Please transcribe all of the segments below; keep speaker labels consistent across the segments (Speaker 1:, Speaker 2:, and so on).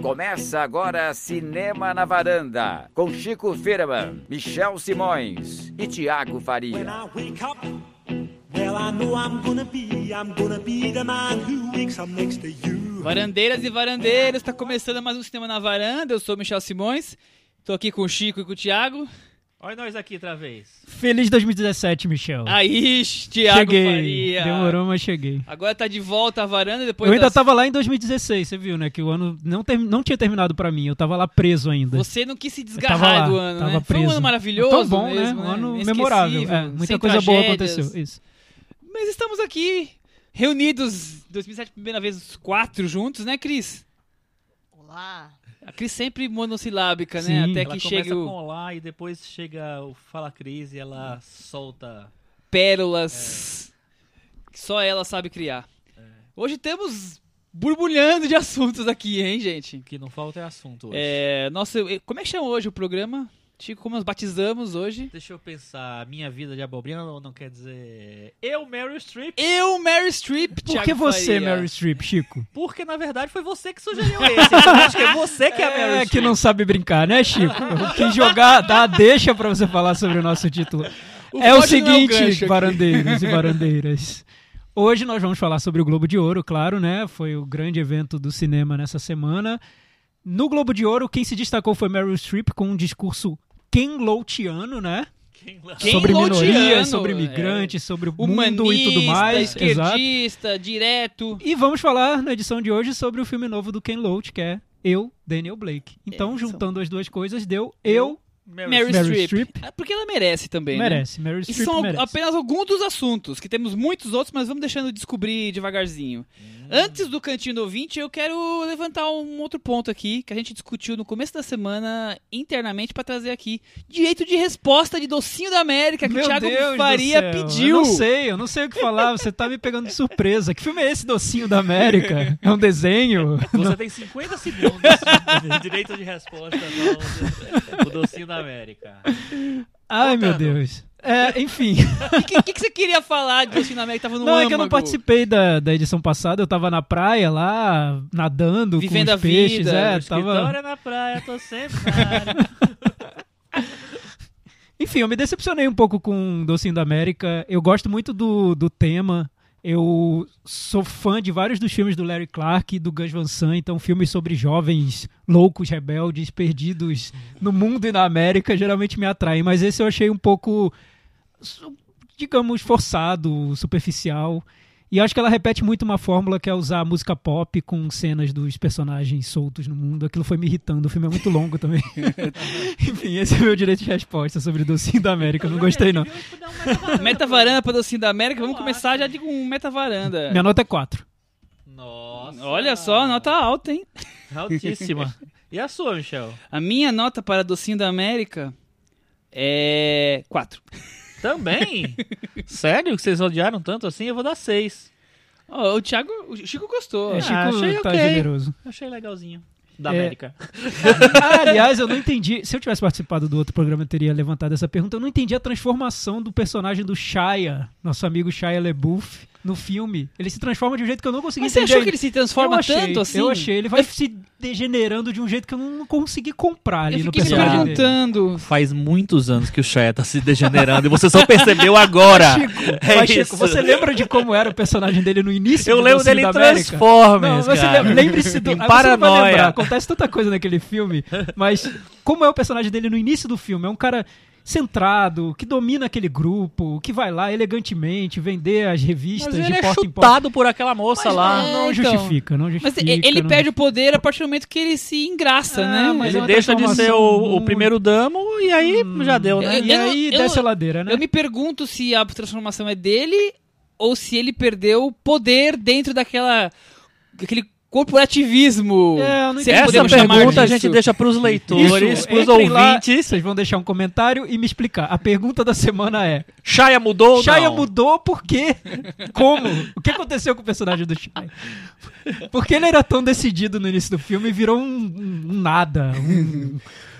Speaker 1: Começa agora Cinema na Varanda, com Chico Firman, Michel Simões e Tiago
Speaker 2: When
Speaker 1: Faria.
Speaker 2: I wake up, well, I know I'm gonna be, I'm gonna be the man who wakes up next to you.
Speaker 3: Varandeiras e varandeiros, tá começando mais um Cinema na Varanda. Eu sou o Michel Simões, tô aqui com o Chico e com o Thiago.
Speaker 4: Olha nós aqui outra vez.
Speaker 5: Feliz 2017, Michel.
Speaker 3: Aí, Ah, Thiago
Speaker 5: cheguei.
Speaker 3: Faria. assim-
Speaker 5: Demorou, mas cheguei.
Speaker 3: Agora tá de volta à varanda depois
Speaker 5: eu ainda
Speaker 3: das-
Speaker 5: tava lá em 2016, você viu, né? Que o ano não, ter- não tinha terminado pra mim. Eu tava lá preso ainda.
Speaker 3: Você não quis se
Speaker 5: Eu tava
Speaker 3: desgarrar
Speaker 5: lá,
Speaker 3: do ano,
Speaker 5: tava
Speaker 3: né? Foi um
Speaker 5: preso.
Speaker 3: ano maravilhoso
Speaker 5: Tão bom,
Speaker 3: mesmo,
Speaker 5: né? Um ano
Speaker 3: Inesquecível,
Speaker 5: memorável. É, muita
Speaker 3: sem
Speaker 5: coisa boa
Speaker 3: tragédias.
Speaker 5: aconteceu. Isso.
Speaker 3: Mas estamos aqui reunidos, 2007 primeira vez os quatro juntos, né, Cris?
Speaker 6: Olá.
Speaker 3: A Cris sempre monossilábica, né?
Speaker 5: Sim.
Speaker 3: Até
Speaker 4: ela
Speaker 3: que
Speaker 4: começa
Speaker 3: chega o
Speaker 4: com olá e depois chega o Fala Crise e ela solta.
Speaker 3: pérolas
Speaker 5: É.
Speaker 3: que só ela sabe criar. Hoje temos borbulhando de assuntos aqui, hein, gente?
Speaker 4: O que não falta é assunto hoje.
Speaker 3: É, nossa, eu- como é que chama hoje o programa? Chico, como nós batizamos hoje?
Speaker 4: Deixa eu pensar, minha vida de abobrinha não, não quer dizer eu, Meryl Streep,
Speaker 3: Eu, Mary Streep,
Speaker 5: Por que você, Mary
Speaker 3: Mary
Speaker 5: Streep, Chico?
Speaker 4: porque na verdade foi você que sugeriu esse. Então acho que é você que é a Meryl
Speaker 5: É
Speaker 4: Streep.
Speaker 5: que não sabe brincar, né, Chico? Eu quis jogar, dar a deixa pra você falar sobre o nosso título.
Speaker 3: O
Speaker 5: é
Speaker 3: bode não é
Speaker 5: o
Speaker 3: o
Speaker 5: seguinte,
Speaker 3: gancho aqui.
Speaker 5: varandeiros e varandeiras. Hoje nós vamos falar sobre o Globo de Ouro, claro, né? Foi o grande evento do cinema nessa semana. No Globo de Ouro, quem se destacou foi Meryl Streep com um discurso Ken Loutiano, né?
Speaker 4: Quem lá?
Speaker 3: Quem
Speaker 5: sobre
Speaker 3: Loutiano,
Speaker 5: minorias, sobre
Speaker 3: é.
Speaker 5: migrantes, sobre o
Speaker 3: Humanista,
Speaker 5: mundo e tudo mais. Exato.
Speaker 3: esquerdista, direto.
Speaker 5: E vamos falar na edição de hoje sobre o filme novo do Ken Loach, que é Eu, Daniel Blake. Então,
Speaker 3: É, são-
Speaker 5: juntando as duas coisas, deu Eu,
Speaker 4: Meryl
Speaker 3: Mary,
Speaker 5: Meryl
Speaker 3: Streep.
Speaker 5: Streep.
Speaker 3: Ah, Porque ela merece também, né?
Speaker 5: merece, Meryl
Speaker 3: E
Speaker 5: Streep
Speaker 3: são
Speaker 5: merece.
Speaker 3: apenas alguns dos assuntos, que temos muitos outros, mas vamos deixando descobrir devagarzinho.
Speaker 5: Hum.
Speaker 3: Antes do cantinho do ouvinte, eu quero levantar um outro ponto aqui, que a gente discutiu no começo da semana internamente pra trazer aqui. Direito de resposta de docinho da América, que
Speaker 5: Meu
Speaker 3: o Thiago
Speaker 5: Deus do
Speaker 3: Faria
Speaker 5: céu,
Speaker 3: pediu.
Speaker 5: Eu não sei, eu não sei o que falar, você tá me pegando de surpresa. Que filme é esse, Docinho da América? É um desenho?
Speaker 4: Você tem 50 segundos de direito de resposta ao o docinho da América.
Speaker 5: Ai, meu Deus. É, enfim.
Speaker 3: O que, que, que você queria falar de docinho da América? Tava no
Speaker 5: Não, é que eu não
Speaker 3: âmago.
Speaker 5: participei da, da edição passada, eu tava na praia lá, nadando
Speaker 3: Vivendo
Speaker 5: com
Speaker 3: a
Speaker 5: os peixes.
Speaker 3: vida,
Speaker 5: é,
Speaker 3: o
Speaker 5: tava...
Speaker 4: Vitória na praia, tô sempre na área.
Speaker 5: Enfim, eu me decepcionei um pouco com Docinho da América. Eu gosto muito do, do tema. Eu sou fã de vários dos filmes do Larry Clark e do Gus Van Sant, então filmes sobre jovens loucos, rebeldes, perdidos no mundo e na América geralmente me atraem, mas esse eu achei um pouco su- digamos forçado, superficial. E acho que ela repete muito uma fórmula que é usar a música pop com cenas dos personagens soltos no mundo. Aquilo foi me irritando, o filme é muito longo também. Enfim, esse é o meu direito de resposta sobre Docinho da América. Eu não gostei, não.
Speaker 3: Meta varanda pra docinho da América, vamos
Speaker 4: Eu
Speaker 3: começar já de um meta varanda.
Speaker 5: Minha nota é 4.
Speaker 4: Nossa.
Speaker 3: Olha só, nota alta, hein?
Speaker 4: Altíssima. E a sua, Michel?
Speaker 3: A minha nota para docinho da América é 4.
Speaker 4: Também? Sério? Que vocês odiaram tanto assim? Eu vou dar seis.
Speaker 3: Ó, o Thiago, o Chico gostou.
Speaker 5: É, Chico
Speaker 4: achei
Speaker 5: tá
Speaker 4: ok.
Speaker 5: generoso.
Speaker 4: Achei legalzinho. Da
Speaker 5: É.
Speaker 4: América.
Speaker 5: Ah, aliás, eu não entendi. Se eu tivesse participado do outro programa, eu teria levantado essa pergunta. Eu não entendi a transformação do personagem do Shia, nosso amigo Shia LeBouf, no filme. Ele se transforma de um jeito que eu não consegui
Speaker 3: Mas você
Speaker 5: entender.
Speaker 3: achou que ele se transforma
Speaker 5: eu achei,
Speaker 3: tanto assim?
Speaker 5: Eu achei. Ele vai se degenerando de um jeito que eu não consegui comprar
Speaker 3: Eu
Speaker 5: ali no
Speaker 3: fiquei me
Speaker 5: personagem. dele.
Speaker 3: perguntando.
Speaker 4: Faz muitos anos que o Shaya tá se degenerando e você só percebeu agora. É
Speaker 5: Mas, Chico,
Speaker 4: isso.
Speaker 5: você lembra de como era o personagem dele no início?
Speaker 4: Eu
Speaker 5: do
Speaker 4: lembro
Speaker 5: Docinho
Speaker 4: dele em
Speaker 5: da América? Não,
Speaker 4: Transformers,
Speaker 5: você
Speaker 4: cara.
Speaker 5: lembra- lembre-se do.
Speaker 4: Em
Speaker 5: ah, você não vai
Speaker 4: paranoia.
Speaker 5: lembrar, acontece tanta coisa naquele filme, mas como é o personagem dele no início do filme? É um cara centrado, que domina aquele grupo, que vai lá elegantemente vender as revistas
Speaker 4: Mas
Speaker 5: de
Speaker 4: ele é
Speaker 5: porta em porta.
Speaker 4: chutado por aquela moça lá.
Speaker 5: Não
Speaker 3: É, então.
Speaker 5: justifica, não
Speaker 3: Mas
Speaker 5: justifica.
Speaker 3: e- ele
Speaker 5: não
Speaker 3: perde o poder a partir do momento que ele se engraça,
Speaker 5: Ah,
Speaker 3: né?
Speaker 5: mas
Speaker 3: eu,
Speaker 4: Ele
Speaker 5: é uma
Speaker 4: deixa de ser o,
Speaker 5: transformação Hum. É,
Speaker 4: o primeiro damo e aí já deu, né?
Speaker 3: Eu-
Speaker 5: E
Speaker 3: eu não-
Speaker 5: aí
Speaker 3: eu
Speaker 5: desce
Speaker 3: não-
Speaker 5: a ladeira, né?
Speaker 3: eu me pergunto se a transformação é dele ou se ele perdeu o poder dentro daquela... Daquele corporativismo.
Speaker 5: É, eu não
Speaker 3: Se
Speaker 5: entendi.
Speaker 3: é que
Speaker 4: Essa
Speaker 3: podemos chamar
Speaker 4: pergunta a
Speaker 3: disso.
Speaker 4: gente deixa pros leitores,
Speaker 5: Isso,
Speaker 4: pros
Speaker 5: entrem lá,
Speaker 4: ouvintes.
Speaker 5: vocês vão deixar um comentário e me explicar. A pergunta da semana é:
Speaker 4: Shaya mudou ou
Speaker 5: Shia
Speaker 4: não?
Speaker 5: mudou por quê? Como? O que aconteceu com o personagem do Shia? Porque ele era tão decidido no início do filme e virou um, um nada, um,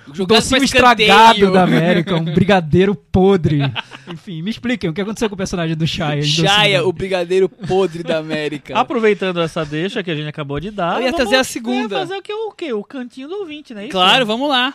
Speaker 5: Um
Speaker 3: Jogado
Speaker 5: docinho
Speaker 3: pra
Speaker 5: estragado
Speaker 3: escanteio.
Speaker 5: da América, um brigadeiro podre. Enfim, me expliquem o que aconteceu com o personagem do Shia. em Docinho da
Speaker 3: Jaya,
Speaker 5: América?
Speaker 3: o brigadeiro podre da América.
Speaker 4: Aproveitando essa deixa que a gente acabou de dar.
Speaker 3: Eu ia
Speaker 4: vamos
Speaker 3: trazer a segunda.
Speaker 4: é, fazer o que? O quê? O cantinho do ouvinte, né?
Speaker 3: Claro, vamos lá.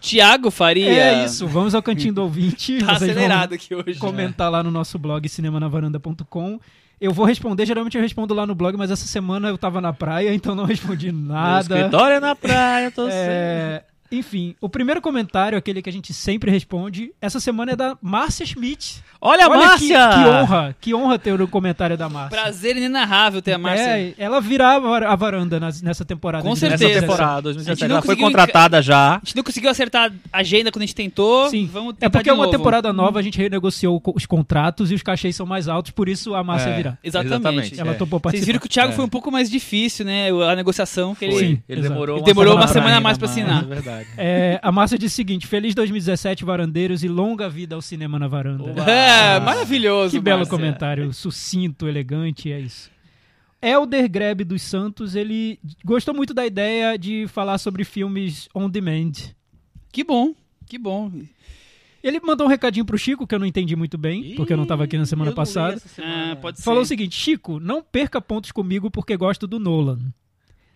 Speaker 3: Tiago Faria.
Speaker 5: É isso, vamos ao cantinho do ouvinte.
Speaker 3: Tá
Speaker 5: vocês vão
Speaker 3: acelerado aqui hoje.
Speaker 5: Comentar lá no nosso blog cinemanavaranda.com. Eu vou responder, geralmente eu respondo lá no blog, mas essa semana eu tava na praia, então não respondi
Speaker 4: Meu
Speaker 5: nada.
Speaker 4: escritório é na praia, tô sem.
Speaker 5: É,
Speaker 3: assim.
Speaker 5: enfim, o primeiro comentário, aquele que a gente sempre responde, essa semana é da Márcia Schmidt.
Speaker 4: Olha, a
Speaker 5: Olha que-
Speaker 4: Márcia!
Speaker 5: Que, honra, que honra ter o comentário da Márcia.
Speaker 3: Prazer inenarrável ter a Márcia.
Speaker 5: É, ela virá a var- a varanda nas- nessa temporada.
Speaker 3: Com
Speaker 5: de
Speaker 3: certeza.
Speaker 5: 2017.
Speaker 4: Nessa temporada,
Speaker 3: A gente
Speaker 4: 2017.
Speaker 3: não
Speaker 4: Ela foi
Speaker 3: conseguiu
Speaker 4: contratada já.
Speaker 3: A gente não conseguiu acertar a agenda quando a gente tentou.
Speaker 5: Sim.
Speaker 3: Vamos tentar
Speaker 5: É porque
Speaker 3: de
Speaker 5: é uma
Speaker 3: novo.
Speaker 5: temporada nova, a gente renegociou co- os contratos e os cachês são mais altos, por isso a Márcia
Speaker 4: É.
Speaker 5: virá.
Speaker 3: Exatamente.
Speaker 4: Exatamente.
Speaker 5: Ela
Speaker 4: é.
Speaker 5: topou
Speaker 3: Vocês viram
Speaker 5: participar.
Speaker 3: que o Thiago
Speaker 4: É.
Speaker 3: foi um pouco mais difícil, né? A negociação que ele...
Speaker 5: Sim.
Speaker 4: Ele
Speaker 5: exato.
Speaker 4: demorou,
Speaker 3: Ele demorou
Speaker 5: uma
Speaker 3: semana
Speaker 4: pra
Speaker 3: a mais pra
Speaker 4: ainda,
Speaker 3: assinar.
Speaker 4: É verdade.
Speaker 5: É, a Márcia disse o seguinte: Feliz 2017, varandeiros, e longa vida ao cinema na varanda.
Speaker 4: Oba.
Speaker 3: É, maravilhoso,
Speaker 5: Que belo
Speaker 3: Márcia.
Speaker 5: comentário, sucinto, elegante, é isso. Elder Greb dos Santos, ele gostou muito da ideia de falar sobre filmes on demand.
Speaker 3: Que bom, que bom. Ah,
Speaker 5: Ele mandou um recadinho pro Chico, que eu não entendi muito bem, porque eu não tava aqui na semana
Speaker 4: Eu não li
Speaker 5: passada.
Speaker 4: essa semana. né?
Speaker 3: Ah, pode
Speaker 5: Falou assim, o
Speaker 3: ser.
Speaker 5: seguinte: Chico, não perca pontos comigo porque gosto do Nolan.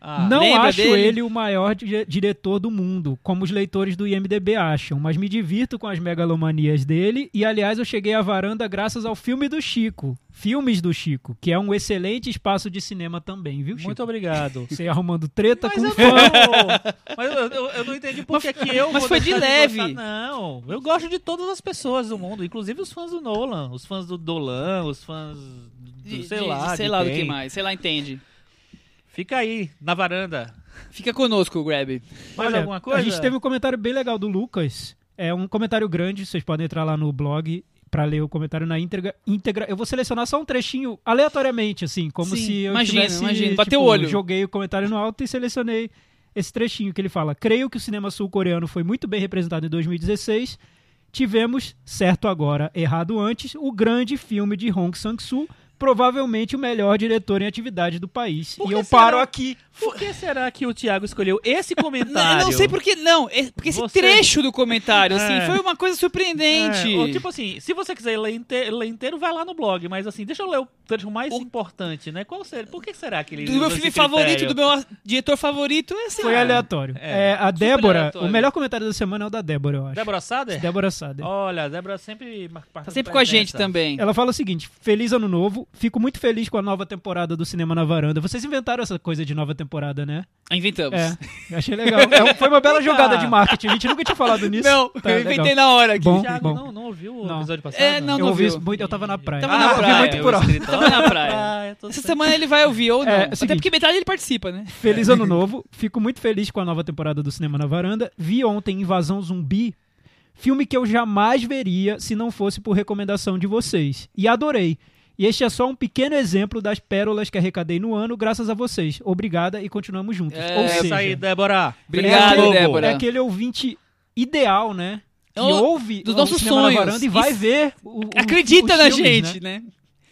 Speaker 4: Ah,
Speaker 5: não
Speaker 3: lembra
Speaker 5: acho
Speaker 3: dele?
Speaker 5: ele o maior di- diretor do mundo, como os leitores do IMDB acham, mas me divirto com as megalomanias dele. E aliás, eu cheguei à varanda graças ao filme do Chico, Filmes do Chico, que é um excelente espaço de cinema também, viu, Chico?
Speaker 4: Muito obrigado.
Speaker 5: Você arrumando treta
Speaker 4: Mas
Speaker 5: com
Speaker 4: eu,
Speaker 5: fã.
Speaker 4: não, mas eu, eu- eu não entendi por que que eu.
Speaker 3: mas
Speaker 4: vou
Speaker 3: foi de
Speaker 4: deixar
Speaker 3: leve.
Speaker 4: gostar. não, eu gosto de todas as pessoas do mundo, inclusive os fãs do Nolan, os fãs do Dolan, os fãs do,
Speaker 3: De-
Speaker 4: sei
Speaker 3: de-
Speaker 4: lá.
Speaker 3: sei
Speaker 4: de
Speaker 3: lá do
Speaker 4: quem.
Speaker 3: que mais, sei lá, entende.
Speaker 4: Fica aí, na varanda.
Speaker 3: Fica conosco, Grab.
Speaker 4: Mais
Speaker 5: Olha,
Speaker 4: alguma coisa?
Speaker 5: A gente teve um comentário bem legal do Lucas. É um comentário grande, vocês podem entrar lá no blog pra ler o comentário na íntegra. íntegra. Eu vou selecionar só um trechinho aleatoriamente, assim, como
Speaker 3: Sim,
Speaker 5: se eu
Speaker 3: imagino,
Speaker 5: tivesse...
Speaker 3: imagino. Bateu
Speaker 5: tipo,
Speaker 3: o olho.
Speaker 5: Joguei o comentário no alto e selecionei esse trechinho que ele fala. Creio que o cinema sul-coreano foi muito bem representado em 2016. Tivemos, certo agora, errado antes, o grande filme de Hong Sang-soo, provavelmente o melhor diretor em atividade do país.
Speaker 4: Por
Speaker 5: e
Speaker 4: que
Speaker 5: eu
Speaker 4: será?
Speaker 5: paro aqui.
Speaker 4: Por que será que o Thiago escolheu esse comentário?
Speaker 3: Não, não sei por que não, é porque esse
Speaker 4: Você-
Speaker 3: trecho do comentário, assim,
Speaker 4: É.
Speaker 3: foi uma coisa surpreendente.
Speaker 4: É, ou, tipo assim, se você quiser ler inteiro, ler inteiro, vai lá no blog, mas assim, deixa eu ler o trecho mais
Speaker 3: O-
Speaker 4: importante, né? Qual será? Por que será que ele
Speaker 3: do meu
Speaker 4: usou
Speaker 3: filme
Speaker 4: esse
Speaker 3: favorito,
Speaker 4: critério?
Speaker 3: do meu a- diretor favorito, é assim.
Speaker 5: Foi
Speaker 3: ah,
Speaker 5: aleatório.
Speaker 4: é,
Speaker 5: É, a Débora,
Speaker 3: aleatório.
Speaker 5: o melhor comentário da semana é o da Débora, eu acho.
Speaker 4: Débora Sader?
Speaker 5: Débora Sader.
Speaker 4: Olha, a Débora sempre mar-
Speaker 3: Tá sempre com a gente
Speaker 4: presença.
Speaker 3: também.
Speaker 5: Ela fala o seguinte: Feliz ano novo, fico muito feliz com a nova temporada do Cinema na Varanda. Vocês inventaram essa coisa de nova temporada, né?
Speaker 3: Ah, Inventamos.
Speaker 5: É, eu achei legal. É, foi uma bela
Speaker 4: Eita!
Speaker 5: jogada de marketing, a gente nunca tinha falado nisso.
Speaker 3: Não,
Speaker 5: Tá,
Speaker 3: eu
Speaker 5: legal.
Speaker 3: inventei na hora aqui.
Speaker 5: Bom.
Speaker 4: Thiago não, não ouviu o
Speaker 5: Não.
Speaker 4: episódio passado? Ah,
Speaker 3: É, não,
Speaker 5: Eu ouvi
Speaker 3: viu.
Speaker 5: isso muito, eu tava na praia. Ah,
Speaker 3: Tava na
Speaker 5: Eu ouvi
Speaker 3: praia,
Speaker 5: muito
Speaker 3: eu
Speaker 5: por alto.
Speaker 3: Tava na praia.
Speaker 4: é, tô
Speaker 3: Essa
Speaker 4: sem-
Speaker 3: semana ele vai ouvir ou não.
Speaker 5: É, é o
Speaker 3: Até
Speaker 5: seguinte.
Speaker 3: porque metade ele participa, né?
Speaker 5: Feliz ano novo. Fico muito feliz com a nova temporada do Cinema na Varanda. Vi ontem Invasão Zumbi, filme que eu jamais veria se não fosse por recomendação de vocês. E adorei. E este é só um pequeno exemplo das pérolas que arrecadei no ano, graças a vocês. Obrigada e continuamos juntos.
Speaker 3: É,
Speaker 5: Ou
Speaker 4: É
Speaker 5: seja,
Speaker 4: isso aí, Débora.
Speaker 3: Obrigado,
Speaker 5: aquele-
Speaker 3: Débora.
Speaker 5: É aquele ouvinte ideal, né? Que
Speaker 3: É o-
Speaker 5: ouve
Speaker 3: dos
Speaker 5: o
Speaker 3: nossos
Speaker 5: Cinema
Speaker 3: sonhos.
Speaker 5: na Varanda e vai
Speaker 3: Isso-
Speaker 5: ver o, o-
Speaker 3: Acredita
Speaker 5: os
Speaker 3: na
Speaker 5: filmes,
Speaker 3: gente,
Speaker 5: né?
Speaker 3: né?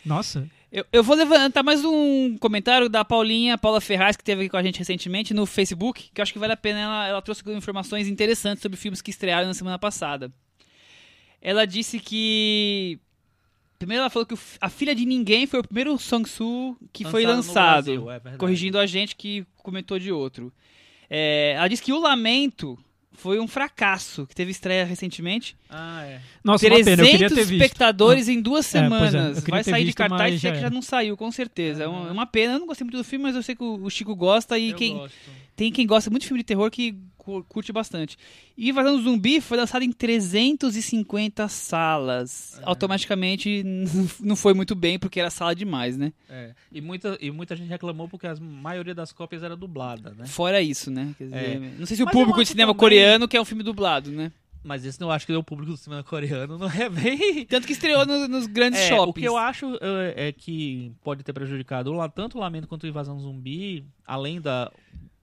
Speaker 5: Nossa.
Speaker 3: Eu, eu vou levantar mais um comentário da Paulinha, Paula Ferraz, que esteve aqui com a gente recentemente no Facebook, que eu acho que vale a pena. Ela, ela trouxe informações interessantes sobre filmes que estrearam na semana passada. Ela disse que. Primeiro, ela falou que o F- A Filha de Ninguém foi o primeiro Sang-Soo que foi lançado.
Speaker 4: no Brasil, é verdade.
Speaker 3: corrigindo a gente que comentou de outro. É, ela disse que O Lamento foi um fracasso, que teve estreia recentemente.
Speaker 4: Ah, é.
Speaker 5: Nossa, uma
Speaker 3: 300
Speaker 5: pena, eu queria ter visto.
Speaker 3: espectadores em duas
Speaker 5: É, pois é, eu
Speaker 3: semanas.
Speaker 5: queria
Speaker 3: Vai
Speaker 5: ter
Speaker 3: sair de
Speaker 5: visto,
Speaker 3: cartaz,
Speaker 5: mas
Speaker 3: se é
Speaker 5: já
Speaker 3: que
Speaker 5: era.
Speaker 3: já não saiu, com certeza. É um- é uma pena, eu não gostei muito do filme, mas eu sei que o o Chico gosta e
Speaker 4: eu
Speaker 3: quem,
Speaker 4: gosto.
Speaker 3: tem quem gosta muito de filme de terror que cu- curte bastante. E Invasão Zumbi foi lançado em 350 salas.
Speaker 4: É.
Speaker 3: Automaticamente não foi muito bem, porque era sala demais, né?
Speaker 4: É. E, muita, e muita gente reclamou porque a maioria das cópias era dublada, né?
Speaker 3: Fora isso, né? Quer dizer,
Speaker 4: É.
Speaker 3: Não sei se o
Speaker 4: Mas eu
Speaker 3: público de
Speaker 4: acho
Speaker 3: cinema
Speaker 4: também-
Speaker 3: coreano quer um filme dublado, né?
Speaker 4: Mas esse eu acho que o público do cinema coreano não é bem...
Speaker 3: Tanto que estreou no- nos grandes
Speaker 4: É,
Speaker 3: shoppings.
Speaker 4: o que eu acho eh, é, que pode ter prejudicado o la- tanto o Lamento quanto o Invasão Zumbi, além da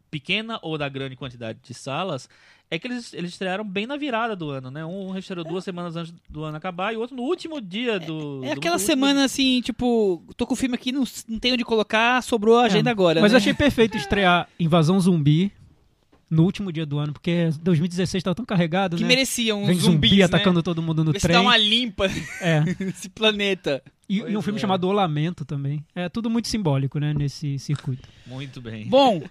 Speaker 4: pequena ou da grande quantidade de salas, é que eles, eles estrearam bem na virada do ano, né? Um estreou duas semanas antes do ano acabar e o outro no último dia do...
Speaker 3: É
Speaker 4: do-
Speaker 3: aquela
Speaker 4: do último
Speaker 3: semana assim, tipo, tô com o filme aqui, não, não tenho onde colocar, sobrou a agenda agora.
Speaker 5: É, Mas
Speaker 3: né?
Speaker 5: eu achei perfeito estrear Invasão Zumbi, no último dia do ano, porque 2016 tá tão carregado,
Speaker 3: Que
Speaker 5: né?
Speaker 3: mereciam
Speaker 5: Vem
Speaker 3: uns
Speaker 5: zumbi
Speaker 3: zumbis, né?
Speaker 5: atacando todo mundo no
Speaker 3: Vê se
Speaker 5: trem.
Speaker 3: dá uma limpa
Speaker 5: É.
Speaker 3: nesse planeta.
Speaker 5: E, e um
Speaker 4: Pois
Speaker 5: filme
Speaker 4: é.
Speaker 5: chamado O Lamento também. É tudo muito simbólico, né, nesse circuito.
Speaker 4: Muito bem.
Speaker 3: Bom,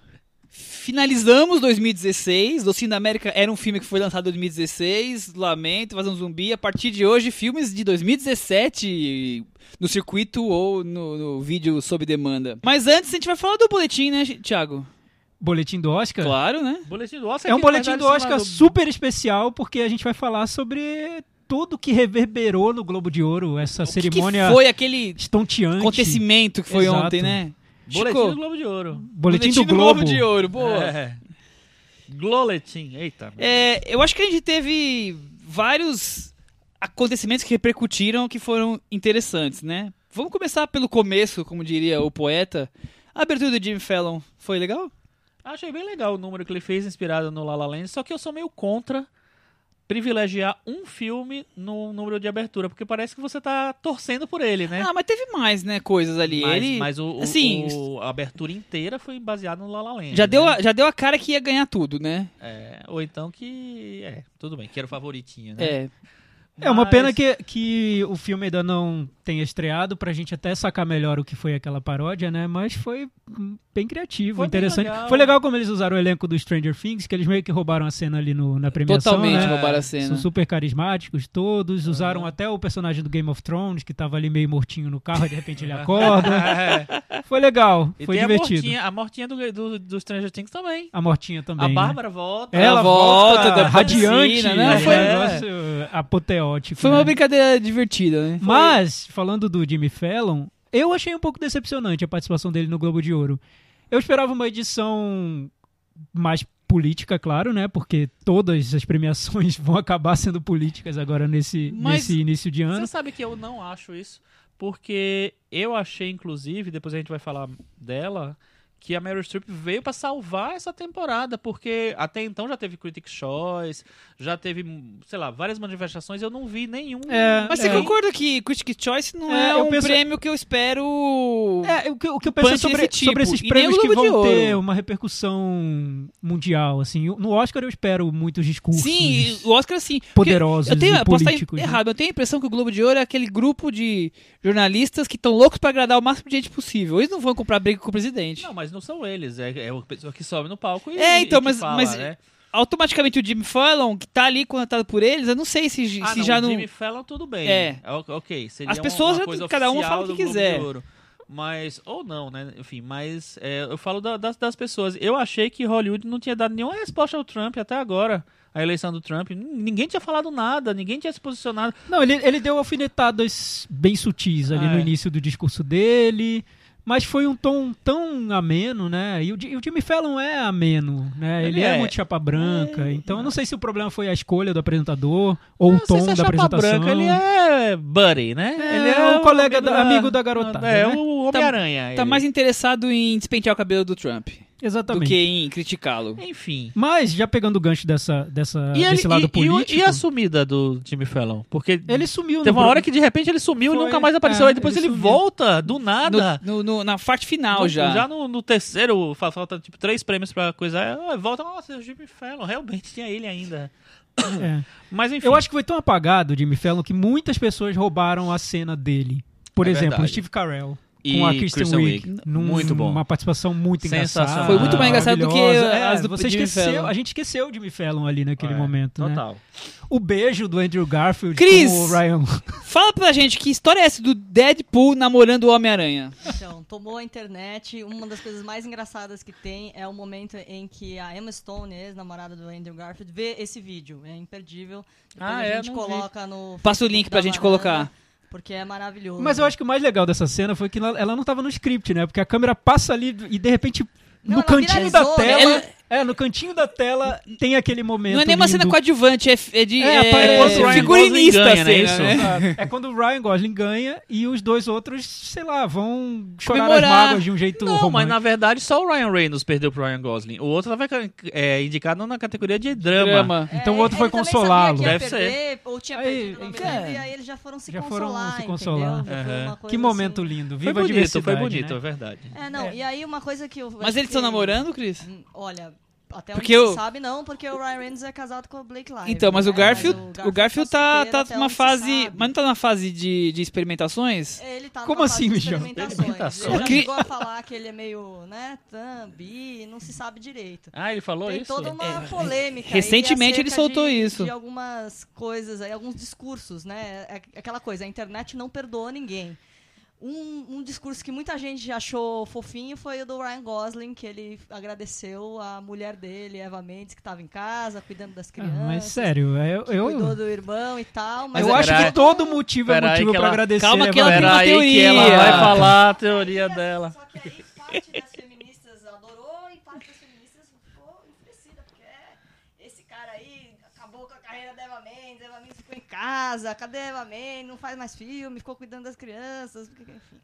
Speaker 3: finalizamos 2016. Docinho da América era um filme que foi lançado em 2016. Lamento, Vazão Zumbi. A partir de hoje, filmes de 2017 no circuito ou no, no vídeo sob demanda. Mas antes, a gente vai falar do boletim, né, Thiago?
Speaker 5: Boletim do Oscar.
Speaker 3: Claro, né?
Speaker 4: Boletim do Oscar
Speaker 5: É um
Speaker 4: que, na
Speaker 5: boletim do
Speaker 4: verdade, se
Speaker 5: Oscar
Speaker 4: fala
Speaker 5: super especial, porque a gente vai falar sobre tudo que reverberou no Globo de Ouro, essa
Speaker 3: O que que
Speaker 5: cerimônia
Speaker 3: foi aquele
Speaker 5: estonteante.
Speaker 3: acontecimento que foi
Speaker 5: Exato.
Speaker 3: ontem, né?
Speaker 4: Boletim
Speaker 3: Chico,
Speaker 4: do Globo de Ouro.
Speaker 5: Boletim, do Globo.
Speaker 3: Globo de Ouro, boa.
Speaker 4: É. Gloletim. Eita.
Speaker 3: É, eu acho que a gente teve vários acontecimentos que repercutiram que foram interessantes, né? Vamos começar pelo começo, como diria o poeta. A abertura do Jimmy Fallon foi legal?
Speaker 4: Achei bem legal o número que ele fez inspirado no La La Land, só que eu sou meio contra privilegiar um filme no número de abertura, porque parece que você tá torcendo por ele, né?
Speaker 3: Ah, mas teve mais, né, coisas ali.
Speaker 4: mas,
Speaker 3: Ele
Speaker 4: mas o, o-
Speaker 3: assim,
Speaker 4: o- a abertura inteira foi baseada no La La Land.
Speaker 3: já deu,
Speaker 4: né?
Speaker 3: a, já deu a cara que ia ganhar tudo, né?
Speaker 4: É, ou então que... É, tudo bem, que era o favoritinho, né?
Speaker 3: É.
Speaker 5: É uma
Speaker 4: Mas-
Speaker 5: pena que, que o filme ainda não tenha estreado, pra gente até sacar melhor o que foi aquela paródia, né? Mas foi hum, bem criativo,
Speaker 4: Foi bem
Speaker 5: interessante.
Speaker 4: legal.
Speaker 5: Foi legal como eles usaram o elenco do Stranger Things, que eles meio que roubaram a cena ali no- na premiação.
Speaker 3: Totalmente
Speaker 5: né?
Speaker 3: roubaram a
Speaker 5: São
Speaker 3: cena.
Speaker 5: super carismáticos todos, usaram até o personagem do Game of Thrones, que tava ali meio mortinho no carro, de repente ele acorda.
Speaker 4: É.
Speaker 5: Foi legal,
Speaker 4: E
Speaker 5: foi
Speaker 4: tem
Speaker 5: divertido.
Speaker 4: a mortinha, a mortinha do, do, do Stranger Things também.
Speaker 5: A mortinha também.
Speaker 4: a
Speaker 5: né?
Speaker 4: Bárbara volta.
Speaker 5: Ela
Speaker 3: Ela volta
Speaker 5: volta,
Speaker 3: depois da
Speaker 5: radiante,
Speaker 3: piscina,
Speaker 5: né?
Speaker 3: né?
Speaker 4: Foi-
Speaker 5: Um negócio apoteótico.
Speaker 3: Foi
Speaker 5: né?
Speaker 3: uma brincadeira divertida, né?
Speaker 5: Mas, falando do Jimmy Fallon, eu achei um pouco decepcionante a participação dele no Globo de Ouro. Eu esperava uma edição mais política, claro, né? Porque todas as premiações vão acabar sendo políticas agora nesse,
Speaker 3: Mas
Speaker 5: nesse início de ano.
Speaker 4: Você sabe que eu não acho isso, porque eu achei, inclusive, depois a gente vai falar dela, que a Meryl Streep veio pra salvar essa temporada, porque até então já teve Critic Choice, já teve, sei lá, várias manifestações, eu não vi nenhum.
Speaker 5: É,
Speaker 3: Mas você
Speaker 5: é.
Speaker 3: concorda que Critic Choice não
Speaker 5: É,
Speaker 3: é,
Speaker 5: eu
Speaker 3: um
Speaker 5: penso-
Speaker 3: prêmio que eu espero
Speaker 5: É, o que, o que eu penso
Speaker 3: punch
Speaker 5: sobre,
Speaker 3: desse
Speaker 5: sobre
Speaker 3: tipo.
Speaker 5: esses
Speaker 3: E nem
Speaker 5: prêmios
Speaker 3: o
Speaker 5: que
Speaker 3: Globo de
Speaker 5: vão ter
Speaker 3: Ouro.
Speaker 5: uma repercussão mundial, assim. No Oscar eu espero muitos discursos
Speaker 3: Sim, o Oscar sim. Porque
Speaker 5: poderosos
Speaker 3: Eu tenho,
Speaker 5: e
Speaker 3: eu posso
Speaker 5: políticos.
Speaker 3: estar
Speaker 5: né?
Speaker 3: errado, eu tenho a impressão que o Globo de Ouro é aquele grupo de jornalistas que estão loucos pra agradar o máximo de gente possível. Eles não vão comprar briga com o presidente.
Speaker 4: Não, mas não são eles, é, é a pessoa que sobe no palco e.
Speaker 3: É, então,
Speaker 4: e que
Speaker 3: mas-
Speaker 4: fala,
Speaker 3: mas-
Speaker 4: né?
Speaker 3: Automaticamente o Jimmy Fallon, que tá ali contratado por eles, eu não sei se,
Speaker 4: Ah,
Speaker 3: se
Speaker 4: não,
Speaker 3: já
Speaker 4: o
Speaker 3: não.
Speaker 4: Jimmy Fallon, tudo bem.
Speaker 3: É.
Speaker 4: O- Ok, seria
Speaker 3: As pessoas
Speaker 4: uma
Speaker 3: já-
Speaker 4: coisa
Speaker 3: cada uma
Speaker 4: oficial
Speaker 3: fala o que
Speaker 4: do Globo
Speaker 3: quiser.
Speaker 4: de Ouro. Mas, ou não, né? Enfim, mas é, eu falo da- das, das pessoas. Eu achei que Hollywood não tinha dado nenhuma resposta ao Trump até agora, a eleição do Trump. N- Ninguém tinha falado nada, ninguém tinha se posicionado.
Speaker 5: Não, ele, ele deu alfinetadas bem sutis ali
Speaker 4: Ah,
Speaker 5: no
Speaker 4: é.
Speaker 5: início do discurso dele, mas foi um tom tão ameno, né? E o, Di- e o Jimmy Fallon é ameno, né? Ele,
Speaker 4: Ele
Speaker 5: é,
Speaker 4: é.
Speaker 5: muito chapa branca, então eu não sei se o problema foi a escolha do apresentador ou
Speaker 4: Não
Speaker 5: o tom
Speaker 4: sei se é
Speaker 5: da
Speaker 4: chapa
Speaker 5: apresentação.
Speaker 4: branca, ele é buddy, né?
Speaker 5: É,
Speaker 4: ele
Speaker 5: o colega da- amigo da garotada,
Speaker 4: É,
Speaker 5: né?
Speaker 4: o Homem-Aranha.
Speaker 3: Tá
Speaker 4: é ele.
Speaker 3: mais interessado em despentear o cabelo do Trump do
Speaker 5: Exatamente.
Speaker 3: que em criticá-lo.
Speaker 4: Enfim.
Speaker 5: Mas, já pegando o gancho dessa, dessa,
Speaker 3: Ah,
Speaker 4: E,
Speaker 5: desse
Speaker 4: ele-
Speaker 5: lado
Speaker 4: e- e o-
Speaker 5: político,
Speaker 4: e a sumida do Jimmy Fallon? Porque
Speaker 5: ele sumiu. Tipo,
Speaker 4: Teve
Speaker 5: no
Speaker 4: uma
Speaker 5: pro-
Speaker 4: hora que de repente ele sumiu
Speaker 5: Foi,
Speaker 4: e nunca mais apareceu.
Speaker 5: é,
Speaker 4: Aí depois
Speaker 5: ele
Speaker 4: ele,
Speaker 5: sumiu.
Speaker 4: volta do
Speaker 3: No-
Speaker 4: nada.
Speaker 3: no- no- na parte final
Speaker 4: No-
Speaker 3: já.
Speaker 4: no, no terceiro, fa- falta tipo três prêmios pra coisa. Aí volta, nossa, é o Jimmy Fallon, realmente tinha ele ainda.
Speaker 5: É.
Speaker 4: Mas enfim.
Speaker 5: Eu acho que foi tão apagado o Jimmy Fallon que muitas pessoas roubaram a cena dele. Por
Speaker 4: É
Speaker 5: exemplo, o
Speaker 4: verdade.
Speaker 5: Steve Carell.
Speaker 4: E
Speaker 5: com a Kristen,
Speaker 4: Kristen
Speaker 5: Wiig.
Speaker 4: Wiig.
Speaker 5: num-
Speaker 4: Muito bom.
Speaker 5: Uma participação muito engraçada.
Speaker 4: Sensacional.
Speaker 3: Foi muito mais engraçado do que
Speaker 5: maravilhosa. É,
Speaker 3: as do
Speaker 5: você
Speaker 3: Jimmy
Speaker 5: esqueceu,
Speaker 3: Fallon.
Speaker 5: A gente esqueceu o Jimmy Fallon ali naquele
Speaker 4: É,
Speaker 5: momento, né?
Speaker 4: Total.
Speaker 5: O beijo do Andrew Garfield
Speaker 3: Chris!
Speaker 5: com o Ryan.
Speaker 3: Fala pra gente que história é essa do Deadpool namorando o Homem-Aranha.
Speaker 6: Então, tomou a internet. Uma das coisas mais engraçadas que tem é o momento em que a Emma Stone, ex-namorada do Andrew Garfield, vê esse vídeo. É imperdível. Depois
Speaker 4: Ah,
Speaker 6: a
Speaker 4: é?
Speaker 6: gente
Speaker 4: Não vi.
Speaker 6: coloca no.
Speaker 3: Passa o
Speaker 6: Facebook
Speaker 3: link
Speaker 6: da
Speaker 3: pra gente
Speaker 6: Varanda,
Speaker 3: colocar.
Speaker 6: Porque é maravilhoso.
Speaker 5: Mas eu acho que o mais legal dessa cena foi que ela ela não tava no script, né? Porque a câmera passa ali e de repente
Speaker 6: Não,
Speaker 5: no
Speaker 6: ela
Speaker 5: cantinho da
Speaker 6: viralizou, né?
Speaker 5: tela,
Speaker 3: Ela-
Speaker 5: é, no cantinho da tela tem aquele momento
Speaker 3: Não é nem uma cena
Speaker 5: lindo.
Speaker 3: coadjuvante, é, f- é de.
Speaker 5: É, aparece quando o Ryan
Speaker 3: figurinista,
Speaker 4: Gosling ganha, né,
Speaker 3: a cena,
Speaker 4: isso?
Speaker 3: né?
Speaker 5: É quando o Ryan Gosling ganha e os dois outros, sei lá, vão chorar as
Speaker 3: Comemorar.
Speaker 5: mágoas de um jeito
Speaker 4: Não, mas
Speaker 5: romântico.
Speaker 4: na verdade só o Ryan Reynolds perdeu pro Ryan Gosling. O outro tava é, indicado na categoria de drama.
Speaker 3: Drama.
Speaker 5: Então o
Speaker 6: É, ele-
Speaker 5: outro foi
Speaker 6: ele também
Speaker 5: consolá-lo.
Speaker 6: sabia que
Speaker 4: Deve
Speaker 6: ia perder, Ou tinha
Speaker 5: Aí,
Speaker 6: perdido, na
Speaker 5: é.
Speaker 6: verdade, e aí eles já foram se
Speaker 5: Já foram
Speaker 6: consolar.
Speaker 5: se consolar.
Speaker 6: entendeu? Já foi
Speaker 4: Aham.
Speaker 6: uma coisa
Speaker 5: Que momento
Speaker 6: assim.
Speaker 5: lindo.
Speaker 4: Foi
Speaker 5: Viva a
Speaker 4: bonito,
Speaker 5: diversidade.
Speaker 4: foi bonito,
Speaker 5: né?
Speaker 4: é verdade.
Speaker 6: É, não, e aí uma coisa que eu.
Speaker 3: Mas eles estão namorando, Cris?
Speaker 6: Hum, Olha, Até
Speaker 3: Porque
Speaker 6: onde
Speaker 3: o-
Speaker 6: se sabe, não, porque o Ryan Reynolds é casado com a Blake Lively.
Speaker 3: Então, mas o
Speaker 6: né?
Speaker 3: Garfield, o Garfield tá,
Speaker 6: solteiro
Speaker 3: tá
Speaker 6: até
Speaker 3: numa
Speaker 6: onde se
Speaker 3: fase.
Speaker 6: sabe.
Speaker 3: Mas não tá na fase de, de experimentações?
Speaker 6: Ele tá
Speaker 5: Como
Speaker 6: numa fase
Speaker 5: assim,
Speaker 6: de
Speaker 5: Michel?
Speaker 3: tá
Speaker 6: Experimentações. Ele
Speaker 4: Experimentações?
Speaker 6: já
Speaker 3: Que-
Speaker 6: chegou a falar que ele é meio, né, tambi, não se sabe direito.
Speaker 4: Ah, ele falou
Speaker 6: Tem um
Speaker 4: isso?
Speaker 5: é
Speaker 6: toda uma polêmica. aí
Speaker 3: Recentemente ele
Speaker 6: acerca
Speaker 3: soltou
Speaker 6: de-
Speaker 3: isso.
Speaker 6: De algumas coisas, aí, alguns discursos, né? É Aquela coisa, a internet não perdoa ninguém. Um, um discurso que muita gente achou fofinho foi o do Ryan Gosling, que ele agradeceu a mulher dele, Eva Mendes, que estava em casa, cuidando das
Speaker 5: Ah,
Speaker 6: crianças.
Speaker 5: mas sério, eu,
Speaker 6: Cuidou
Speaker 5: eu,
Speaker 6: do irmão e tal. Mas
Speaker 5: eu acho
Speaker 4: Pera-
Speaker 5: que todo motivo é
Speaker 4: pera aí
Speaker 5: motivo
Speaker 4: que
Speaker 5: pra
Speaker 4: ela-
Speaker 5: agradecer. É,
Speaker 3: calma que
Speaker 5: a
Speaker 3: ela tem
Speaker 5: Eva
Speaker 4: Pera
Speaker 3: uma
Speaker 4: aí que
Speaker 3: teoria.
Speaker 4: ela vai falar a teoria dela.
Speaker 6: Só que aí parte das feministas adorou e parte das feministas ficou enfurecida, porque é, esse cara aí acabou com a carreira da Eva Mendes, Eva Mendes ficou em casa, cadê a Eva Mendes? Não faz mais filme, ficou cuidando das crianças, porque, enfim.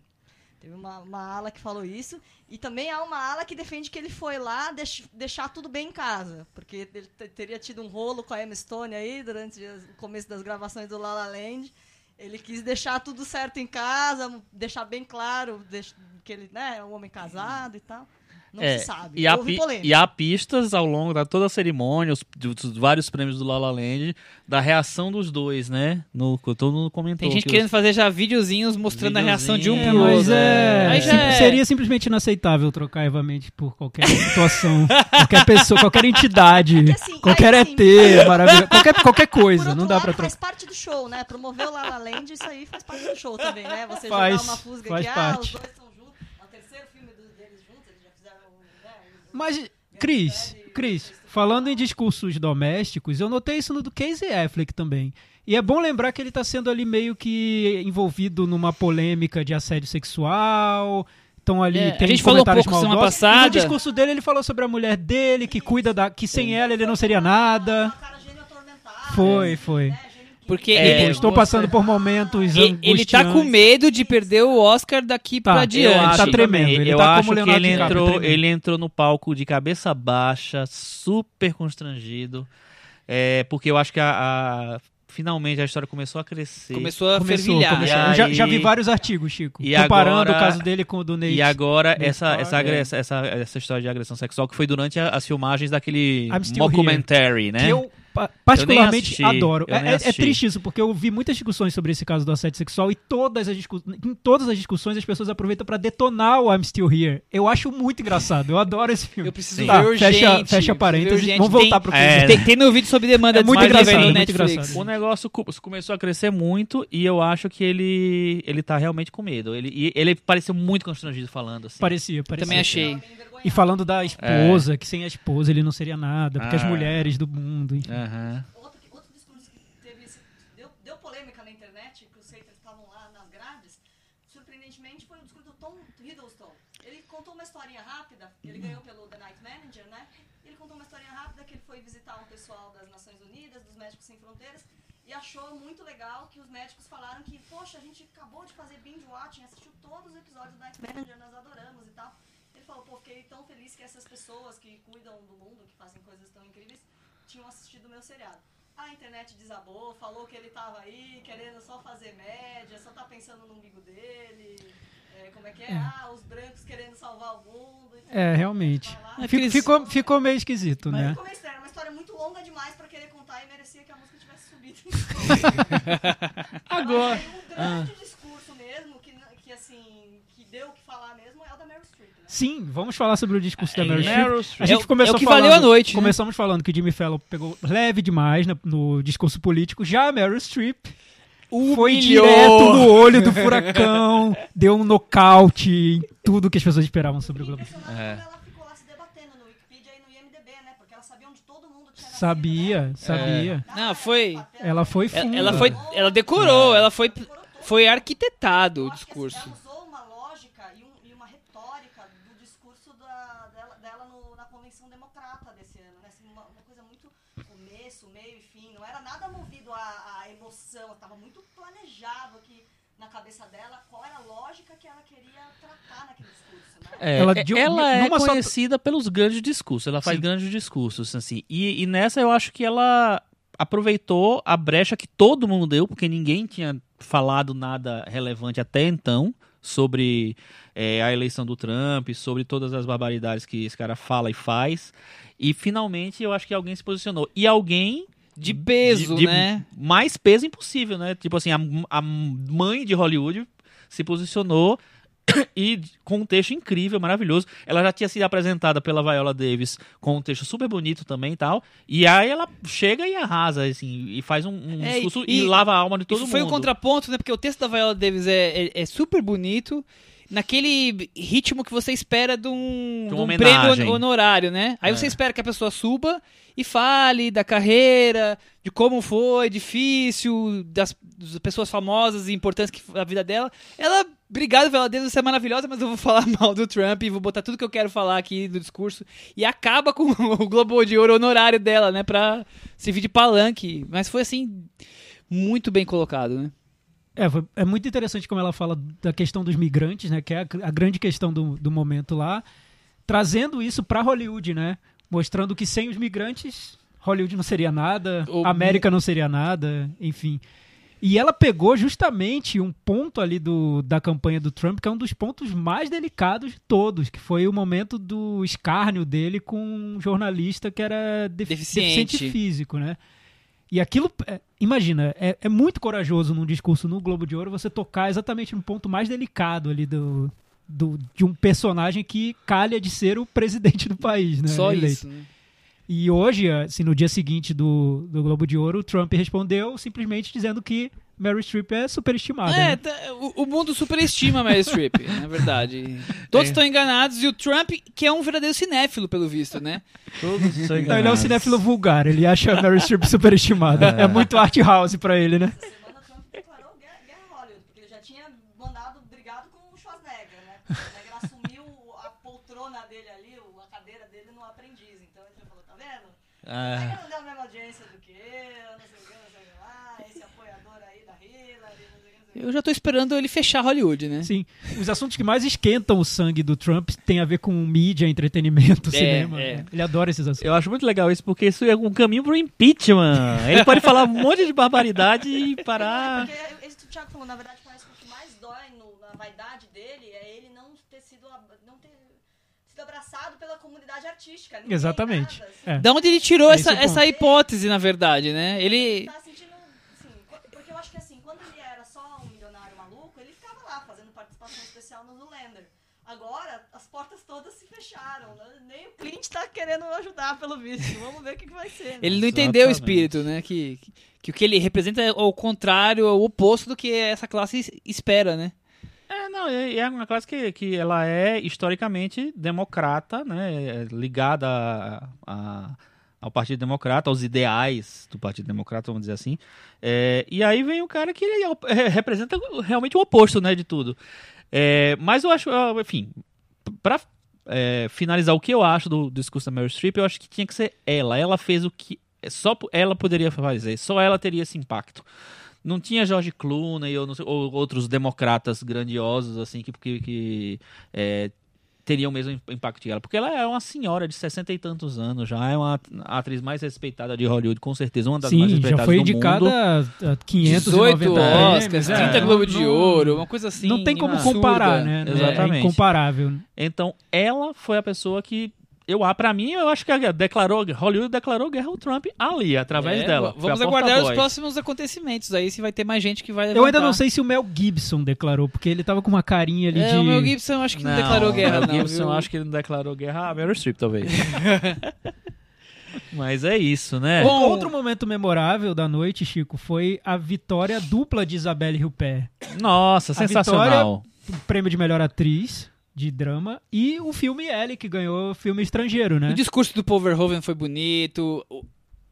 Speaker 6: Teve uma, uma ala que falou isso. E também há uma ala que defende que ele foi lá deix- deixar tudo bem em casa. Porque ele te- teria tido um rolo com a Emma Stone aí durante as- o começo das gravações do La La Land. Ele quis deixar tudo certo em casa, deixar bem claro deix- que ele né, é um homem casado e tal. Não
Speaker 4: É,
Speaker 6: se sabe.
Speaker 4: E há,
Speaker 6: Houve
Speaker 4: pi-
Speaker 6: polêmica.
Speaker 4: e há pistas ao longo da toda a cerimônia, os, de- dos vários prêmios do La La Land, da reação dos dois, né? No, todo mundo comentou.
Speaker 3: Tem gente
Speaker 4: que
Speaker 3: querendo
Speaker 4: os-
Speaker 3: fazer já videozinhos mostrando a reação de um
Speaker 5: É,
Speaker 3: pro
Speaker 4: Videozinho.
Speaker 5: mas
Speaker 3: outro.
Speaker 5: é,
Speaker 3: Aí já
Speaker 5: sim-
Speaker 3: é-
Speaker 5: seria simplesmente inaceitável trocar Eva Mendes por qualquer situação, qualquer pessoa, qualquer entidade,
Speaker 6: que assim,
Speaker 5: qualquer
Speaker 6: aí
Speaker 5: ET,
Speaker 6: sim.
Speaker 5: maravilha, qualquer, qualquer
Speaker 6: Por
Speaker 5: coisa,
Speaker 6: outro
Speaker 5: não dá
Speaker 6: lado,
Speaker 5: pra
Speaker 6: faz
Speaker 5: trocar.
Speaker 6: parte do show, né? Promover o La La Land, isso aí faz parte do show também, né? Você
Speaker 5: Faz,
Speaker 6: jogar uma fusga
Speaker 5: faz
Speaker 6: que, ah, os
Speaker 5: parte.
Speaker 6: dois estão juntos. É o terceiro filme do- deles juntos, eles já fizeram, né? os-
Speaker 5: Mas, Cris, Cris, falando em discursos domésticos, eu notei isso no do Casey Affleck também. E é bom lembrar que ele tá sendo ali meio que envolvido numa polêmica de assédio sexual. Então ali
Speaker 3: É, a
Speaker 5: tem
Speaker 3: gente falou um
Speaker 5: comentários
Speaker 3: pouco semana
Speaker 5: maldosos. E
Speaker 3: passada.
Speaker 5: no discurso dele ele falou sobre a mulher dele, que cuida da, que sem ela ele não seria nada.
Speaker 6: Ah, cara, gênio atormentado,
Speaker 5: Foi, foi.
Speaker 6: né? Gênio inquieto.
Speaker 3: Porque
Speaker 4: É,
Speaker 3: ele,
Speaker 5: Eu estou
Speaker 4: você-
Speaker 5: passando por momentos
Speaker 3: e- ele tá com
Speaker 5: angustiantes.
Speaker 3: medo de perder o Oscar daqui
Speaker 5: Tá,
Speaker 3: pra
Speaker 5: eu
Speaker 3: diante.
Speaker 5: acho Ele tá tremendo,
Speaker 4: também.
Speaker 5: ele
Speaker 4: eu
Speaker 5: tá como
Speaker 4: acho que
Speaker 5: Leonardo
Speaker 4: ele
Speaker 5: DiCaprio,
Speaker 4: entrou,
Speaker 5: tremendo.
Speaker 4: ele entrou no palco de cabeça baixa, super constrangido. É, porque eu acho que a- a- finalmente a história começou a crescer.
Speaker 3: Começou a
Speaker 5: Começou,
Speaker 3: fervilhar.
Speaker 5: começou.
Speaker 4: E
Speaker 5: Eu já,
Speaker 4: aí-
Speaker 5: já vi vários artigos, Chico,
Speaker 4: e
Speaker 5: comparando
Speaker 4: agora-
Speaker 5: o caso dele com o do Nate.
Speaker 4: E agora,
Speaker 5: Nate
Speaker 4: essa, essa,
Speaker 5: Parker.
Speaker 4: agre- essa, essa, essa história de agressão sexual que foi durante a- as filmagens daquele
Speaker 5: I'm Still
Speaker 4: mockumentary, né?
Speaker 5: Que eu pa- particularmente
Speaker 4: assisti,
Speaker 5: adoro.
Speaker 4: eu
Speaker 5: É-
Speaker 4: nem
Speaker 5: é, é
Speaker 4: assisti.
Speaker 5: triste isso, porque eu vi muitas discussões sobre esse caso do assédio sexual e todas as discu- em todas as discussões as pessoas aproveitam pra detonar o I'm Still Here. Eu acho muito engraçado, eu adoro esse filme.
Speaker 3: Eu preciso
Speaker 5: Tá,
Speaker 3: ver urgente.
Speaker 5: Fecha,
Speaker 3: preciso ver
Speaker 5: fecha parênteses,
Speaker 3: urgente.
Speaker 5: vamos voltar pro
Speaker 3: tem,
Speaker 5: que
Speaker 4: É,
Speaker 3: tem, tem meu vídeo sob demanda
Speaker 5: É muito
Speaker 3: disponível
Speaker 5: engraçado,
Speaker 3: no
Speaker 5: é muito
Speaker 3: Netflix.
Speaker 5: engraçado.
Speaker 4: O negócio co- começou a crescer muito e eu acho que ele ele tá realmente com medo. Ele, e ele pareceu muito constrangido falando assim.
Speaker 5: Parecia, parecia.
Speaker 3: Também achei.
Speaker 5: E falando da esposa, que sem a esposa ele não seria nada, porque as
Speaker 4: É. Ah.
Speaker 5: mulheres do mundo. enfim.
Speaker 4: Aham.
Speaker 6: Outro, outro discurso que teve esse, deu, deu polêmica na internet, que os haters estavam lá nas grades, surpreendentemente foi o discurso do Tom Hiddleston. Ele contou uma historinha rápida, ele ganhou pelo The Night Manager, né? Ele contou uma historinha rápida que ele foi visitar um pessoal das Nações Unidas, dos Médicos Sem Fronteiras, e achou muito legal que os médicos falaram que, poxa, a gente acabou de fazer binge watching, assistiu todos os episódios do Night Manager, nós adoramos e tal. Ele falou, pô, fiquei tão feliz que essas pessoas que cuidam do mundo, que fazem coisas tão incríveis, tinham assistido o meu seriado. A internet desabou, falou que ele tava aí querendo só fazer média, só tá pensando no umbigo dele. é, como é que é? Ah, os brancos querendo salvar o mundo. e tal.
Speaker 5: É, realmente.
Speaker 6: Vai lá.
Speaker 3: É,
Speaker 5: Fico-
Speaker 3: Cris-
Speaker 5: Ficou, ficou meio esquisito, né?
Speaker 6: Ficou meio estranho, era uma história muito longa demais pra querer contar e merecia que a música tivesse subido. Agora. um
Speaker 5: Ah.
Speaker 6: grande discurso mesmo, que, n- que assim, que deu o que falar mesmo, é o da Meryl Streep, né?
Speaker 5: Sim, vamos falar sobre o discurso da Meryl Streep.
Speaker 4: Meryl
Speaker 5: A
Speaker 4: Streep.
Speaker 3: É o-
Speaker 5: gente começou
Speaker 3: é o que
Speaker 5: falando,
Speaker 3: valeu a noite, né?
Speaker 5: Começamos falando que o Jimmy Fallon pegou leve demais na- no, discurso político. Já a Meryl Streep foi
Speaker 3: Humilhou.
Speaker 5: direto no olho do furacão, deu um nocaute em tudo que as pessoas esperavam sobre o Globo.
Speaker 6: Impressionante
Speaker 3: É.
Speaker 6: quando ela ficou lá se debatendo no Wikipedia e no IMDB, né? Porque ela sabia onde todo mundo tinha nascido, né?
Speaker 5: Sabia, sabia.
Speaker 3: Não, foi.
Speaker 5: Ela foi
Speaker 3: Ela,
Speaker 5: fundo. É.
Speaker 3: ela foi, ela decorou, ela foi, foi arquitetado o discurso.
Speaker 6: assim, Ela usou uma lógica e, um- e uma retórica do discurso da- dela, dela no- na convenção democrata desse ano, né? Assim, uma, uma coisa muito começo, meio e fim. Não era nada movido à, à emoção, estava muito planejado aqui na cabeça dela qual era a lógica que ela queria tratar naquele discurso, né?
Speaker 4: É,
Speaker 5: Ela
Speaker 4: ela
Speaker 3: um
Speaker 5: de- um-
Speaker 4: é
Speaker 5: numa só-
Speaker 4: conhecida pelos grandes discursos, ela faz
Speaker 5: Sim.
Speaker 4: grandes discursos, assim. E, e nessa eu acho que ela aproveitou a brecha que todo mundo deu, porque ninguém tinha falado nada relevante até então sobre é, a eleição do Trump, sobre todas as barbaridades que esse cara fala e faz. E finalmente eu acho que alguém se posicionou. E alguém
Speaker 3: De peso,
Speaker 4: de- de
Speaker 3: né?
Speaker 4: mais peso impossível, né? Tipo assim, a, a mãe de Hollywood se posicionou e com um texto incrível, maravilhoso. Ela já tinha sido apresentada pela Viola Davis com um texto super bonito também e tal. E aí ela chega e arrasa, assim, e faz um, um
Speaker 3: É,
Speaker 4: discurso
Speaker 3: e-
Speaker 4: e, lava a alma de todo
Speaker 3: Isso
Speaker 4: mundo.
Speaker 3: foi um contraponto, né? Porque o texto da Viola Davis é, é, é super bonito. Naquele ritmo que você espera de um,
Speaker 4: De
Speaker 3: de um
Speaker 4: uma homenagem.
Speaker 3: prêmio hon- honorário, né? Aí
Speaker 4: É.
Speaker 3: você espera que a pessoa suba e fale da carreira, de como foi, difícil, das, das pessoas famosas e importantes que a vida dela. Ela, obrigado Viola Davis, você é maravilhosa, mas eu vou falar mal do Trump e vou botar tudo que eu quero falar aqui do discurso. E acaba com o Globo de Ouro honorário dela, né? Pra servir de palanque. Mas foi assim, muito bem colocado, né?
Speaker 5: É, foi- é muito interessante como ela fala da questão dos migrantes, né? Que é a, a grande questão do, do momento lá. Trazendo isso para Hollywood, né? Mostrando que sem os migrantes, Hollywood não seria nada,
Speaker 3: O-
Speaker 5: América não seria nada, enfim. E ela pegou justamente um ponto ali do, da campanha do Trump, que é um dos pontos mais delicados de todos, que foi o momento do escárnio dele com um jornalista que era defi-
Speaker 3: Deficiente.
Speaker 5: deficiente físico, né? E aquilo, é, imagina, é, é muito corajoso num discurso no Globo de Ouro você tocar exatamente no ponto mais delicado ali do, do- de um personagem que calha de ser o presidente do país, né?
Speaker 3: Só
Speaker 5: eleito.
Speaker 3: isso. né?
Speaker 5: E hoje, assim, no dia seguinte do, do Globo de Ouro, o Trump respondeu simplesmente dizendo que Mary Streep é superestimada.
Speaker 3: É,
Speaker 5: né?
Speaker 3: tá- o, o mundo superestima a Meryl Streep, é verdade. Todos
Speaker 4: É.
Speaker 3: estão enganados e o Trump, que é um verdadeiro cinéfilo, pelo visto, né?
Speaker 4: Todos
Speaker 5: Então
Speaker 4: são
Speaker 5: ele é um
Speaker 4: enganados.
Speaker 5: cinéfilo vulgar, ele acha a Mary Streep superestimada. É. muito art house pra ele, né?
Speaker 6: Essa semana o Trump declarou guerra, guerra a Hollywood, porque ele já tinha mandado, brigado com o Schwarzenegger, né? O Schwarzenegger assumiu a poltrona dele ali, o- a cadeira dele no aprendiz. Então ele já falou, tá vendo?
Speaker 4: Ah,
Speaker 6: Ele não deu a mesma audiência do que eu, não sei o que, não sei o que lá, esse apoiador aí da Hillary, não sei o que, não sei o que.
Speaker 3: Eu já tô esperando ele fechar Hollywood, né?
Speaker 5: Sim. Os assuntos que mais esquentam o sangue do Trump tem a ver com mídia, entretenimento,
Speaker 3: É,
Speaker 5: cinema.
Speaker 3: é.
Speaker 5: né? Ele adora esses assuntos.
Speaker 4: eu acho muito legal isso, porque isso é um caminho pro impeachment. Ele pode falar um monte de barbaridade e parar.
Speaker 6: é Porque esse que o Thiago falou, na verdade, parece que o que mais dói no- na vaidade dele é ele não ter sido, ab- não ter sido abraçado pela comunidade artística. Ninguém,
Speaker 5: Exatamente.
Speaker 6: nada, assim.
Speaker 5: É.
Speaker 3: Da onde ele tirou
Speaker 5: É esse
Speaker 3: essa,
Speaker 5: o ponto.
Speaker 3: essa hipótese, na verdade, né? Ele.
Speaker 6: tá sentindo, assim, co- porque eu acho que assim, quando ele era só um milionário maluco, ele ficava lá fazendo participação especial no Zoolander. Agora, as portas todas se fecharam. né? Nem o Clint tá querendo ajudar, pelo visto. Vamos ver o que, que vai ser. né?
Speaker 3: Ele não entendeu o
Speaker 4: Exatamente.
Speaker 3: espírito, né? Que, que, que o que ele representa é o contrário, é o oposto do que essa classe es- espera, né?
Speaker 4: É, não, é, é uma classe que, que ela é historicamente democrata, né? é Ligada a- a- ao Partido Democrata, aos ideais do Partido Democrata, vamos dizer assim. É, e aí vem o cara que ele é o- é, representa realmente o oposto, né, de tudo. É, mas eu acho, ah, enfim, pra é, finalizar o que eu acho do discurso da Meryl Streep, eu acho que tinha que ser ela. Ela fez o que só po- ela poderia fazer, só ela teria esse impacto. Não tinha George Clooney ou, não sei- ou outros democratas grandiosos assim que, que, que, é, teriam o mesmo im- impacto que ela. Porque ela é uma senhora de 60 e tantos anos já, é uma at- a atriz mais respeitada de Hollywood, com certeza, uma das mais
Speaker 5: Sim,
Speaker 4: respeitadas
Speaker 5: já foi
Speaker 4: do mundo.
Speaker 5: indicada a 590
Speaker 3: 18 Oscars,
Speaker 5: prêmios, é.
Speaker 3: 30 Globo de
Speaker 5: Não-
Speaker 3: Ouro, uma coisa assim.
Speaker 5: não tem como
Speaker 3: absurda.
Speaker 5: comparar, né?
Speaker 4: Exatamente.
Speaker 5: É incomparável.
Speaker 4: Então, ela foi a pessoa que eu ah, para mim, eu acho que ela declarou, Hollywood declarou guerra ao Trump ali, através
Speaker 3: É,
Speaker 4: dela. Foi
Speaker 3: Vamos
Speaker 4: a
Speaker 3: aguardar os
Speaker 4: porta-voz.
Speaker 3: próximos acontecimentos aí, se vai ter mais gente que vai
Speaker 5: Eu ainda não
Speaker 3: levantar.
Speaker 5: sei se o Mel Gibson declarou, porque ele tava com uma carinha ali
Speaker 3: É,
Speaker 5: de.
Speaker 3: o Mel Gibson acho que não, declarou guerra,
Speaker 4: Mel
Speaker 3: não.
Speaker 4: Gibson,
Speaker 3: viu?
Speaker 4: acho que ele não declarou guerra a Meryl Streep, talvez. Mas é isso, né?
Speaker 3: Bom,
Speaker 5: Outro momento memorável da noite, Chico, foi a vitória dupla de Isabelle Huppert.
Speaker 4: Nossa, sensacional.
Speaker 5: O prêmio de melhor atriz de drama e o filme Ellie, que ganhou filme estrangeiro,
Speaker 4: é.
Speaker 5: né?
Speaker 3: O discurso do Paul Verhoeven foi bonito. O,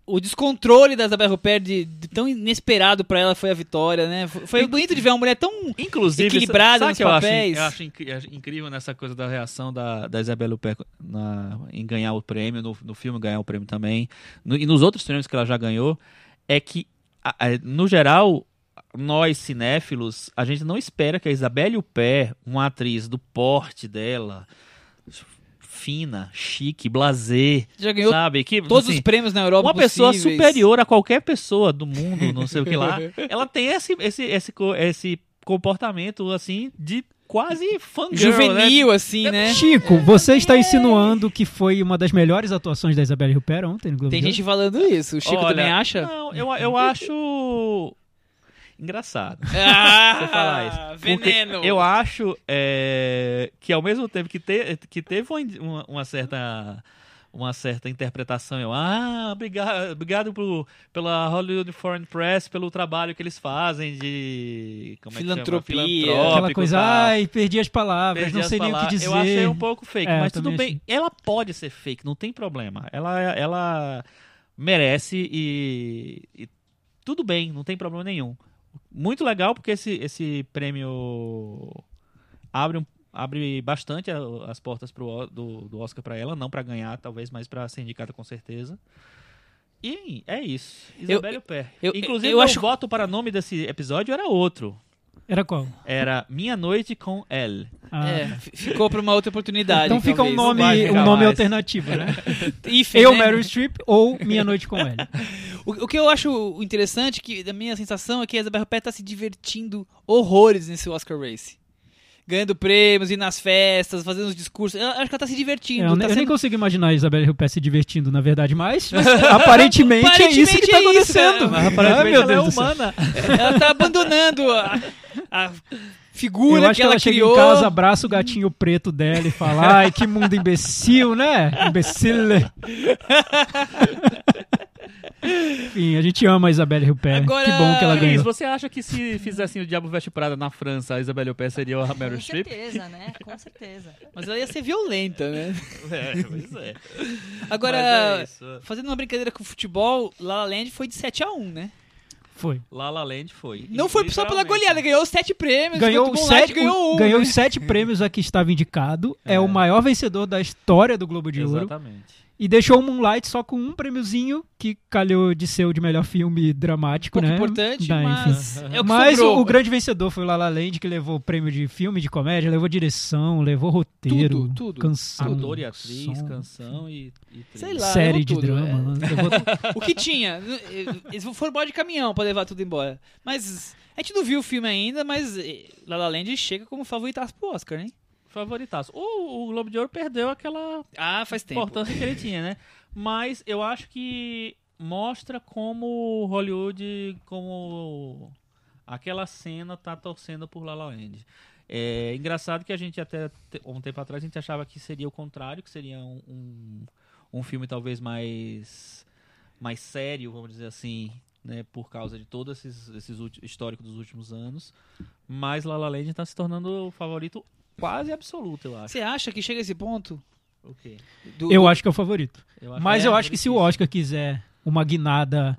Speaker 3: o descontrole da Isabel Rupert, de, de tão inesperado pra ela, foi a vitória, né? Foi, foi bonito de ver uma mulher tão.
Speaker 4: Inclusive,
Speaker 3: Equilibrada
Speaker 4: sabe
Speaker 3: nos
Speaker 4: que eu acho-
Speaker 3: papéis.
Speaker 4: Eu acho, incri- acho incrível nessa coisa da reação da, da Isabelle Huppert na- em ganhar o prêmio, no, no filme ganhar o prêmio também, no- e nos outros prêmios que ela já ganhou, é que, a- a- no geral, nós cinéfilos, a gente não espera que a Isabelle Huppert, uma atriz do porte dela, fina, chique, blazer,
Speaker 3: Já ganhou
Speaker 4: sabe? Que,
Speaker 3: todos
Speaker 4: assim,
Speaker 3: os prêmios na Europa.
Speaker 4: uma pessoa
Speaker 3: possíveis.
Speaker 4: superior a qualquer pessoa do mundo, não sei o que lá, ela tem esse, esse, esse, co- esse comportamento assim de quase fangirl, né?
Speaker 3: Juvenil, assim, né?
Speaker 5: Chico, você está insinuando que foi uma das melhores atuações da Isabelle Rupera ontem no Globo
Speaker 3: Tem
Speaker 5: de Ouro?
Speaker 3: gente falando isso. O Chico
Speaker 4: Olha,
Speaker 3: também acha?
Speaker 4: Não, eu, eu acho engraçado.
Speaker 3: Ah,
Speaker 4: você falar isso. Porque
Speaker 3: Veneno.
Speaker 4: Eu acho é, que ao mesmo tempo que, te- que teve uma, uma certa uma certa interpretação, eu, ah, obrigado, obrigado pro- pela Hollywood Foreign Press, pelo trabalho que eles fazem de como é que chama?
Speaker 3: Filantropia.
Speaker 4: Filantrópico,
Speaker 5: Aquela coisa, "Ah,
Speaker 4: tal.
Speaker 5: ai, perdi as palavras,
Speaker 4: tá. Perdi
Speaker 5: não
Speaker 4: as
Speaker 5: sei nem o que
Speaker 4: palavras.
Speaker 5: dizer.
Speaker 4: Eu achei um pouco fake,
Speaker 5: É, eu
Speaker 4: mas tudo
Speaker 5: também
Speaker 4: bem.
Speaker 5: achei.
Speaker 4: Ela pode ser fake, não tem problema. Ela, ela merece e, e tudo bem, não tem problema nenhum. Muito legal porque esse, esse prêmio abre, um- abre bastante a- as portas pro, O- do, do Oscar para ela, não para ganhar, talvez, mas para ser indicada com certeza. E é isso. Isabelle Huppert.
Speaker 3: eu-
Speaker 4: Inclusive,
Speaker 3: eu
Speaker 4: o
Speaker 3: acho-
Speaker 4: voto para nome desse episódio era outro.
Speaker 5: Era qual?
Speaker 4: Era Minha Noite com Elle.
Speaker 5: Ah,
Speaker 3: É,
Speaker 5: tá.
Speaker 3: f- ficou pra uma outra oportunidade.
Speaker 5: Então fica um
Speaker 3: talvez.
Speaker 5: nome,
Speaker 4: vai
Speaker 5: um
Speaker 4: ficar
Speaker 5: nome
Speaker 4: mais.
Speaker 5: alternativo, né?
Speaker 3: Hífen,
Speaker 5: Eu,
Speaker 3: né?
Speaker 5: Meryl Streep ou Minha Noite com Ela.
Speaker 3: O, o que eu acho interessante, que a minha sensação é que a Isabel Pé tá se divertindo horrores nesse Oscar Race. Ganhando prêmios, indo nas festas, fazendo os discursos. Eu acho que ela tá se divertindo.
Speaker 5: É, eu,
Speaker 3: tá
Speaker 5: ne- eu nem
Speaker 3: sendo-
Speaker 5: consigo imaginar a Isabelle Rupert se divertindo, na verdade, mas aparentemente, é isso
Speaker 3: Aparentemente
Speaker 5: que está
Speaker 3: é isso, né?
Speaker 5: acontecendo.
Speaker 3: Mas
Speaker 5: Ah,
Speaker 4: Aparentemente
Speaker 5: meu
Speaker 4: ela é
Speaker 5: Deus do céu.
Speaker 4: humana.
Speaker 3: Ela tá abandonando a, a figura
Speaker 5: Eu acho que ela, chega
Speaker 3: criou.
Speaker 5: em casa, abraça o gatinho preto dela e fala: Ai, que mundo imbecil, né? Imbecile. Enfim, a gente ama a Isabelle Rupert.
Speaker 3: Agora-
Speaker 5: Que bom que ela
Speaker 4: Cris,
Speaker 5: ganhou.
Speaker 4: você acha que se fizessem o Diabo Veste Prada na França, a Isabelle Huppert seria a Meryl
Speaker 6: Com
Speaker 4: Streep?
Speaker 6: certeza, né? Com certeza.
Speaker 3: Mas ela ia ser violenta, né?
Speaker 4: É, pois é.
Speaker 3: Agora,
Speaker 4: Mas é isso.
Speaker 3: fazendo uma brincadeira com o futebol, La La Land foi de 7 a 1 né?
Speaker 5: Foi.
Speaker 4: La La Land foi.
Speaker 3: Não foi só pela
Speaker 4: Literalmente.
Speaker 3: goleada, ganhou os 7 prêmios.
Speaker 5: Ganhou
Speaker 3: enquanto
Speaker 5: os,
Speaker 3: o Moonlight
Speaker 5: sete,
Speaker 3: ganhou um.
Speaker 5: ganhou
Speaker 3: né?
Speaker 5: os sete prêmios a que estava indicado. É. o maior vencedor da história do Globo de Ouro.
Speaker 4: Exatamente.
Speaker 5: E deixou o Moonlight só com um prêmiozinho, que calhou de ser o de melhor filme dramático,
Speaker 3: pouco
Speaker 5: né?
Speaker 3: importante,
Speaker 5: Da- enfim.
Speaker 3: mas é o que
Speaker 5: Mas
Speaker 3: sobrou.
Speaker 5: o, o grande vencedor foi o La La Land, que levou o prêmio de filme, de comédia, levou direção, levou roteiro,
Speaker 3: Tudo, tudo.
Speaker 5: canção,
Speaker 4: Ator e atriz,
Speaker 5: som,
Speaker 4: canção e, e trilha.
Speaker 3: Sei lá. levou
Speaker 5: série de
Speaker 3: tudo, é.
Speaker 5: drama. né? levou-
Speaker 3: O que tinha? eh, Eles foram embora de caminhão pra levar tudo embora. Mas a gente não viu o filme ainda, mas eh, La La Land chega como favoritaço pro Oscar, hein?
Speaker 4: Favoritaço. O, o Globo de Ouro perdeu aquela
Speaker 3: Ah, faz tempo.
Speaker 4: importância que ele tinha, né? Mas eu acho que mostra como Hollywood, como aquela cena tá torcendo por La La Land. É engraçado que a gente até te- um tempo atrás a gente achava que seria o contrário, que seria um, um, um filme talvez mais mais sério, vamos dizer assim, né, por causa de todo esses esses ulti- histórico dos últimos anos. Mas La La Land tá se tornando o favorito quase absoluto, eu acho.
Speaker 3: Você acha que chega a esse ponto?
Speaker 4: O quê?
Speaker 3: Do-
Speaker 5: Eu
Speaker 3: do-
Speaker 5: acho que é o favorito. Mas
Speaker 4: é,
Speaker 5: eu
Speaker 4: tá
Speaker 5: acho que se o
Speaker 4: difícil.
Speaker 5: Oscar quiser uma guinada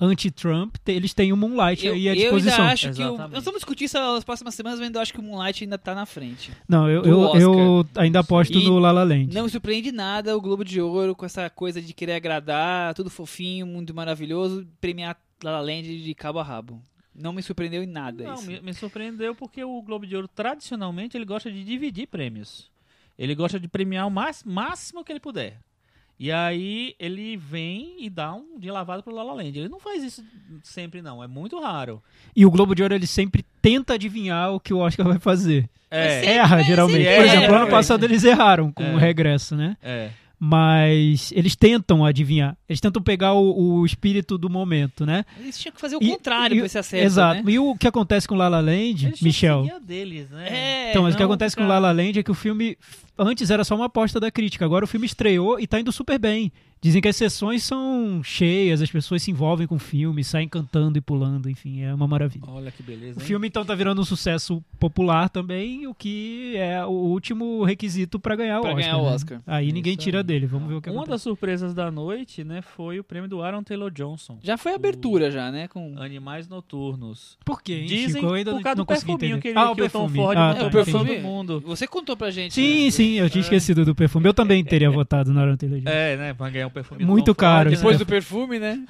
Speaker 5: anti-Trump, te- eles têm o Moonlight aí à disposição.
Speaker 3: ainda acho que. O,
Speaker 4: Exatamente.
Speaker 3: nós vamos discutir isso nas próximas semanas, mas eu acho que o Moonlight ainda tá na frente.
Speaker 5: Não, eu,
Speaker 3: do
Speaker 5: eu, eu ainda aposto
Speaker 3: E-
Speaker 5: no La La Land.
Speaker 3: Não me surpreende nada o Globo de Ouro com essa coisa de querer agradar, tudo fofinho, mundo maravilhoso, premiar La La Land de cabo a rabo. Não me surpreendeu em nada
Speaker 4: Não,
Speaker 3: isso.
Speaker 4: me, me surpreendeu porque o Globo de Ouro, tradicionalmente, ele gosta de dividir prêmios. Ele gosta de premiar o mais, máximo que ele puder. E aí ele vem e dá um de lavada pro Lala Land. Ele não faz isso sempre, não. É muito raro.
Speaker 5: E o Globo de Ouro ele sempre tenta adivinhar o que o Oscar vai fazer.
Speaker 4: É,
Speaker 5: Erra, geralmente.
Speaker 4: sempre
Speaker 5: Por
Speaker 4: erra,
Speaker 5: exemplo, ano
Speaker 4: é.
Speaker 5: passado eles erraram com
Speaker 4: É.
Speaker 5: o regresso, né?
Speaker 4: é.
Speaker 5: Mas eles tentam adivinhar. Eles tentam pegar o, o espírito do momento, né?
Speaker 3: Eles tinham que fazer o
Speaker 5: E-
Speaker 3: contrário
Speaker 5: e-
Speaker 3: pra esse acerto,
Speaker 5: Exato.
Speaker 3: né?
Speaker 5: E o que acontece com La La Land,
Speaker 4: Eles tinham que
Speaker 5: Michel?
Speaker 4: seguir a deles, né?
Speaker 3: É,
Speaker 5: Então, mas o que
Speaker 4: não
Speaker 5: acontece com
Speaker 4: ficar-
Speaker 5: La La Land é que o filme f- antes era só uma aposta da crítica, agora o filme estreou e tá indo super bem. Dizem que as sessões são cheias, as pessoas se envolvem com o filme, saem cantando e pulando, enfim, é uma maravilha.
Speaker 4: Olha que beleza.
Speaker 5: O
Speaker 4: hein?
Speaker 5: filme então tá virando um sucesso popular também, o que é o último requisito pra ganhar o
Speaker 3: Pra
Speaker 5: Oscar.
Speaker 3: ganhar o
Speaker 5: né?
Speaker 3: Oscar.
Speaker 5: Aí
Speaker 4: É Isso
Speaker 5: ninguém tira
Speaker 4: aí.
Speaker 5: dele, vamos ver o que
Speaker 4: Uma
Speaker 5: acontece.
Speaker 4: das surpresas da noite, né, foi o prêmio do Aaron Taylor Johnson.
Speaker 3: Já foi a abertura, já, né? Com...
Speaker 4: Animais Noturnos.
Speaker 5: Por quê? hein,
Speaker 4: Dizem
Speaker 5: Chico? Eu ainda
Speaker 4: por causa
Speaker 5: não
Speaker 4: do
Speaker 5: consegui
Speaker 4: perfuminho
Speaker 5: entender.
Speaker 4: que, ele,
Speaker 5: ah,
Speaker 4: que o Tom
Speaker 5: perfume.
Speaker 4: Ford
Speaker 5: ah,
Speaker 3: É,
Speaker 4: mandou
Speaker 3: o
Speaker 5: tá,
Speaker 4: pra
Speaker 5: entendi.
Speaker 3: perfume-
Speaker 4: todo mundo.
Speaker 3: Você contou pra gente. né,
Speaker 5: Sim, sim, eu tinha esquecido do perfume. Eu também teria votado na Aaron Taylor Johnson.
Speaker 4: É, né? Pra ganhar um perfume do
Speaker 5: Muito
Speaker 4: Tom Ford,
Speaker 5: caro,
Speaker 4: né?
Speaker 5: isso
Speaker 3: Depois do perfume, né?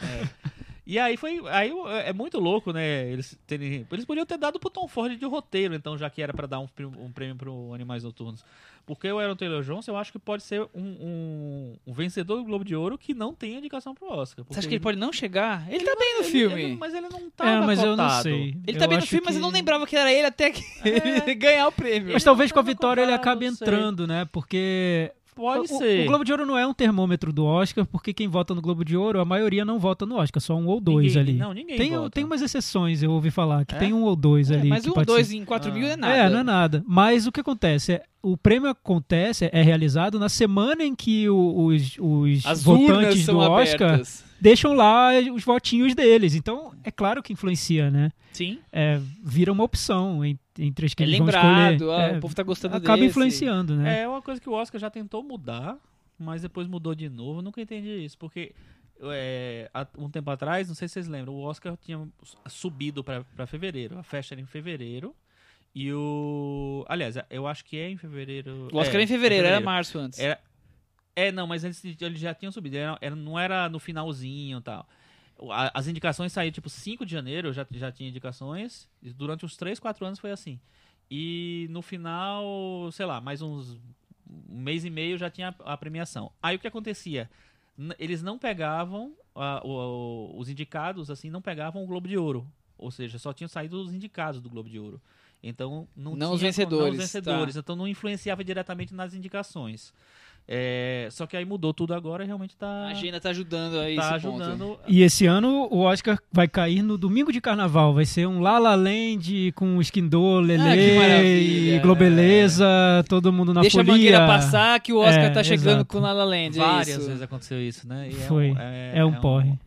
Speaker 4: E aí foi. Aí eu- é muito louco, né? Eles terem. Eles podiam ter dado pro Tom Ford de roteiro, então, já que era pra dar um, prim- um prêmio pro Animais Noturnos. Porque o Aaron Taylor Johnson, eu acho que pode ser um, um- um vencedor do Globo de Ouro que não tem indicação pro Oscar.
Speaker 3: Você
Speaker 4: porque
Speaker 3: acha que ele pode não chegar? Ele, tá bem no filme.
Speaker 4: ele- mas ele não tá.
Speaker 5: é, mas eu não sei.
Speaker 3: Ele
Speaker 5: eu
Speaker 3: tá bem no
Speaker 5: acho
Speaker 3: filme, mas
Speaker 5: que-
Speaker 3: eu
Speaker 5: É.
Speaker 3: não lembrava que era ele até que ele ganhar o prêmio.
Speaker 5: Mas talvez com a
Speaker 4: tava
Speaker 5: vitória ele
Speaker 4: cotado,
Speaker 5: acabe
Speaker 4: não sei.
Speaker 5: entrando, né? Porque
Speaker 4: Pode
Speaker 5: o,
Speaker 4: ser.
Speaker 5: o Globo de Ouro não é um termômetro do Oscar, porque quem vota no Globo de Ouro, a maioria não vota no Oscar, só um ou dois
Speaker 4: Ninguém-
Speaker 5: ali.
Speaker 4: não, ninguém
Speaker 5: tem,
Speaker 4: vota.
Speaker 5: tem umas exceções, eu ouvi falar, que
Speaker 4: É?
Speaker 5: tem um ou dois
Speaker 3: É,
Speaker 5: ali.
Speaker 3: mas
Speaker 5: que
Speaker 3: um
Speaker 5: participa.
Speaker 3: dois em 4 mil é nada.
Speaker 5: É, não é nada. Mas o que acontece é, o prêmio acontece, é realizado na semana em que o- os, os
Speaker 3: As urnas
Speaker 5: votantes
Speaker 3: são
Speaker 5: do Oscar
Speaker 3: abertas.
Speaker 5: deixam lá os votinhos deles. Então, é claro que influencia, né?
Speaker 3: Sim.
Speaker 5: É, vira uma opção en- entre as que
Speaker 3: É
Speaker 5: eles vão
Speaker 3: lembrado,
Speaker 5: escolher.
Speaker 3: ah,
Speaker 5: É,
Speaker 3: o povo tá gostando
Speaker 5: acaba
Speaker 3: desse.
Speaker 5: influenciando, né?
Speaker 4: É uma coisa que o Oscar já tentou mudar, mas depois mudou de novo. Eu nunca entendi isso, porque é, há um tempo atrás, não sei se vocês lembram, o Oscar tinha subido pra pra fevereiro. A festa era em fevereiro. E o. Aliás, eu acho que é em fevereiro.
Speaker 3: O Oscar era
Speaker 4: é,
Speaker 3: em fevereiro, era março antes.
Speaker 4: Era- É, não, mas eles, eles já tinham subido. Era, era- não era no finalzinho e tal. O- a- As indicações saíram tipo 5 de janeiro, já, já tinha indicações. E durante uns 3, 4 anos foi assim. E no final, sei lá, mais uns um mês e meio já tinha a a premiação. Aí o que acontecia? N- Eles não pegavam ah, o- o- os indicados, assim, não pegavam o Globo de Ouro. Ou seja, só tinham saído os indicados do Globo de Ouro. Então não,
Speaker 3: Não os
Speaker 4: tinha-
Speaker 3: vencedores, tá.
Speaker 4: Não os vencedores. Então não influenciava diretamente nas indicações. É, só que aí mudou tudo agora e realmente tá,
Speaker 3: A agenda tá ajudando aí
Speaker 4: tá
Speaker 3: esse ponto.
Speaker 4: ajudando.
Speaker 5: E esse ano o Oscar vai cair no domingo de carnaval. Vai ser um La La Land com Esquindô,
Speaker 3: Ah, que
Speaker 5: Lele
Speaker 3: maravilha.
Speaker 5: e Globeleza, todo mundo na
Speaker 3: Deixa
Speaker 5: folia.
Speaker 3: a mangueira passar que o Oscar
Speaker 5: É,
Speaker 3: tá chegando
Speaker 5: exato.
Speaker 3: com La La Land. é
Speaker 4: Várias
Speaker 3: isso.
Speaker 4: vezes aconteceu isso, né? E
Speaker 5: Foi.
Speaker 4: é,
Speaker 5: É um porre.
Speaker 4: é-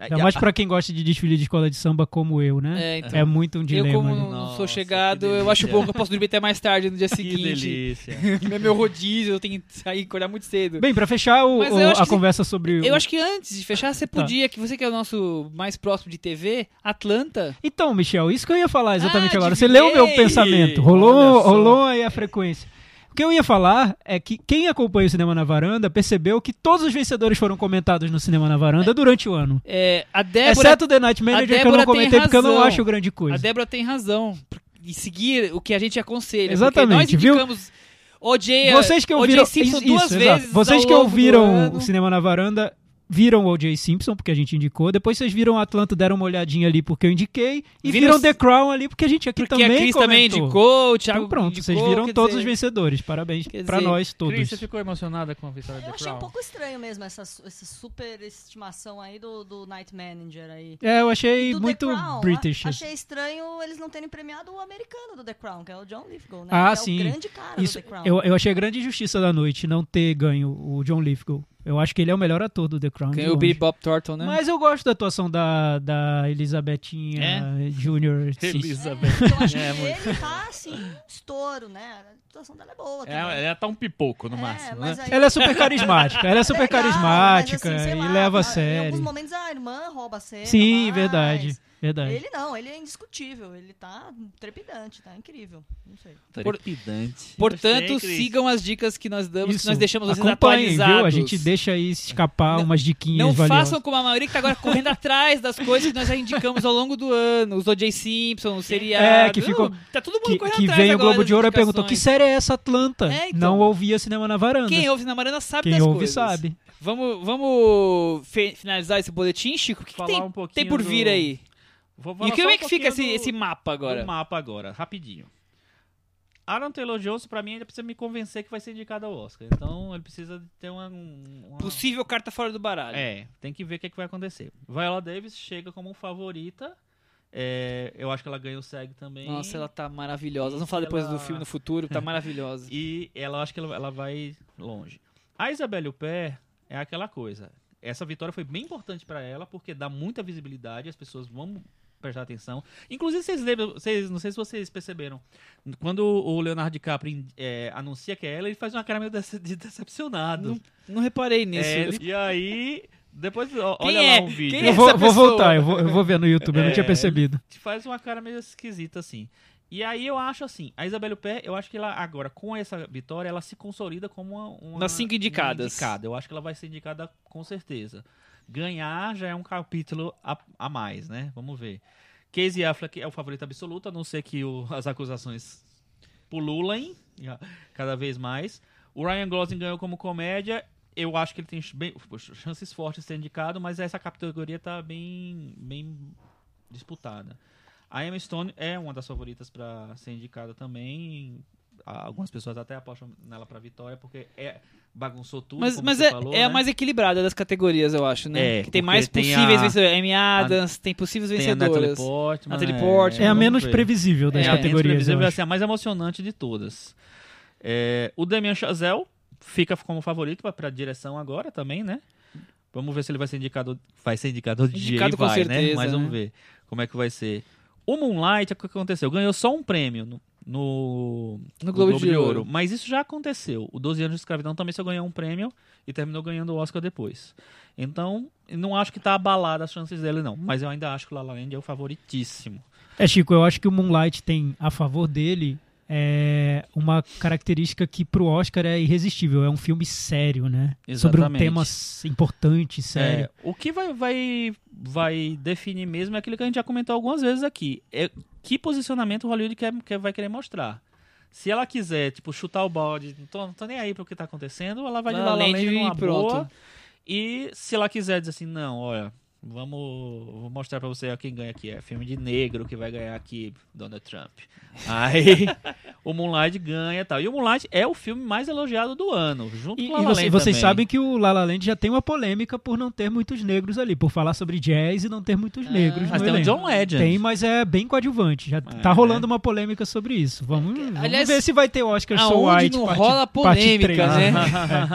Speaker 5: Ainda mais pra quem gosta de desfile de escola de samba como eu, né?
Speaker 3: ah, É,
Speaker 5: É,
Speaker 3: então.
Speaker 5: muito um dilema.
Speaker 3: eu, como
Speaker 5: né?
Speaker 3: não não
Speaker 4: Nossa,
Speaker 3: sou chegado,
Speaker 4: que
Speaker 3: eu
Speaker 4: delícia.
Speaker 3: acho bom que eu posso dormir até mais tarde no dia
Speaker 4: Que
Speaker 3: seguinte.
Speaker 4: delícia.
Speaker 3: é meu rodízio, eu tenho que sair e acordar muito cedo.
Speaker 5: Bem, pra fechar o-
Speaker 3: Mas eu
Speaker 5: o-
Speaker 3: acho
Speaker 5: a
Speaker 3: que se-
Speaker 5: conversa sobre o-
Speaker 3: eu acho que antes de fechar, você
Speaker 5: Tá.
Speaker 3: podia, que você que é o nosso mais próximo de TV, Atlanta.
Speaker 5: Então, Michel, isso que eu ia falar exatamente
Speaker 3: Ah,
Speaker 5: agora. Você leu
Speaker 3: adivinhei!
Speaker 5: o meu pensamento. Rolou,
Speaker 4: Olha só.
Speaker 5: rolou aí a frequência. O que eu ia falar é que quem acompanha o Cinema na Varanda percebeu que todos os vencedores foram comentados no Cinema na Varanda durante o ano.
Speaker 3: É, a Débora.
Speaker 5: Exceto o The Night Manager, que eu
Speaker 3: Débora
Speaker 5: não
Speaker 3: tem
Speaker 5: comentei porque eu não
Speaker 3: razão.
Speaker 5: acho grande coisa.
Speaker 3: A Débora tem razão. E seguir o que a gente aconselha.
Speaker 5: Exatamente,
Speaker 3: porque
Speaker 5: viu?
Speaker 3: nós indicamos OJ,
Speaker 5: Vocês que
Speaker 3: O.J.
Speaker 5: ouviram,
Speaker 3: Simpson
Speaker 5: isso,
Speaker 3: duas
Speaker 5: exato.
Speaker 3: vezes.
Speaker 5: Vocês
Speaker 3: ao
Speaker 5: que
Speaker 3: longo do
Speaker 5: ouviram
Speaker 3: ano.
Speaker 5: o Cinema na Varanda viram o O.J. Simpson, porque a gente indicou. Depois vocês viram Atlanta, deram uma olhadinha ali porque eu indiquei. E
Speaker 3: Viram
Speaker 5: viram
Speaker 3: s-
Speaker 5: The Crown ali porque a gente aqui
Speaker 3: Porque
Speaker 5: também
Speaker 3: a Cris também
Speaker 5: comentou.
Speaker 3: indicou, o Thiago
Speaker 5: Então pronto,
Speaker 3: indicou,
Speaker 5: vocês viram
Speaker 3: quer
Speaker 5: todos os
Speaker 3: dizer,
Speaker 5: vencedores. Parabéns
Speaker 3: quer
Speaker 5: pra
Speaker 3: dizer,
Speaker 5: nós todos.
Speaker 7: Cris, você ficou emocionada com a vitória do
Speaker 6: Eu
Speaker 7: The
Speaker 6: achei um
Speaker 7: Crown?
Speaker 6: pouco estranho mesmo essa, su- essa super estimação aí do, do Night Manager aí.
Speaker 5: É, eu achei
Speaker 6: Do The
Speaker 5: muito
Speaker 6: Crown,
Speaker 5: British.
Speaker 6: a- Achei estranho eles não terem premiado o americano do The Crown, que é o John Lithgow, né?
Speaker 5: Ah,
Speaker 6: que
Speaker 5: sim.
Speaker 6: É o grande cara
Speaker 5: Isso,
Speaker 6: do The Crown.
Speaker 5: eu, eu achei a grande injustiça da noite não ter ganho o John Lithgow. Eu acho que ele é o melhor ator do The Crown. de
Speaker 3: Ganhou o
Speaker 5: longe.
Speaker 3: Billy Bob Thornton, né?
Speaker 5: Mas eu gosto da atuação da, da Elisabetinha Jr.
Speaker 7: Elizabeth.
Speaker 6: É, eu acho
Speaker 7: É,
Speaker 6: que
Speaker 7: muito.
Speaker 6: ele tá assim, um estouro, né? A situação dela é boa.
Speaker 7: É,
Speaker 6: também.
Speaker 7: ela tá um pipoco no
Speaker 6: É,
Speaker 7: máximo, né?
Speaker 6: mas aí-
Speaker 5: Ela é super carismática. Ela é super
Speaker 6: Legal,
Speaker 5: carismática
Speaker 6: mas assim,
Speaker 5: e
Speaker 6: sei lá,
Speaker 5: leva
Speaker 6: em
Speaker 5: a
Speaker 6: alguns
Speaker 5: sério.
Speaker 6: momentos a irmã rouba a cena.
Speaker 5: Sim,
Speaker 6: mas
Speaker 5: verdade. Verdade.
Speaker 6: Ele não, ele é indiscutível. Ele tá trepidante, tá incrível. Não sei.
Speaker 4: Trepidante.
Speaker 3: Portanto,
Speaker 4: Gostei, Cris.
Speaker 3: sigam as dicas que Então, nós damos, que
Speaker 5: Isso.
Speaker 3: nós deixamos vocês
Speaker 5: Acompanhem,
Speaker 3: atualizados.
Speaker 5: viu? A gente deixa aí escapar umas diquinhas
Speaker 3: Não
Speaker 5: valiosas.
Speaker 3: façam como a maioria que tá agora correndo atrás das coisas que nós já indicamos ao longo do ano. Os O.J. Simpson, o seriado.
Speaker 5: É, que ficou-
Speaker 3: Não, Tá todo mundo
Speaker 5: Que,
Speaker 3: correndo
Speaker 5: que
Speaker 3: atrás
Speaker 5: vem o
Speaker 3: agora
Speaker 5: Globo
Speaker 3: das
Speaker 5: de Ouro e perguntou: que
Speaker 3: indicações.
Speaker 5: série é essa Atlanta?
Speaker 3: É, então.
Speaker 5: Não ouvia Cinema na Varanda.
Speaker 3: Quem ouve na Marana sabe
Speaker 5: Quem
Speaker 3: das
Speaker 5: ouve
Speaker 3: coisas.
Speaker 5: sabe.
Speaker 3: Vamos, vamos fe- finalizar esse boletim, Chico? O que, que
Speaker 4: Falar
Speaker 3: tem,
Speaker 4: um pouquinho
Speaker 3: tem por
Speaker 4: do-
Speaker 3: vir aí?
Speaker 4: Vou falar
Speaker 3: E como
Speaker 4: só
Speaker 3: é que
Speaker 4: um
Speaker 3: fica esse,
Speaker 4: pouquinho do-
Speaker 3: esse mapa agora?
Speaker 4: do mapa agora, rapidinho. Aaron Taylor Johnson, pra mim, ainda precisa me convencer que vai ser indicado ao Oscar. Então, ele precisa ter uma... um- uma-
Speaker 3: Possível carta fora do baralho.
Speaker 4: É, tem que ver o que, é que vai acontecer. Viola Davis chega como favorita. É, eu acho que ela ganha o SEG também.
Speaker 3: Nossa, ela tá maravilhosa. Nós Vamos falar depois do
Speaker 4: Ela-
Speaker 3: filme no futuro, tá maravilhosa.
Speaker 4: E ela acho que ela, ela vai longe. A Isabelle Huppert é aquela coisa. Essa vitória foi bem importante pra ela, porque dá muita visibilidade, as pessoas vão prestar atenção. Inclusive, vocês lembram, vocês, não sei se vocês perceberam, quando o Leonardo DiCaprio eh, anuncia que é ela, ele faz uma cara meio dece- de decepcionado.
Speaker 3: Não, não reparei nisso.
Speaker 4: É,
Speaker 3: Eu
Speaker 4: e aí, depois, ó, olha
Speaker 3: é?
Speaker 4: lá um vídeo.
Speaker 3: Quem é
Speaker 5: Eu vou,
Speaker 3: essa
Speaker 5: vou
Speaker 3: pessoa?
Speaker 5: voltar, eu vou, eu vou ver no YouTube, eu não
Speaker 4: É,
Speaker 5: tinha percebido.
Speaker 4: te faz uma cara meio esquisita assim. E aí eu acho assim, a Isabelle Pé, eu acho que ela agora com essa vitória ela se consolida como uma, uma
Speaker 3: Das cinco indicadas.
Speaker 4: uma indicada. Eu acho que ela vai ser indicada com certeza. ganhar já é um capítulo a, a mais, né? Vamos ver. Casey Affleck é o favorito absoluto, a não ser que o- as acusações pululem já, cada vez mais. O Ryan Gosling ganhou como comédia. Eu acho que ele tem ch- bem- poxa, chances fortes de ser indicado, mas essa categoria tá bem, bem disputada. A Emma Stone é uma das favoritas para ser indicada também. Ah, Algumas pessoas até apostam nela para vitória, porque é, bagunçou tudo.
Speaker 3: Mas,
Speaker 4: como
Speaker 3: mas
Speaker 4: você
Speaker 3: é,
Speaker 4: falou,
Speaker 3: é a
Speaker 4: né?
Speaker 3: mais equilibrada das categorias, eu acho, né?
Speaker 4: É,
Speaker 3: que tem
Speaker 4: porque
Speaker 3: mais
Speaker 4: tem
Speaker 3: possíveis
Speaker 4: a-
Speaker 3: vencedores. Amy Adams, tem possíveis
Speaker 4: Tem a Natalie
Speaker 3: vencedoras.
Speaker 4: Portman.
Speaker 3: Natalie Portman.
Speaker 5: É a
Speaker 4: vamos
Speaker 5: menos
Speaker 4: ver.
Speaker 5: previsível das
Speaker 4: É, a menos
Speaker 5: categorias. eu
Speaker 4: previsível, vai
Speaker 5: acho.
Speaker 4: ser a mais emocionante de todas. É, o Damian Chazelle fica como favorito para direção agora também, né? Vamos ver se ele vai ser indicado, vai ser indicado de
Speaker 3: Indicado
Speaker 4: ele
Speaker 3: com
Speaker 4: vai, né?
Speaker 3: certeza,
Speaker 4: Mas vamos
Speaker 3: né?
Speaker 4: ver como é que vai ser. O Moonlight, o que aconteceu? Ganhou só um prêmio no, no,
Speaker 3: No Globo de Ouro.
Speaker 4: Mas isso já aconteceu. O 12 anos de escravidão também só ganhou um prêmio e terminou ganhando o Oscar depois. Então, não acho que tá abalada as chances dele, não. Mas eu ainda acho que o La La Land é o favoritíssimo.
Speaker 5: É, Chico, eu acho que o Moonlight tem a favor dele é, uma característica que pro Oscar é irresistível. É um filme sério, né? Sobre um
Speaker 4: Exatamente.
Speaker 5: tema s- importante, sério.
Speaker 4: É, o que vai, vai, vai definir mesmo é aquilo que a gente já comentou algumas vezes aqui. É que posicionamento o Hollywood quer, quer- vai querer mostrar. Se ela quiser, tipo, chutar o balde, não tô, não tô nem aí pro que tá acontecendo, ela vai de
Speaker 3: La
Speaker 4: La La
Speaker 3: Land
Speaker 4: Land numa
Speaker 3: e pronto.
Speaker 4: boa. E se ela quiser dizer assim, não, olha, vamos vou mostrar pra você quem ganha aqui. É filme de negro que vai ganhar aqui, Donald Trump. Aí o Moonlight ganha e tal. E o Moonlight é o filme mais elogiado do ano, junto
Speaker 5: E,
Speaker 4: com La
Speaker 5: e
Speaker 4: La
Speaker 5: você-
Speaker 4: Land
Speaker 5: vocês
Speaker 4: também.
Speaker 5: sabem que o La La Land já tem uma polêmica por não ter muitos negros ali, por falar sobre jazz e não ter muitos negros
Speaker 4: É, Mas
Speaker 5: no
Speaker 4: tem o
Speaker 5: elenco.
Speaker 4: John Legend.
Speaker 5: Tem, mas é bem coadjuvante. Já
Speaker 4: É,
Speaker 5: tá rolando uma polêmica sobre isso. Vamos, vamos
Speaker 3: aliás,
Speaker 5: ver se vai ter Oscar
Speaker 4: ah,
Speaker 5: So
Speaker 3: aonde
Speaker 5: White
Speaker 3: não
Speaker 5: parte-
Speaker 3: rola
Speaker 5: parte
Speaker 3: polêmica,
Speaker 5: três. Ah,
Speaker 3: né?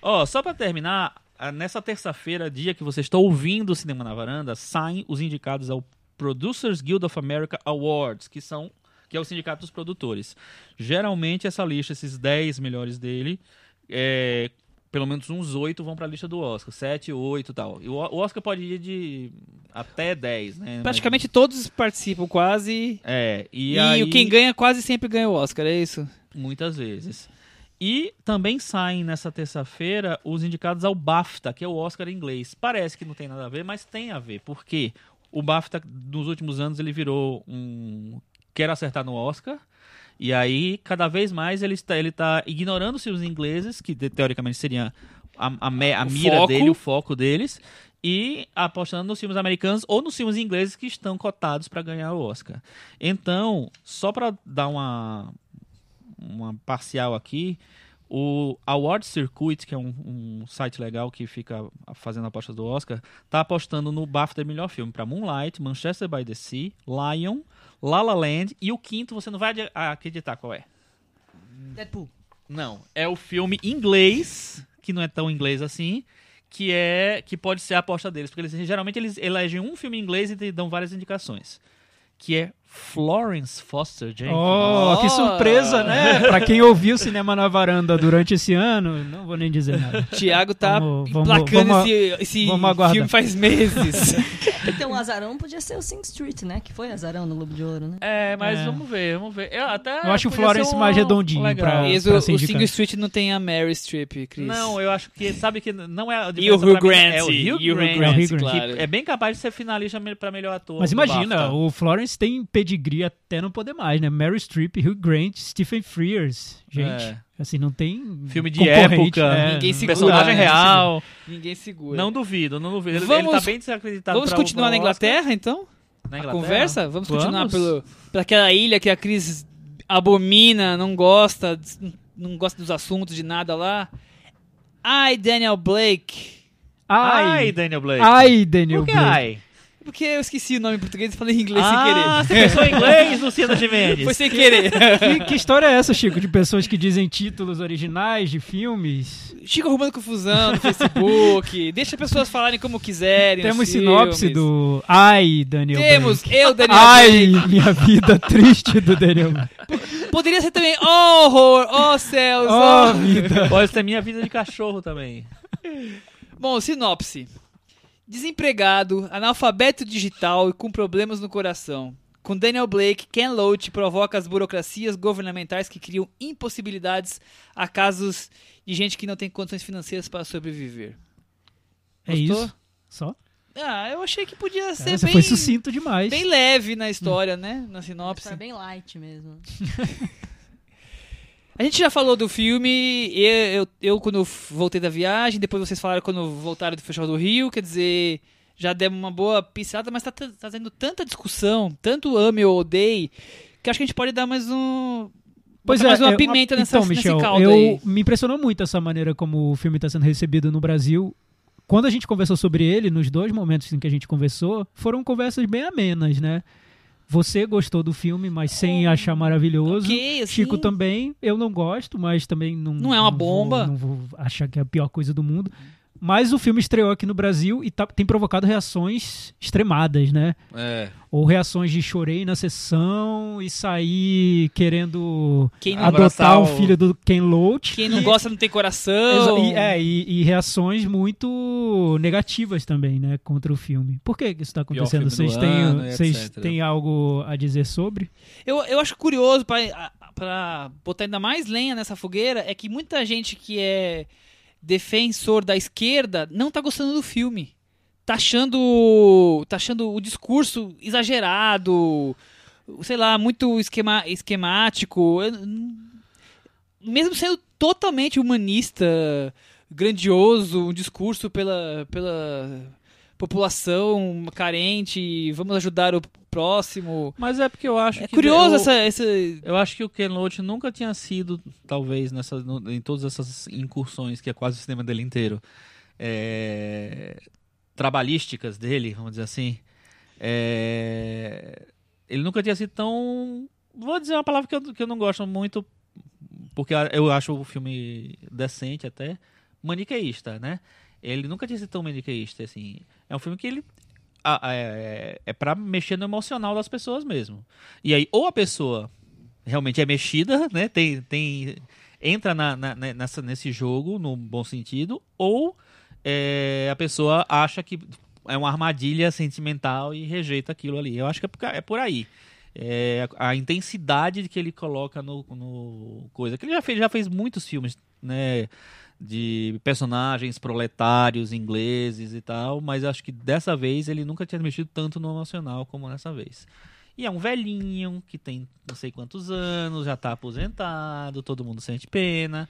Speaker 4: Ó, só pra terminar, ah, nessa terça-feira, dia que você está ouvindo o Cinema na Varanda, saem os indicados ao Producers Guild of America Awards, que são que é o sindicato dos produtores. Geralmente essa lista, esses 10 melhores dele, é, pelo menos uns 8 vão pra lista do Oscar, 7, 8 e tal. E o o Oscar pode ir de até 10, né?
Speaker 3: Praticamente todos participam quase.
Speaker 4: É, e,
Speaker 3: E,
Speaker 4: aí...
Speaker 3: o quem ganha quase sempre ganha o Oscar, é isso?
Speaker 4: Muitas vezes. E também saem nessa terça-feira os indicados ao BAFTA, que é o Oscar em inglês. Parece que não tem nada a ver, mas tem a ver, porque o BAFTA, nos últimos anos, ele virou um. Quero acertar no Oscar. E aí, cada vez mais, ele está, ele tá ignorando-se os ingleses, que te- teoricamente seria a, a, me- a
Speaker 3: O
Speaker 4: mira
Speaker 3: foco.
Speaker 4: dele, o foco deles, e apostando nos filmes americanos ou nos filmes ingleses que estão cotados para ganhar o Oscar. Então, só para dar uma, uma parcial aqui, o Award Circuit, que é um, um site legal que fica fazendo apostas do Oscar, tá apostando no BAFTA de melhor filme para Moonlight, Manchester by the Sea, Lion, La La Land e o quinto você não vai adi- acreditar qual é.
Speaker 3: Deadpool.
Speaker 4: Não, é o filme inglês, que não é tão inglês assim, que é que pode ser a aposta deles, porque eles geralmente eles elegem um filme inglês e te dão várias indicações, que é Florence Foster Jenkins.
Speaker 5: Oh, que surpresa, né? Pra quem ouviu o Cinema na Varanda durante esse ano, não vou nem dizer nada.
Speaker 3: Thiago tá
Speaker 5: Vamos- vamos-
Speaker 3: emplacando
Speaker 5: vamos-
Speaker 3: esse, esse
Speaker 5: vamos aguardar.
Speaker 3: filme faz meses.
Speaker 6: Então o azarão podia ser o Sing Street, né? Que foi azarão no Globo de Ouro, né?
Speaker 4: É, mas
Speaker 5: É.
Speaker 4: vamos ver, vamos ver. Eu, até
Speaker 5: Eu acho o
Speaker 4: podia ser um
Speaker 5: Florence mais redondinho
Speaker 4: legal.
Speaker 5: pra-
Speaker 3: Isso, o
Speaker 5: se indicar.
Speaker 3: Single Street não tem a Mary Streep, Cris.
Speaker 4: Não, eu acho que sabe que não é a
Speaker 3: E o
Speaker 4: diferença
Speaker 3: Hugh
Speaker 4: pra mim,
Speaker 3: Grant.
Speaker 4: é o Hugh Grant.
Speaker 5: Grant. É o Hugh
Speaker 4: que
Speaker 3: claro.
Speaker 4: É bem capaz de ser finalista me- pra melhor ator.
Speaker 5: Mas
Speaker 4: do
Speaker 5: imagina,
Speaker 4: BAFTA.
Speaker 5: o Florence tem pedigree até não poder mais, né? Mary Streep, Hugh Grant, Stephen Frears. Gente,
Speaker 4: É.
Speaker 5: assim, não tem.
Speaker 4: Filme de
Speaker 5: concorrente,
Speaker 4: época,
Speaker 5: né?
Speaker 3: ninguém segura,
Speaker 4: personagem
Speaker 3: né?
Speaker 4: real.
Speaker 3: Ninguém segura.
Speaker 4: Não duvido, não duvido. Ele,
Speaker 3: Vamos-
Speaker 4: ele tá bem desacreditado.
Speaker 3: Vamos
Speaker 4: pra-
Speaker 3: continuar
Speaker 4: pra
Speaker 3: na
Speaker 4: Oscar.
Speaker 3: Inglaterra, então?
Speaker 4: Na
Speaker 3: A
Speaker 4: Inglaterra?
Speaker 3: conversa? Vamos continuar
Speaker 4: Vamos.
Speaker 3: pelo, pela aquela ilha que a Cris abomina, não gosta, des- não gosta dos assuntos, de nada lá. Ai, Daniel Blake.
Speaker 5: Ai,
Speaker 4: Ai,
Speaker 5: ai,
Speaker 4: Daniel Blake.
Speaker 5: Daniel
Speaker 4: Por que
Speaker 5: Blake.
Speaker 4: ai?
Speaker 3: Porque eu esqueci o nome em português e falei em inglês
Speaker 4: Ah,
Speaker 3: sem
Speaker 4: você pensou em inglês, Luciano
Speaker 3: querer. Foi
Speaker 4: Gimenez?
Speaker 3: sem querer.
Speaker 5: Que, que história é essa, Chico, de pessoas que dizem títulos originais de filmes?
Speaker 3: Chico arrumando confusão no Facebook. deixa as pessoas falarem como quiserem.
Speaker 5: Temos
Speaker 3: os
Speaker 5: sinopse
Speaker 3: filmes.
Speaker 5: do Ai, Daniel Blake.
Speaker 3: Temos eu, Daniel
Speaker 5: Ai,
Speaker 3: Blake.
Speaker 5: minha vida triste do Daniel. Blake.
Speaker 3: Poderia ser também Oh, horror, oh, céus,
Speaker 5: Oh,
Speaker 3: oh.
Speaker 5: vida.
Speaker 4: Pode ser é minha vida de cachorro também.
Speaker 3: Bom, sinopse. Desempregado, analfabeto digital e com problemas no coração. Com Daniel Blake, Ken Loach provoca as burocracias governamentais que criam impossibilidades a casos de gente que não tem condições financeiras para sobreviver.
Speaker 5: É
Speaker 3: Gostou?
Speaker 5: isso. Só?
Speaker 3: Ah, eu achei que podia ser
Speaker 5: Cara, você
Speaker 3: bem,
Speaker 5: foi sucinto demais.
Speaker 3: bem leve na história, né? Na sinopse.
Speaker 6: História é bem light mesmo.
Speaker 3: A gente já falou do filme, eu, eu, eu quando eu voltei da viagem, depois vocês falaram quando voltaram do Festival do Rio, quer dizer, já demos uma boa pincelada, mas tá tra- trazendo tanta discussão, tanto ame ou odeie, que acho que a gente pode dar mais um...
Speaker 5: Pois
Speaker 3: botar mais
Speaker 5: é,
Speaker 3: uma
Speaker 5: é
Speaker 3: pimenta nessa,
Speaker 5: então, Michel,
Speaker 3: nesse caldo
Speaker 5: eu,
Speaker 3: aí.
Speaker 5: Me impressionou muito essa maneira como o filme está sendo recebido no Brasil. Quando a gente conversou sobre ele, nos dois momentos em que a gente conversou, foram conversas bem amenas, né? Você gostou do filme, mas sem achar maravilhoso.
Speaker 3: Oh, Ok, assim,
Speaker 5: Chico também, eu não gosto, mas também não.
Speaker 3: Não é uma
Speaker 5: vou-
Speaker 3: bomba.
Speaker 5: não vou achar que é a pior coisa do mundo. Mas o filme estreou aqui no Brasil e tá- tem provocado reações extremadas, né?
Speaker 8: É.
Speaker 5: Ou reações de chorei na sessão e sair querendo
Speaker 3: Quem não,
Speaker 5: adotar
Speaker 8: Abraçar
Speaker 5: o
Speaker 8: o-
Speaker 5: filho do Ken Loach.
Speaker 3: quem não gosta não tem coração.
Speaker 5: Exa- E, é, e, e reações muito negativas também, né, contra o filme. Por que, que isso está acontecendo?
Speaker 8: filme do
Speaker 5: Vocês têm,
Speaker 8: ano, e
Speaker 5: vocês
Speaker 8: etc.
Speaker 5: têm algo a dizer sobre?
Speaker 3: Eu, eu acho curioso pra pra botar ainda mais lenha nessa fogueira é que muita gente que é defensor da esquerda não tá gostando do filme. Tá achando, tá achando o discurso exagerado, sei lá, muito esquema, esquemático. Eu não- Mesmo sendo totalmente humanista, grandioso, um discurso pela, pela população carente, vamos ajudar o próximo.
Speaker 4: Mas é porque eu acho
Speaker 3: É
Speaker 4: que.
Speaker 3: curioso
Speaker 4: eu,
Speaker 3: essa, essa.
Speaker 4: Eu acho que o Ken Loach nunca tinha sido, talvez, nessa, no- em todas essas incursões, que é quase o cinema dele inteiro, é, trabalhísticas dele, vamos dizer assim. é, ele nunca tinha sido tão. Vou dizer uma palavra que eu, que eu não gosto muito, porque eu acho o filme decente até, maniqueísta, né? Ele nunca tinha sido tão maniqueísta, assim. É um filme que ele. a- a- é, é pra mexer no emocional das pessoas mesmo. E aí, ou a pessoa realmente é mexida, né? Tem, tem entra na, na- na- nessa, nesse jogo no bom sentido, ou é, a pessoa acha que é uma armadilha sentimental e rejeita aquilo ali. Eu acho que é por, ca- é por aí. É, a a intensidade que ele coloca no, no coisa que ele já fez, já fez muitos filmes, né? De personagens proletários ingleses e tal, mas acho que dessa vez ele nunca tinha mexido tanto no emocional como nessa vez. E é um velhinho que tem não sei quantos anos, já tá aposentado, todo mundo sente pena.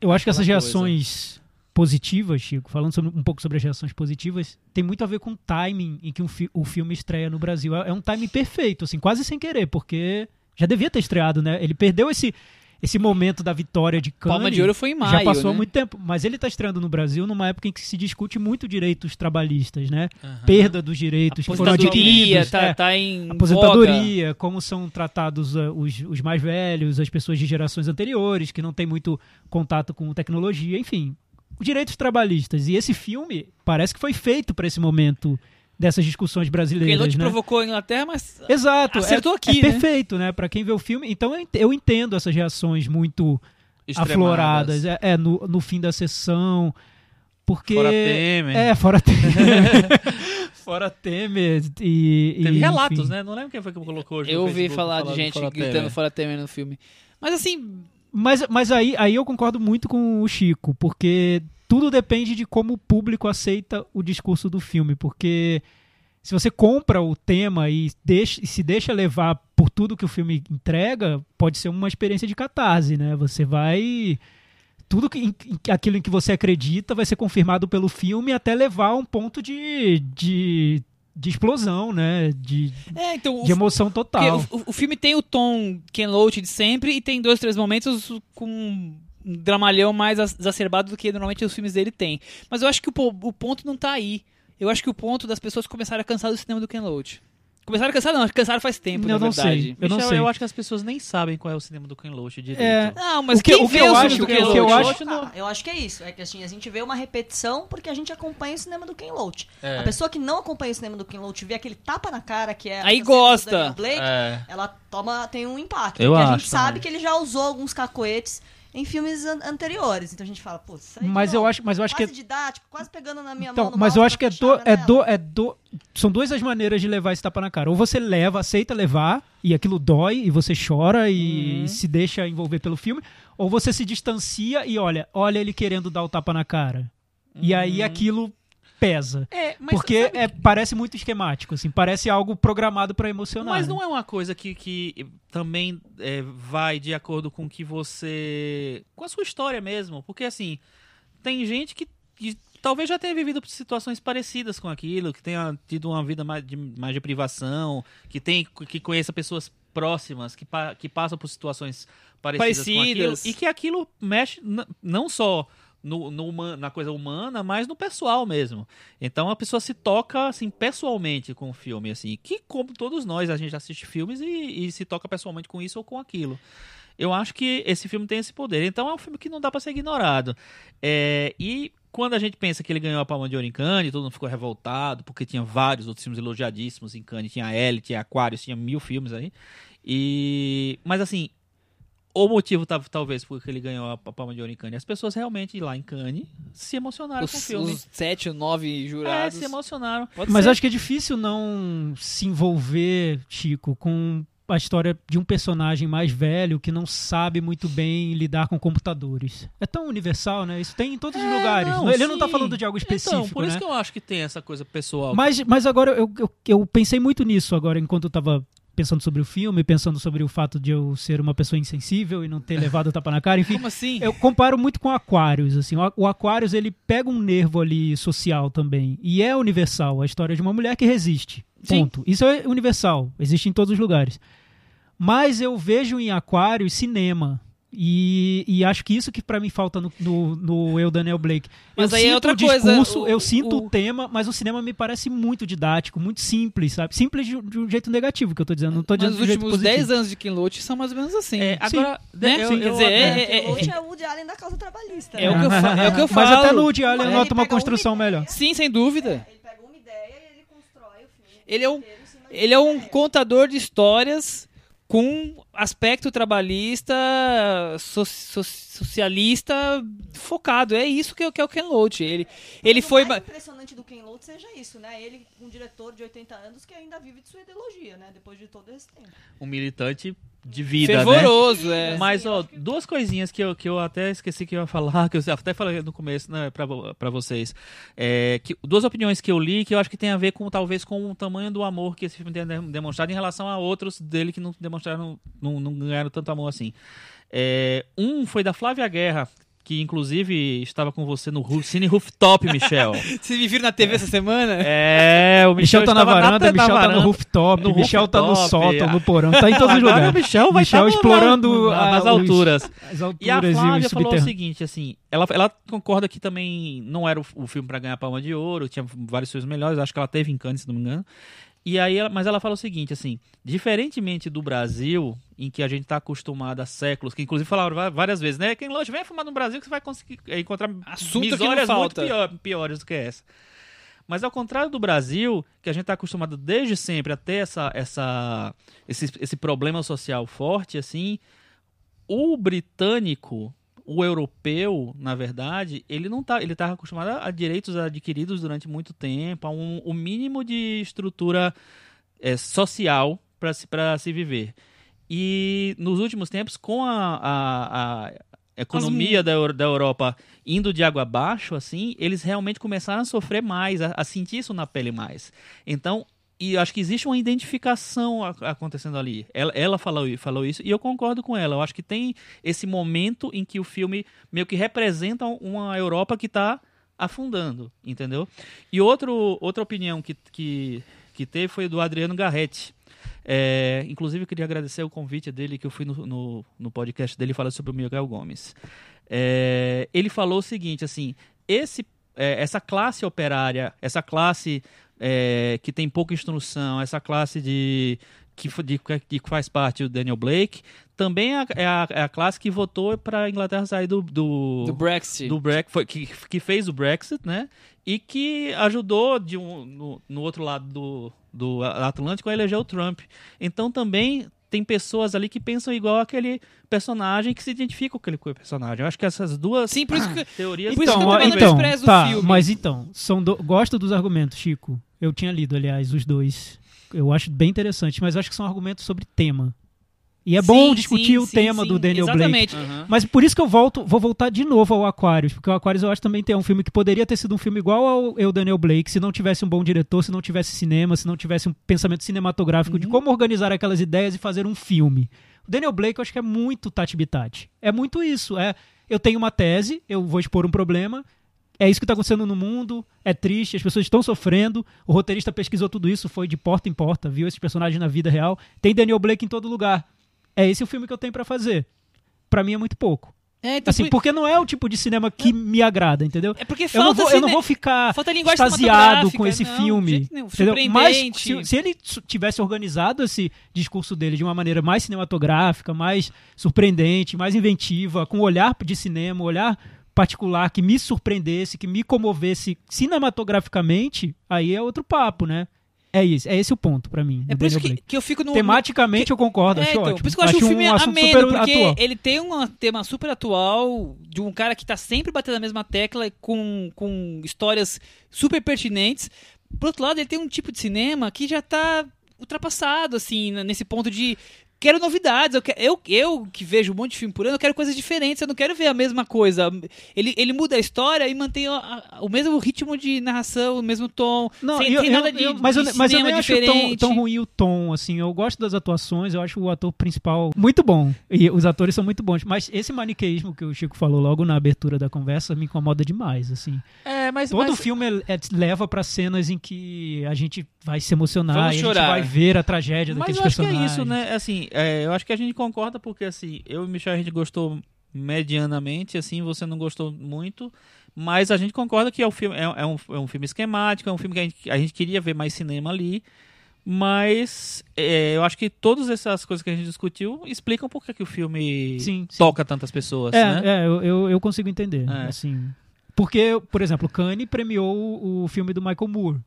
Speaker 5: Eu acho que essas
Speaker 4: Aquela
Speaker 5: reações positivas, Chico, falando sobre- um pouco sobre as reações positivas, tem muito a ver com o timing em que um fi- o filme estreia no Brasil. É é um timing perfeito, assim, quase sem querer, porque já devia ter estreado, né? Ele perdeu esse, esse momento da vitória de Cannes.
Speaker 3: Palma de Ouro foi em maio.
Speaker 5: já passou
Speaker 3: né?
Speaker 5: há muito tempo, mas ele está estreando no Brasil numa época em que se discute muito direitos trabalhistas, né? Perda dos direitos que foram
Speaker 3: Aposentadoria,
Speaker 5: adquiridos,
Speaker 3: tá,
Speaker 5: é.
Speaker 3: tá em. voga.
Speaker 5: aposentadoria, como são tratados eh, os, os mais velhos, as pessoas de gerações anteriores que não têm muito contato com tecnologia, enfim, os direitos trabalhistas. E esse filme parece que foi feito para esse momento dessas discussões
Speaker 3: O Ken
Speaker 5: brasileiras,
Speaker 3: Loach
Speaker 5: né?
Speaker 3: provocou a Inglaterra, mas.
Speaker 5: Exato, é-
Speaker 3: acertou
Speaker 5: é,
Speaker 3: aqui, né?
Speaker 5: perfeito, né? Para quem vê o filme, então eu ent- eu entendo essas reações muito afloradas, é, é, no, no fim da sessão, porque
Speaker 4: Fora Temer.
Speaker 5: é fora Temer, fora Temer e, e,
Speaker 4: Teve relatos,
Speaker 5: enfim.
Speaker 4: né? Não lembro quem foi que colocou hoje.
Speaker 3: Eu
Speaker 4: no
Speaker 3: ouvi
Speaker 4: Facebook
Speaker 3: falar de
Speaker 4: falando
Speaker 3: gente
Speaker 4: fora
Speaker 3: gritando
Speaker 4: Temer.
Speaker 3: fora Temer no filme. Mas assim,
Speaker 5: Mas, mas aí, aí eu concordo muito com o Chico, porque tudo depende de como o público aceita o discurso do filme, porque se você compra o tema e, deixa- e se deixa levar por tudo que o filme entrega, pode ser uma experiência de catarse, né? Você vai tudo que, em- em- aquilo em que você acredita vai ser confirmado pelo filme até levar a um ponto de, de, de explosão, né? De,
Speaker 3: é, então. o
Speaker 5: de emoção
Speaker 3: porque
Speaker 5: total.
Speaker 3: o, o- o filme tem o tom Ken Loach de sempre e tem dois, três momentos com um dramalhão mais as- exacerbado do que normalmente os filmes dele têm. Mas eu acho que o, po- o ponto não tá aí. Eu acho que o ponto das pessoas começaram a cansar do cinema do Ken Loach. Começaram a cansar, não, cansaram faz tempo, na
Speaker 5: Eu não
Speaker 3: verdade.
Speaker 5: sei. Eu
Speaker 4: Michel,
Speaker 5: não
Speaker 4: eu,
Speaker 5: sei.
Speaker 4: acho que as pessoas nem sabem qual é o cinema do Ken Loach direito.
Speaker 5: É.
Speaker 3: Não, mas
Speaker 5: O que-
Speaker 3: quem
Speaker 5: o que
Speaker 3: vê
Speaker 5: eu
Speaker 3: os
Speaker 5: acho-
Speaker 3: filmes do
Speaker 5: o que
Speaker 3: Ken
Speaker 5: eu
Speaker 3: Loach?
Speaker 5: acho-
Speaker 6: Tá, eu acho que é isso. É que assim, a gente vê uma repetição porque a gente acompanha o cinema do Ken Loach.
Speaker 5: É.
Speaker 6: A pessoa que não acompanha o cinema do Ken Loach vê aquele tapa na cara que
Speaker 3: Aí
Speaker 6: é essa cena do
Speaker 3: gosta.
Speaker 6: Daniel Blake,
Speaker 4: É.
Speaker 6: ela toma tem um impacto.
Speaker 4: Eu
Speaker 6: porque a
Speaker 4: acho
Speaker 6: gente sabe
Speaker 4: também.
Speaker 6: que ele já usou alguns cacoetes em filmes an- anteriores. Então a gente fala, pô, isso aí de
Speaker 5: Mas eu
Speaker 6: novo.
Speaker 5: acho, mas eu acho que é
Speaker 6: quase didático, quase pegando na minha
Speaker 5: Então,
Speaker 6: mão. no
Speaker 5: mas
Speaker 6: mouse
Speaker 5: eu
Speaker 6: pra
Speaker 5: acho que é
Speaker 6: fechar
Speaker 5: do,
Speaker 6: a
Speaker 5: é
Speaker 6: janela.
Speaker 5: do, é do, são duas as maneiras de levar esse tapa na cara. Ou você leva, aceita levar e aquilo dói e você chora e
Speaker 6: Uhum.
Speaker 5: se deixa envolver pelo filme, ou
Speaker 6: Uhum.
Speaker 5: você se distancia e olha, olha ele querendo dar o tapa na cara. E aí aquilo pesa.
Speaker 4: É, mas
Speaker 5: porque
Speaker 4: sabe
Speaker 5: é, parece muito esquemático, assim, parece algo programado pra emocionar.
Speaker 4: Mas
Speaker 5: né?
Speaker 4: não é uma coisa que, que também é, vai de acordo com que você. com a sua história mesmo. Porque, assim, tem gente que, que talvez já tenha vivido situações parecidas com aquilo, que tenha tido uma vida mais de, mais de privação, que, tem, que conheça pessoas próximas que, pa- que passam por situações parecidas,
Speaker 3: Parecidas.
Speaker 4: com aquilo. E que aquilo mexe n- não só. No, no human- na coisa humana, mas no pessoal mesmo. Então a pessoa se toca assim pessoalmente com o filme, assim, que como todos nós a gente assiste filmes e, e se toca pessoalmente com isso ou com aquilo. Eu acho que esse filme tem esse poder. Então é um filme que não dá pra ser ignorado. É, e quando a gente pensa que ele ganhou a Palma de Ouro em Cannes, todo mundo ficou revoltado porque tinha vários outros filmes elogiadíssimos em Cannes, tinha L, tinha Aquarius, tinha mil filmes aí. E mas assim, o motivo tal- talvez porque ele ganhou a Palma de Ouro em Cannes, as pessoas realmente lá em Cannes se emocionaram com o
Speaker 3: Os,
Speaker 4: filme.
Speaker 3: os sete, nove
Speaker 4: É,
Speaker 3: jurados.
Speaker 4: se emocionaram.
Speaker 3: Pode
Speaker 5: Mas
Speaker 3: ser.
Speaker 5: acho que é difícil não se envolver, Chico, com a história de um personagem mais velho que não sabe muito bem lidar com computadores. É tão universal, né? Isso tem em todos os
Speaker 4: É,
Speaker 5: lugares.
Speaker 4: não,
Speaker 5: Ele não tá
Speaker 4: sim.
Speaker 5: falando de algo específico,
Speaker 4: Então, por
Speaker 5: né?
Speaker 4: isso que eu acho que tem essa coisa pessoal.
Speaker 5: Mas, mas agora eu, eu, eu pensei muito nisso agora, enquanto eu tava pensando sobre o filme, pensando sobre o fato de eu ser uma pessoa insensível e não ter levado o tapa na cara, enfim.
Speaker 3: Como assim?
Speaker 5: Eu comparo muito com Aquarius, assim. O- O Aquarius, ele pega um nervo ali social também. E é universal. A história de uma mulher que resiste.
Speaker 3: Sim.
Speaker 5: Ponto. Isso é universal. Existe em todos os lugares. Mas eu vejo em Aquarius cinema. E, e acho que isso que pra mim falta no, no, no Eu, Daniel Blake.
Speaker 3: Mas
Speaker 5: eu
Speaker 3: aí é
Speaker 5: sinto
Speaker 3: outra
Speaker 5: o
Speaker 3: coisa,
Speaker 5: discurso,
Speaker 3: o-
Speaker 5: eu sinto o...
Speaker 3: o-
Speaker 5: tema, mas o cinema me parece muito didático, muito simples, sabe? Simples de, um- de um jeito negativo que eu tô dizendo. Não tô
Speaker 3: Mas
Speaker 5: dizendo
Speaker 3: os
Speaker 5: de um jeito
Speaker 3: últimos
Speaker 5: positivo.
Speaker 3: 10 anos de Ken Loach são mais ou menos assim.
Speaker 4: É, agora,
Speaker 3: né?
Speaker 4: eu-
Speaker 3: Sim,
Speaker 4: eu-
Speaker 3: quer dizer, é, é, é,
Speaker 6: Hoje
Speaker 3: é,
Speaker 6: é o Woody Allen da causa trabalhista. né?
Speaker 3: é o que eu fa- é o que eu
Speaker 5: Mas
Speaker 3: falo. um
Speaker 5: até no Woody Allen eu
Speaker 6: Ele
Speaker 5: noto uma
Speaker 6: pega uma
Speaker 5: construção
Speaker 6: ideia.
Speaker 5: melhor.
Speaker 3: Sim, sem dúvida.
Speaker 6: Ele pega uma ideia e ele constrói o filme.
Speaker 3: Ele é um-
Speaker 6: inteiro em cima de
Speaker 3: Ele é
Speaker 6: uma
Speaker 3: um
Speaker 6: ideia.
Speaker 3: contador de histórias com aspecto trabalhista, so- so- socialista focado. É isso que, é- que é o Ken Loach. Ele, ele
Speaker 6: Mas
Speaker 3: foi...
Speaker 6: O
Speaker 3: ma-
Speaker 6: mais impressionante do Ken Loach seja isso, né? Ele, um diretor de 80 anos que ainda vive de sua ideologia, né? Depois de todo esse tempo.
Speaker 4: um militante de vida, né?
Speaker 3: Fervoroso, é.
Speaker 4: Mas, ó, duas coisinhas que eu, que eu até esqueci que eu ia falar, que eu até falei no começo, né, pra, vo- pra vocês. É, que, duas opiniões que eu li que eu acho que tem a ver com, talvez, com o tamanho do amor que esse filme tem de- demonstrado em relação a outros dele que não demonstraram, não, não ganharam tanto amor assim. É, um foi da Flávia Guerra, que inclusive estava com você no Ru- Cine Rooftop, Michel.
Speaker 3: Vocês me viram na TV essa semana?
Speaker 4: É, o Michel,
Speaker 5: Michel tá na
Speaker 4: estava
Speaker 5: varanda, Michel tá no
Speaker 4: varanda.
Speaker 5: rooftop,
Speaker 4: No
Speaker 5: Michel tá no
Speaker 4: rooftop,
Speaker 5: sótão,
Speaker 4: é.
Speaker 5: no porão, tá em todos os
Speaker 4: Agora
Speaker 5: lugaros.
Speaker 4: o Michel vai
Speaker 5: Michel
Speaker 4: estar
Speaker 5: explorando
Speaker 4: na, nas
Speaker 5: a- os-
Speaker 4: alturas.
Speaker 5: As
Speaker 4: E a
Speaker 5: alturas e,
Speaker 4: Flávia
Speaker 5: o
Speaker 4: falou o
Speaker 5: subterrâneo.
Speaker 4: seguinte, assim, ela, ela concorda que também não era o, o filme pra ganhar Palma de Ouro, tinha vários filmes melhores, acho que ela teve em Cannes, se não me engano. E aí, ela- mas ela fala o seguinte, assim, diferentemente do Brasil, em que a gente tá acostumado há séculos, que inclusive falaram va- várias vezes, né? Quem longe vem fumar no Brasil que você vai conseguir eh, encontrar
Speaker 3: Assunto que não
Speaker 4: misórias muito
Speaker 3: falta.
Speaker 4: pior- piores do que essa. Mas ao contrário do Brasil, que a gente está acostumado desde sempre a ter essa, essa, esse, esse problema social forte, assim, o britânico, o europeu, na verdade, ele não tá, ele tá acostumado a direitos adquiridos durante muito tempo, a um, o mínimo de estrutura eh, social para se, pra se viver. E nos últimos tempos, com a, a- a economia da, Eu- da Europa indo de água abaixo, assim, eles realmente começaram a sofrer mais, a, a sentir isso na pele mais. Então, e eu acho que existe uma identificação a- acontecendo ali. Ela, ela falou, i- falou isso e eu concordo com ela. Eu acho que tem esse momento em que o filme meio que representa uma Europa que tá está afundando, entendeu? E outro, outra opinião que, que, que teve foi do Adriano Garretti. É, inclusive, eu queria agradecer o convite dele, que eu fui no, no, no podcast dele falar sobre o Miguel Gomes. É, ele falou o seguinte, assim, esse, é, essa classe operária, essa classe é, que tem pouca instrução, essa classe de que, fa- de, que faz parte do Daniel Blake, também é a, é a- é a classe que votou para a Inglaterra sair do-
Speaker 3: Do Brexit.
Speaker 4: do Brex- foi, que, que fez o Brexit, né? E que ajudou de um, no, no outro lado do, do Atlântico a eleger o Trump. Então também tem pessoas ali que pensam igual aquele personagem que se identificam com aquele personagem. Eu acho que essas duas Ah,
Speaker 3: Sim, por isso que...
Speaker 4: teorias
Speaker 3: Por isso
Speaker 5: Então,
Speaker 3: que eu tô
Speaker 5: ó,
Speaker 3: falando, eu
Speaker 5: então,
Speaker 3: desprezo o
Speaker 5: tá,
Speaker 3: filme.
Speaker 5: mas então, são do- gosto dos argumentos, Chico. Eu tinha lido, aliás, os dois. Eu acho bem interessante, mas acho que são argumentos sobre tema. E é
Speaker 3: Sim,
Speaker 5: bom discutir
Speaker 3: sim,
Speaker 5: o
Speaker 3: sim,
Speaker 5: tema
Speaker 3: sim,
Speaker 5: do Daniel Blake.
Speaker 3: Exatamente.
Speaker 5: Mas por isso que eu volto, vou voltar de novo ao Aquarius, porque o Aquarius eu acho também tem um filme que poderia ter sido um filme igual ao Eu Daniel Blake, se não tivesse um bom diretor, se não tivesse cinema, se não tivesse um pensamento cinematográfico de como organizar aquelas ideias e fazer um filme. O Daniel Blake eu acho que é muito tati-bitati. É muito isso, é eu tenho uma tese, eu vou expor um problema, é isso que está acontecendo no mundo, é triste, as pessoas estão sofrendo. O roteirista pesquisou tudo isso, foi de porta em porta, viu esses personagens na vida real. Tem Daniel Blake em todo lugar. É esse o filme que eu tenho pra fazer. Pra mim é muito pouco.
Speaker 3: É, então,
Speaker 5: Assim,
Speaker 3: por-
Speaker 5: porque não é o tipo de cinema que me agrada, entendeu?
Speaker 3: é porque
Speaker 5: Eu
Speaker 3: falta
Speaker 5: não vou, eu não
Speaker 3: cine-
Speaker 5: vou ficar
Speaker 3: falta linguagem
Speaker 5: extasiado com
Speaker 3: cinematográfica,
Speaker 5: esse
Speaker 3: não, de
Speaker 5: filme.
Speaker 3: jeito nenhum.
Speaker 5: entendeu? Mas
Speaker 3: Surpreendente.
Speaker 5: se, se ele su- tivesse organizado esse discurso dele de uma maneira mais cinematográfica, mais surpreendente, mais inventiva, com um olhar de cinema, um olhar particular que me surpreendesse, que me comovesse cinematograficamente, aí é outro papo, né? É isso, é esse o ponto pra mim.
Speaker 3: É
Speaker 5: do
Speaker 3: por isso
Speaker 5: Daniel
Speaker 3: que,
Speaker 5: Blake.
Speaker 3: que eu fico no.
Speaker 5: Tematicamente eu concordo,
Speaker 3: É,
Speaker 5: acho
Speaker 3: então,
Speaker 5: Ah, ótimo.
Speaker 3: por isso que eu acho, o filme
Speaker 5: um assunto
Speaker 3: ameno,
Speaker 5: super
Speaker 3: porque
Speaker 5: atual.
Speaker 3: ele tem um tema super atual de um cara que tá sempre batendo na mesma tecla e com, com histórias super pertinentes. Por outro lado, ele tem um tipo de cinema que já tá ultrapassado, assim, n- nesse ponto de. Quero novidades, eu, que- eu, eu que vejo um monte de filme por ano, eu quero coisas diferentes, eu não quero ver a mesma coisa. Ele, ele muda a história e mantém a- a- o mesmo ritmo de narração, o mesmo tom.
Speaker 5: Não,
Speaker 3: sem,
Speaker 5: eu,
Speaker 3: sem
Speaker 5: eu-
Speaker 3: nada de,
Speaker 5: eu- mas,
Speaker 3: de
Speaker 5: eu, mas eu
Speaker 3: cinema
Speaker 5: nem acho tão,
Speaker 3: diferente.
Speaker 5: tão ruim o tom, assim. Eu gosto das atuações, eu acho o ator principal muito bom. E os atores são muito bons. Mas esse maniqueísmo que o Chico falou logo na abertura da conversa me incomoda demais, assim.
Speaker 4: É, mas.
Speaker 5: Todo
Speaker 4: mas-
Speaker 5: filme é- é- leva pra cenas em que a gente vai se emocionar,
Speaker 3: Vamos
Speaker 5: e a gente
Speaker 3: chorar.
Speaker 5: vai ver a tragédia
Speaker 4: Mas
Speaker 5: daqueles
Speaker 4: eu acho que é
Speaker 5: personagens.
Speaker 4: isso, né? Assim, é, eu acho que a gente concorda porque, assim, eu e o Michel a gente gostou medianamente, assim, você não gostou muito, mas a gente concorda que é, o filme, é, é um, é um filme esquemático, é um filme que a gente, a gente queria ver mais cinema ali, mas é, eu acho que todas essas coisas que a gente discutiu explicam por que, que o filme
Speaker 5: Sim, sim.
Speaker 4: toca tantas pessoas,
Speaker 3: tipo assim,
Speaker 5: É,
Speaker 4: né?
Speaker 5: é, eu, eu, eu consigo entender,
Speaker 4: É.
Speaker 5: assim. Porque, por exemplo, Cannes premiou o- o filme do Michael Moore.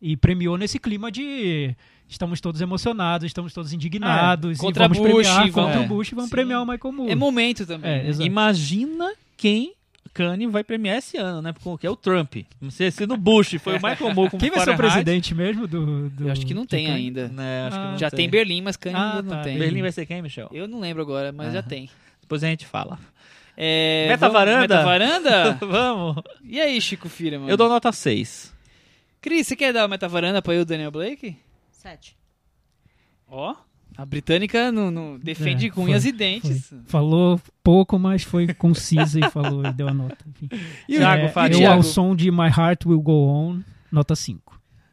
Speaker 5: E premiou nesse clima de estamos todos emocionados, estamos todos indignados. e
Speaker 3: É, contra
Speaker 5: vamos
Speaker 3: Bush,
Speaker 5: premiar,
Speaker 3: vamos-
Speaker 5: contra
Speaker 4: é.
Speaker 5: o Bush, vamos
Speaker 4: Sim.
Speaker 5: premiar o Michael Moore.
Speaker 3: É momento também.
Speaker 5: É, exato.
Speaker 4: Imagina quem Kanye vai premiar esse ano, né? Porque é o Trump. Não sei se no Bush foi o Michael Moore com
Speaker 5: Quem vai ser o
Speaker 4: Fahrenheit.
Speaker 5: presidente mesmo do... do-
Speaker 3: Eu acho que
Speaker 4: Hum,
Speaker 3: não
Speaker 5: de
Speaker 3: tem
Speaker 5: Cannes?
Speaker 3: ainda.
Speaker 4: Né, acho que
Speaker 5: Ah,
Speaker 4: não
Speaker 3: Já
Speaker 4: sei.
Speaker 3: tem Berlim, mas Cannes
Speaker 5: Ah,
Speaker 3: ainda não
Speaker 5: tá,
Speaker 3: tem.
Speaker 4: Berlim vai ser quem, Michel?
Speaker 3: Eu não lembro agora, mas já
Speaker 4: Aham.
Speaker 3: tem.
Speaker 4: Depois a gente fala.
Speaker 3: É,
Speaker 4: Meta
Speaker 3: vamos-
Speaker 4: varanda?
Speaker 3: Meta varanda?
Speaker 4: Vamos.
Speaker 3: E aí, Chico Fira, mano?
Speaker 4: Eu dou nota 6.
Speaker 3: Cris, você quer dar uma meta varanda pra eu, Daniel Blake?
Speaker 6: Sete.
Speaker 3: Ó. A britânica não, não defende
Speaker 5: É,
Speaker 3: com
Speaker 5: foi,
Speaker 3: unhas e dentes.
Speaker 5: Falou pouco, mas foi concisa e falou e deu a nota. Enfim.
Speaker 4: Thiago,
Speaker 5: é,
Speaker 4: fala,
Speaker 5: eu,
Speaker 3: Thiago.
Speaker 5: ao som de My Heart Will Go On, nota 5.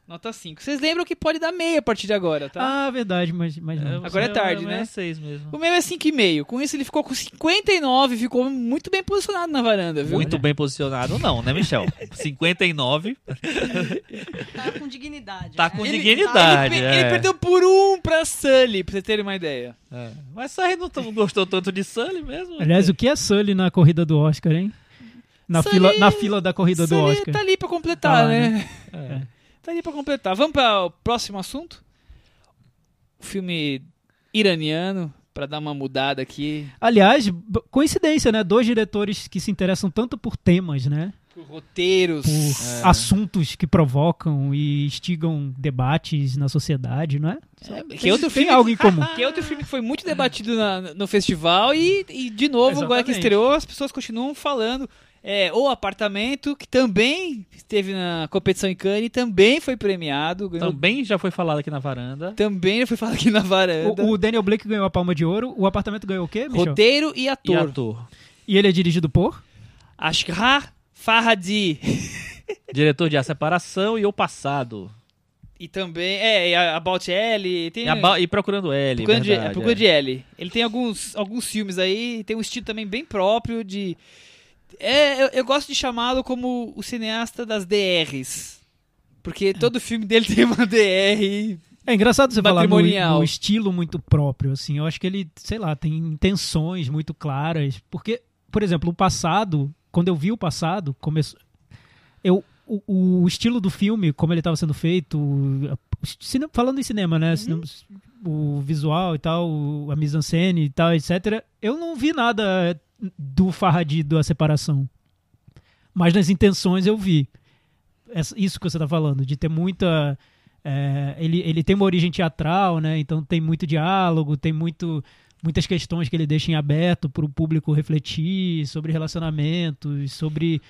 Speaker 3: Nota 5. Vocês lembram que pode dar meia a partir de agora, tá?
Speaker 5: Ah, verdade, mas, mas não.
Speaker 3: Agora é tarde, né?
Speaker 4: É 6 mesmo.
Speaker 3: O meu é 5,5. Com isso ele ficou com 59, ficou muito bem posicionado na varanda, viu?
Speaker 4: Muito bem posicionado, não, né, Michel? 59.
Speaker 6: Tá com dignidade.
Speaker 4: Tá
Speaker 6: né?
Speaker 4: com
Speaker 6: Ele-
Speaker 4: dignidade.
Speaker 3: Ele,
Speaker 4: é.
Speaker 3: ele perdeu por um pra Sully, pra vocês terem uma ideia.
Speaker 4: É. Mas Sarri não tão- gostou tanto de Sully mesmo?
Speaker 5: Aliás, o que é Sully na corrida do Oscar, hein? Na,
Speaker 3: Sully-
Speaker 5: fila, na fila da corrida do
Speaker 3: Sully
Speaker 5: Oscar.
Speaker 3: tá ali pra completar,
Speaker 5: Tá lá,
Speaker 3: né?
Speaker 5: né?
Speaker 3: Tá ali pra completar. Vamos para o próximo assunto? O filme iraniano, pra dar uma mudada aqui.
Speaker 5: Aliás, b- coincidência, né? Dois diretores que se interessam tanto por temas, né?
Speaker 3: Por roteiros. É.
Speaker 5: Por assuntos que provocam e instigam debates na sociedade, não é?
Speaker 3: É, que
Speaker 5: Tem-
Speaker 3: é outro
Speaker 5: tem
Speaker 3: filme
Speaker 5: algo em comum.
Speaker 3: Que é outro filme que foi muito debatido na- no festival e, e, de novo, agora que
Speaker 5: Exatamente.
Speaker 3: estreou, as pessoas continuam falando. É, o Apartamento, que também esteve na competição em Cannes, também foi premiado. ganhou-
Speaker 4: Também já foi falado aqui na varanda.
Speaker 3: também foi falado aqui na varanda.
Speaker 5: O, o Daniel Blake ganhou a Palma de Ouro, o apartamento ganhou o quê, Michel?
Speaker 3: Roteiro e
Speaker 4: E
Speaker 3: ator.
Speaker 4: ator.
Speaker 5: E ele é dirigido por?
Speaker 3: Ashghar Farhadi.
Speaker 4: Diretor de A Separação e O Passado.
Speaker 3: E também, é, e a About L, tem...
Speaker 4: E, a ba- e Procurando L.
Speaker 3: Procurando de-
Speaker 4: verdade,
Speaker 3: é, Procurando de L. Ele tem alguns, alguns filmes aí, tem um estilo também bem próprio de... É, eu, eu gosto de chamá-lo como o cineasta das DRs. Porque todo filme dele tem uma DR.
Speaker 5: É engraçado você falar no,
Speaker 3: Matrimonial.
Speaker 5: no estilo muito próprio, assim. Eu acho que ele, sei lá, tem intenções muito claras. Porque, por exemplo, o passado, quando eu vi o passado, começou. Eu, o, o estilo do filme, como ele estava sendo feito, a- cine- falando em cinema, né? cinema- o visual e tal, o- a mise en scène e tal, etc. Eu não vi nada do Farhadi da separação. Mas nas intenções eu vi. Essa- Isso que você tá falando, de ter muita. é, ele, ele tem uma origem teatral, né? Então tem muito diálogo, tem muito muitas questões que ele deixa em aberto para o público refletir sobre relacionamentos, sobre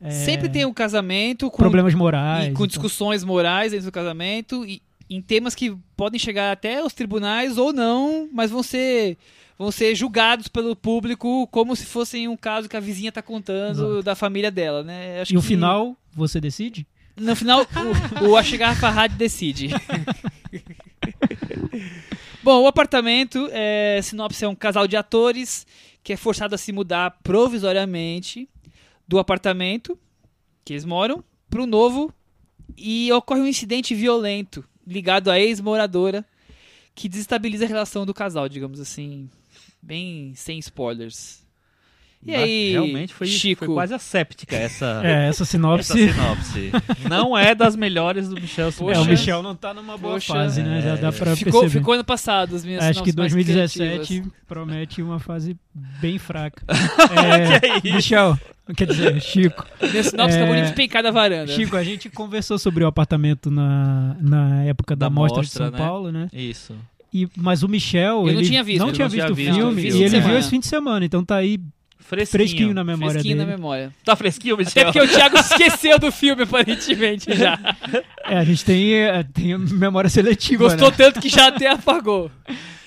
Speaker 5: é,
Speaker 3: Sempre tem um casamento com,
Speaker 5: problemas
Speaker 3: e
Speaker 5: morais.
Speaker 3: com
Speaker 5: então.
Speaker 3: discussões morais dentro do casamento e em temas que podem chegar até os tribunais ou não, mas vão ser vão ser julgados pelo público como se fossem um caso que a vizinha tá contando da família dela, né? Acho
Speaker 5: E o
Speaker 3: que-
Speaker 5: final, você decide?
Speaker 3: No final, o, o A Chegar Farhad decide. Bom, o apartamento, é, sinopse é um casal de atores que é forçado a se mudar provisoriamente do apartamento que eles moram para o novo e ocorre um incidente violento ligado à ex-moradora que desestabiliza a relação do casal, digamos assim, bem sem spoilers. E
Speaker 4: Ah,
Speaker 3: aí,
Speaker 4: Realmente foi,
Speaker 3: Chico?
Speaker 4: foi quase asséptica essa,
Speaker 3: Ah.
Speaker 5: É, essa
Speaker 4: essa
Speaker 5: sinopse.
Speaker 4: sinopse. Não é das melhores do Michel
Speaker 5: É,
Speaker 4: Simões.
Speaker 5: o
Speaker 3: Poxa.
Speaker 5: Michel não tá numa boa
Speaker 3: Poxa. é,
Speaker 5: fase, né? Já dá pra
Speaker 3: Ficou,
Speaker 5: perceber. É,
Speaker 3: ficou ano passado as minhas
Speaker 5: Acho que
Speaker 3: sinopses mais assim.
Speaker 5: 2017
Speaker 3: criativas.
Speaker 5: promete uma fase bem fraca. É, Michel, quer dizer, Chico.
Speaker 3: Minha sinopse
Speaker 5: É,
Speaker 3: acabou de despencar da varanda.
Speaker 5: Chico, a gente conversou sobre o apartamento na, na época da,
Speaker 4: Da
Speaker 5: mostra, de
Speaker 4: mostra,
Speaker 5: São
Speaker 4: né?
Speaker 5: Paulo, né?
Speaker 4: Isso.
Speaker 5: E, mas o Michel,
Speaker 3: Eu não
Speaker 5: ele
Speaker 3: tinha visto,
Speaker 5: não
Speaker 3: eu
Speaker 5: tinha
Speaker 4: não tinha
Speaker 5: visto o
Speaker 4: visto,
Speaker 5: filme
Speaker 4: eu vi
Speaker 5: e
Speaker 4: esse
Speaker 5: ele
Speaker 4: fim de
Speaker 5: viu esse
Speaker 3: semana.
Speaker 5: fim de semana, então tá aí
Speaker 4: Fresquinho.
Speaker 5: fresquinho na memória
Speaker 3: Fresquinho na
Speaker 5: dele.
Speaker 3: memória.
Speaker 4: Tá fresquinho, Michel?
Speaker 3: É porque o Thiago esqueceu do filme, aparentemente, já.
Speaker 5: É, a gente tem, é, tem memória seletiva,
Speaker 3: Gostou
Speaker 5: né?
Speaker 3: tanto que já até apagou.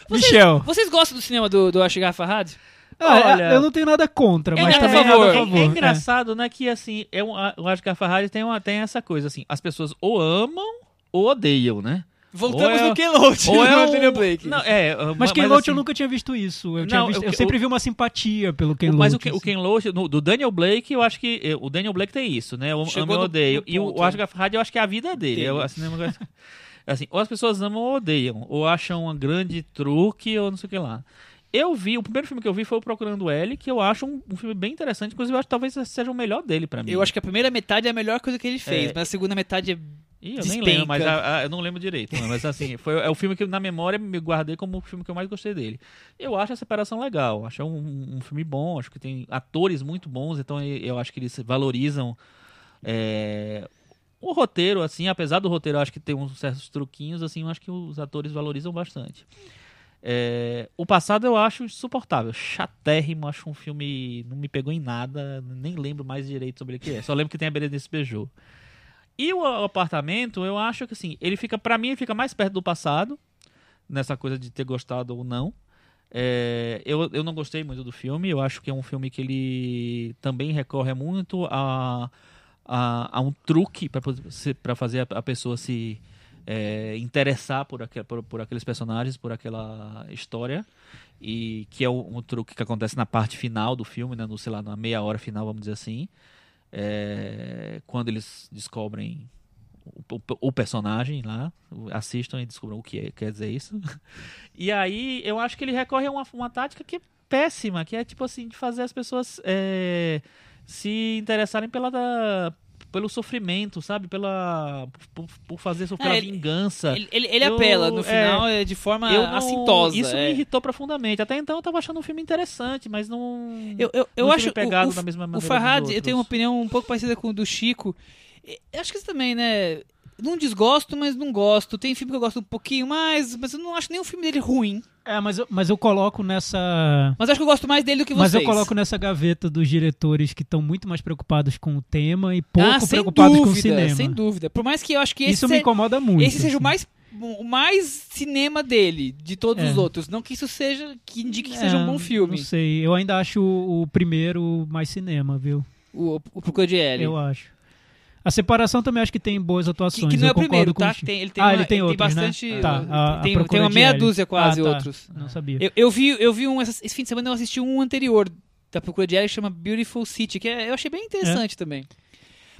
Speaker 3: Vocês-
Speaker 5: Michel.
Speaker 3: Vocês gostam do cinema do, do Ashigar Farhad?
Speaker 5: Ah,
Speaker 4: Olha-
Speaker 5: eu não tenho nada contra,
Speaker 3: É,
Speaker 5: mas
Speaker 3: nada a
Speaker 5: também
Speaker 3: favor.
Speaker 5: nada a
Speaker 4: É,
Speaker 5: favor.
Speaker 4: é engraçado, né? Que assim, eu, a- eu acho que a Ferrari tem, uma, tem essa coisa, assim, as pessoas ou amam ou odeiam, né?
Speaker 3: Voltamos
Speaker 4: Ou é-
Speaker 3: no Keynote,
Speaker 4: Ou
Speaker 3: no
Speaker 4: é um-
Speaker 3: Antônio Blake.
Speaker 4: Não, é,
Speaker 5: Mas Ken
Speaker 4: mas,
Speaker 5: Loach
Speaker 4: assim,
Speaker 5: eu nunca tinha visto isso. Eu, tinha
Speaker 4: Não,
Speaker 5: visto-
Speaker 4: o
Speaker 5: eu
Speaker 4: que-
Speaker 5: sempre vi uma simpatia pelo Ken
Speaker 4: o-
Speaker 5: Loach.
Speaker 4: mas o, Ken- o
Speaker 5: assim.
Speaker 4: Ken Loach, no- do Daniel Blake, eu acho que. eh, O Daniel Blake tem isso, né? Eu
Speaker 3: Chegou
Speaker 4: amo eu
Speaker 3: no-
Speaker 4: odeio.
Speaker 3: no
Speaker 4: E o
Speaker 3: ponto,
Speaker 4: Ash Gaffard, eu acho que é a vida dele.
Speaker 3: Dele.
Speaker 4: Eu, assim, não é uma coisa- assim, ou as pessoas amam ou odeiam. Ou acham um grande truque, ou não sei o que lá. Eu vi, o primeiro filme que eu vi foi o Procurando L, que eu acho um, um filme bem interessante. Inclusive, eu acho que talvez seja o melhor dele pra mim.
Speaker 3: Eu acho que a primeira metade é a melhor coisa que ele fez,
Speaker 4: É.
Speaker 3: mas a segunda metade é...
Speaker 4: Ih, eu
Speaker 3: Despenca.
Speaker 4: nem lembro, mas a- a- eu não lembro direito. né? Mas assim, foi, é o filme que na memória me guardei como o filme que eu mais gostei dele. Eu acho a separação legal, acho um, um filme bom, acho que tem atores muito bons, então e- eu acho que eles valorizam é, o roteiro, assim, apesar do roteiro eu acho que tem uns certos truquinhos, assim, eu acho que os atores valorizam bastante. É, o passado eu acho insuportável, chatérrimo, acho um filme, não me pegou em nada, nem lembro mais direito sobre o que é, só lembro que tem a Berenice Beijou. E o apartamento, eu acho que assim, ele fica, pra mim, ele fica mais perto do passado, nessa coisa de ter gostado ou não. É, eu, eu não gostei muito do filme, eu acho que é um filme que ele também recorre muito a, a, a um truque para fazer a, a pessoa se é, interessar por, aque, por, por aqueles personagens, por aquela história, e que é um, um truque que acontece na parte final do filme, né, no, sei lá, na meia hora final, vamos dizer assim é, quando eles descobrem o, o- o personagem lá, o- assistam e descubram o que é, quer dizer isso. E aí eu acho que ele recorre a uma, uma tática que é péssima, que é tipo assim, de fazer as pessoas é, se interessarem pela. da- pelo sofrimento, sabe? Pela. Por, por fazer
Speaker 3: Ah,
Speaker 4: pela
Speaker 3: ele-
Speaker 4: vingança.
Speaker 3: Ele, ele, ele
Speaker 4: É. Eu-
Speaker 3: apela no
Speaker 4: é.
Speaker 3: final é, de forma
Speaker 4: Eu não-
Speaker 3: assintosa.
Speaker 4: Isso
Speaker 3: é.
Speaker 4: me irritou profundamente. Até então eu tava achando um filme interessante, mas não.
Speaker 3: Eu, eu, eu
Speaker 4: Não
Speaker 3: acho
Speaker 4: tive pegado
Speaker 3: o, o,
Speaker 4: da mesma
Speaker 3: o
Speaker 4: maneira
Speaker 3: Farhad,
Speaker 4: dos
Speaker 3: eu tenho uma
Speaker 4: outros.
Speaker 3: opinião um pouco parecida com o do Chico. E- eu Acho que isso também, né? Não desgosto, mas não gosto. Tem filme que eu gosto um pouquinho mais, mas eu não acho nenhum filme dele ruim.
Speaker 5: É, mas eu, mas eu coloco nessa.
Speaker 3: Mas acho que eu gosto mais dele do que vocês.
Speaker 5: Mas eu coloco um nessa gaveta dos diretores que estão muito mais preocupados com o tema e pouco
Speaker 3: ah, sem
Speaker 5: preocupados
Speaker 3: dúvida,
Speaker 5: com o cinema.
Speaker 3: sem dúvida. Por mais que eu acho que esse,
Speaker 5: Isso me
Speaker 3: se-
Speaker 5: incomoda muito.
Speaker 3: esse seja o
Speaker 5: assim.
Speaker 3: mais o mais cinema dele, de todos
Speaker 5: É.
Speaker 3: os outros. Não que isso seja, que indique que seja um
Speaker 5: É,
Speaker 3: bom
Speaker 5: Não
Speaker 3: filme.
Speaker 5: sei, eu ainda acho o o primeiro mais cinema, viu?
Speaker 3: O, o Procura de Ellie.
Speaker 5: Eu acho. A separação também acho que tem boas
Speaker 3: Que,
Speaker 5: atuações.
Speaker 3: que não
Speaker 5: eu
Speaker 3: é o
Speaker 5: concordo
Speaker 3: primeiro,
Speaker 5: com
Speaker 3: tá?
Speaker 5: o Chico.
Speaker 3: Tem- ele tem,
Speaker 5: ah,
Speaker 3: uma-
Speaker 5: ele tem outros,
Speaker 3: bastante.
Speaker 5: né? Tá, a- a
Speaker 3: tem,
Speaker 5: Procura
Speaker 3: tem uma
Speaker 5: de
Speaker 3: meia
Speaker 5: Ellie.
Speaker 3: dúzia quase
Speaker 5: Ah, tá.
Speaker 3: outros.
Speaker 5: Não sabia.
Speaker 3: Eu, eu vi, eu vi um, essa- esse fim de semana eu assisti um anterior da Procura de Ellie que chama Beautiful City, que é- eu achei bem interessante também.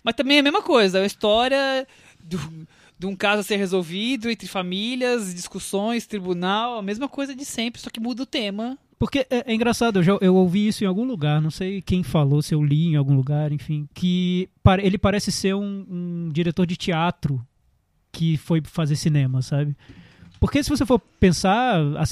Speaker 3: Mas também é a mesma coisa, a história do- de um caso a ser resolvido entre famílias, discussões, tribunal, a mesma coisa de sempre, só que muda o tema.
Speaker 5: Porque é, é engraçado, eu, já- eu ouvi isso em algum lugar, não sei quem falou, se eu li em algum lugar, enfim, que pare- ele parece ser um, um diretor de teatro que foi fazer cinema, sabe? Porque se você for pensar, a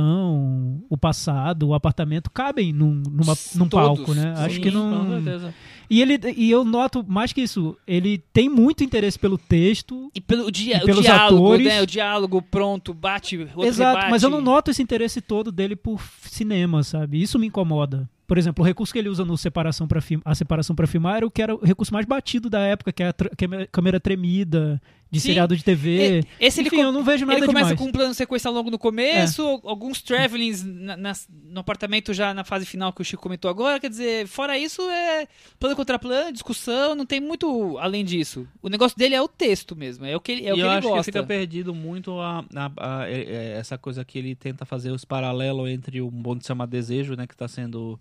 Speaker 5: separação, o passado, o apartamento, cabem num, numa, num
Speaker 3: Todos.
Speaker 5: palco, né? Acho
Speaker 4: Sim,
Speaker 5: que
Speaker 4: Com
Speaker 5: não.
Speaker 4: certeza.
Speaker 5: E, ele, e eu noto mais que isso, ele tem muito interesse pelo texto.
Speaker 3: E pelo dia,
Speaker 5: E pelos
Speaker 3: o diálogo,
Speaker 5: atores.
Speaker 3: né? O diálogo pronto, bate, outro
Speaker 5: Exato,
Speaker 3: rebate.
Speaker 5: mas eu não noto esse interesse todo dele por cinema, sabe? Isso me incomoda. Por exemplo, o recurso que ele usa no separação para a separação para filmar era o que era o recurso mais batido da época, que é a tr- câmera- câmera tremida de
Speaker 3: Sim.
Speaker 5: seriado de TV.
Speaker 3: E- Esse
Speaker 5: Enfim,
Speaker 3: ele,
Speaker 5: eu não vejo nada
Speaker 3: Ele começa
Speaker 5: demais.
Speaker 3: com um plano sequencial longo no
Speaker 4: É.
Speaker 3: começo, al- alguns travelings na- nas- no apartamento já na fase final que o Chico comentou agora. Quer dizer, fora isso, é plano contra plano, discussão, não tem muito além disso. O negócio dele é o texto mesmo, é o que ele, é o
Speaker 4: e
Speaker 3: que
Speaker 4: eu
Speaker 3: ele
Speaker 4: acho
Speaker 3: gosta.
Speaker 4: que fica perdido muito a, a- a- é- é- essa coisa que ele tenta fazer os paralelos entre um bom de chamar desejo, né, que está sendo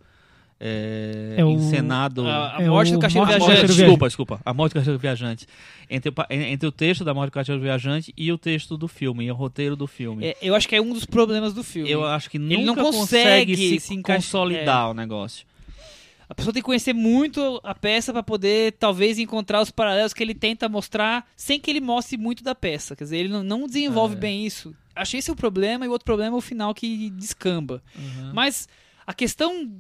Speaker 4: é,
Speaker 5: É o-
Speaker 4: encenado.
Speaker 3: A, a
Speaker 5: É
Speaker 3: morte
Speaker 5: o
Speaker 3: do cachorro
Speaker 5: Morte do
Speaker 4: A morte-
Speaker 3: viajante.
Speaker 5: Viajante.
Speaker 4: desculpa, desculpa. A morte do cachorro viajante. Entre, o pa- en- entre o texto da morte do cachorro viajante e o texto do filme, e o roteiro do filme.
Speaker 3: É, eu acho que é um dos problemas do filme.
Speaker 4: Eu acho que nunca
Speaker 3: Ele não
Speaker 4: consegue,
Speaker 3: consegue
Speaker 4: se,
Speaker 3: se encaixa-
Speaker 4: consolidar o negócio.
Speaker 3: A pessoa tem que conhecer muito a peça pra poder, talvez, encontrar os paralelos que ele tenta mostrar sem que ele mostre muito da peça. Quer dizer, ele não- não desenvolve bem isso. Achei esse o problema e o outro problema é o final que descamba. Mas a questão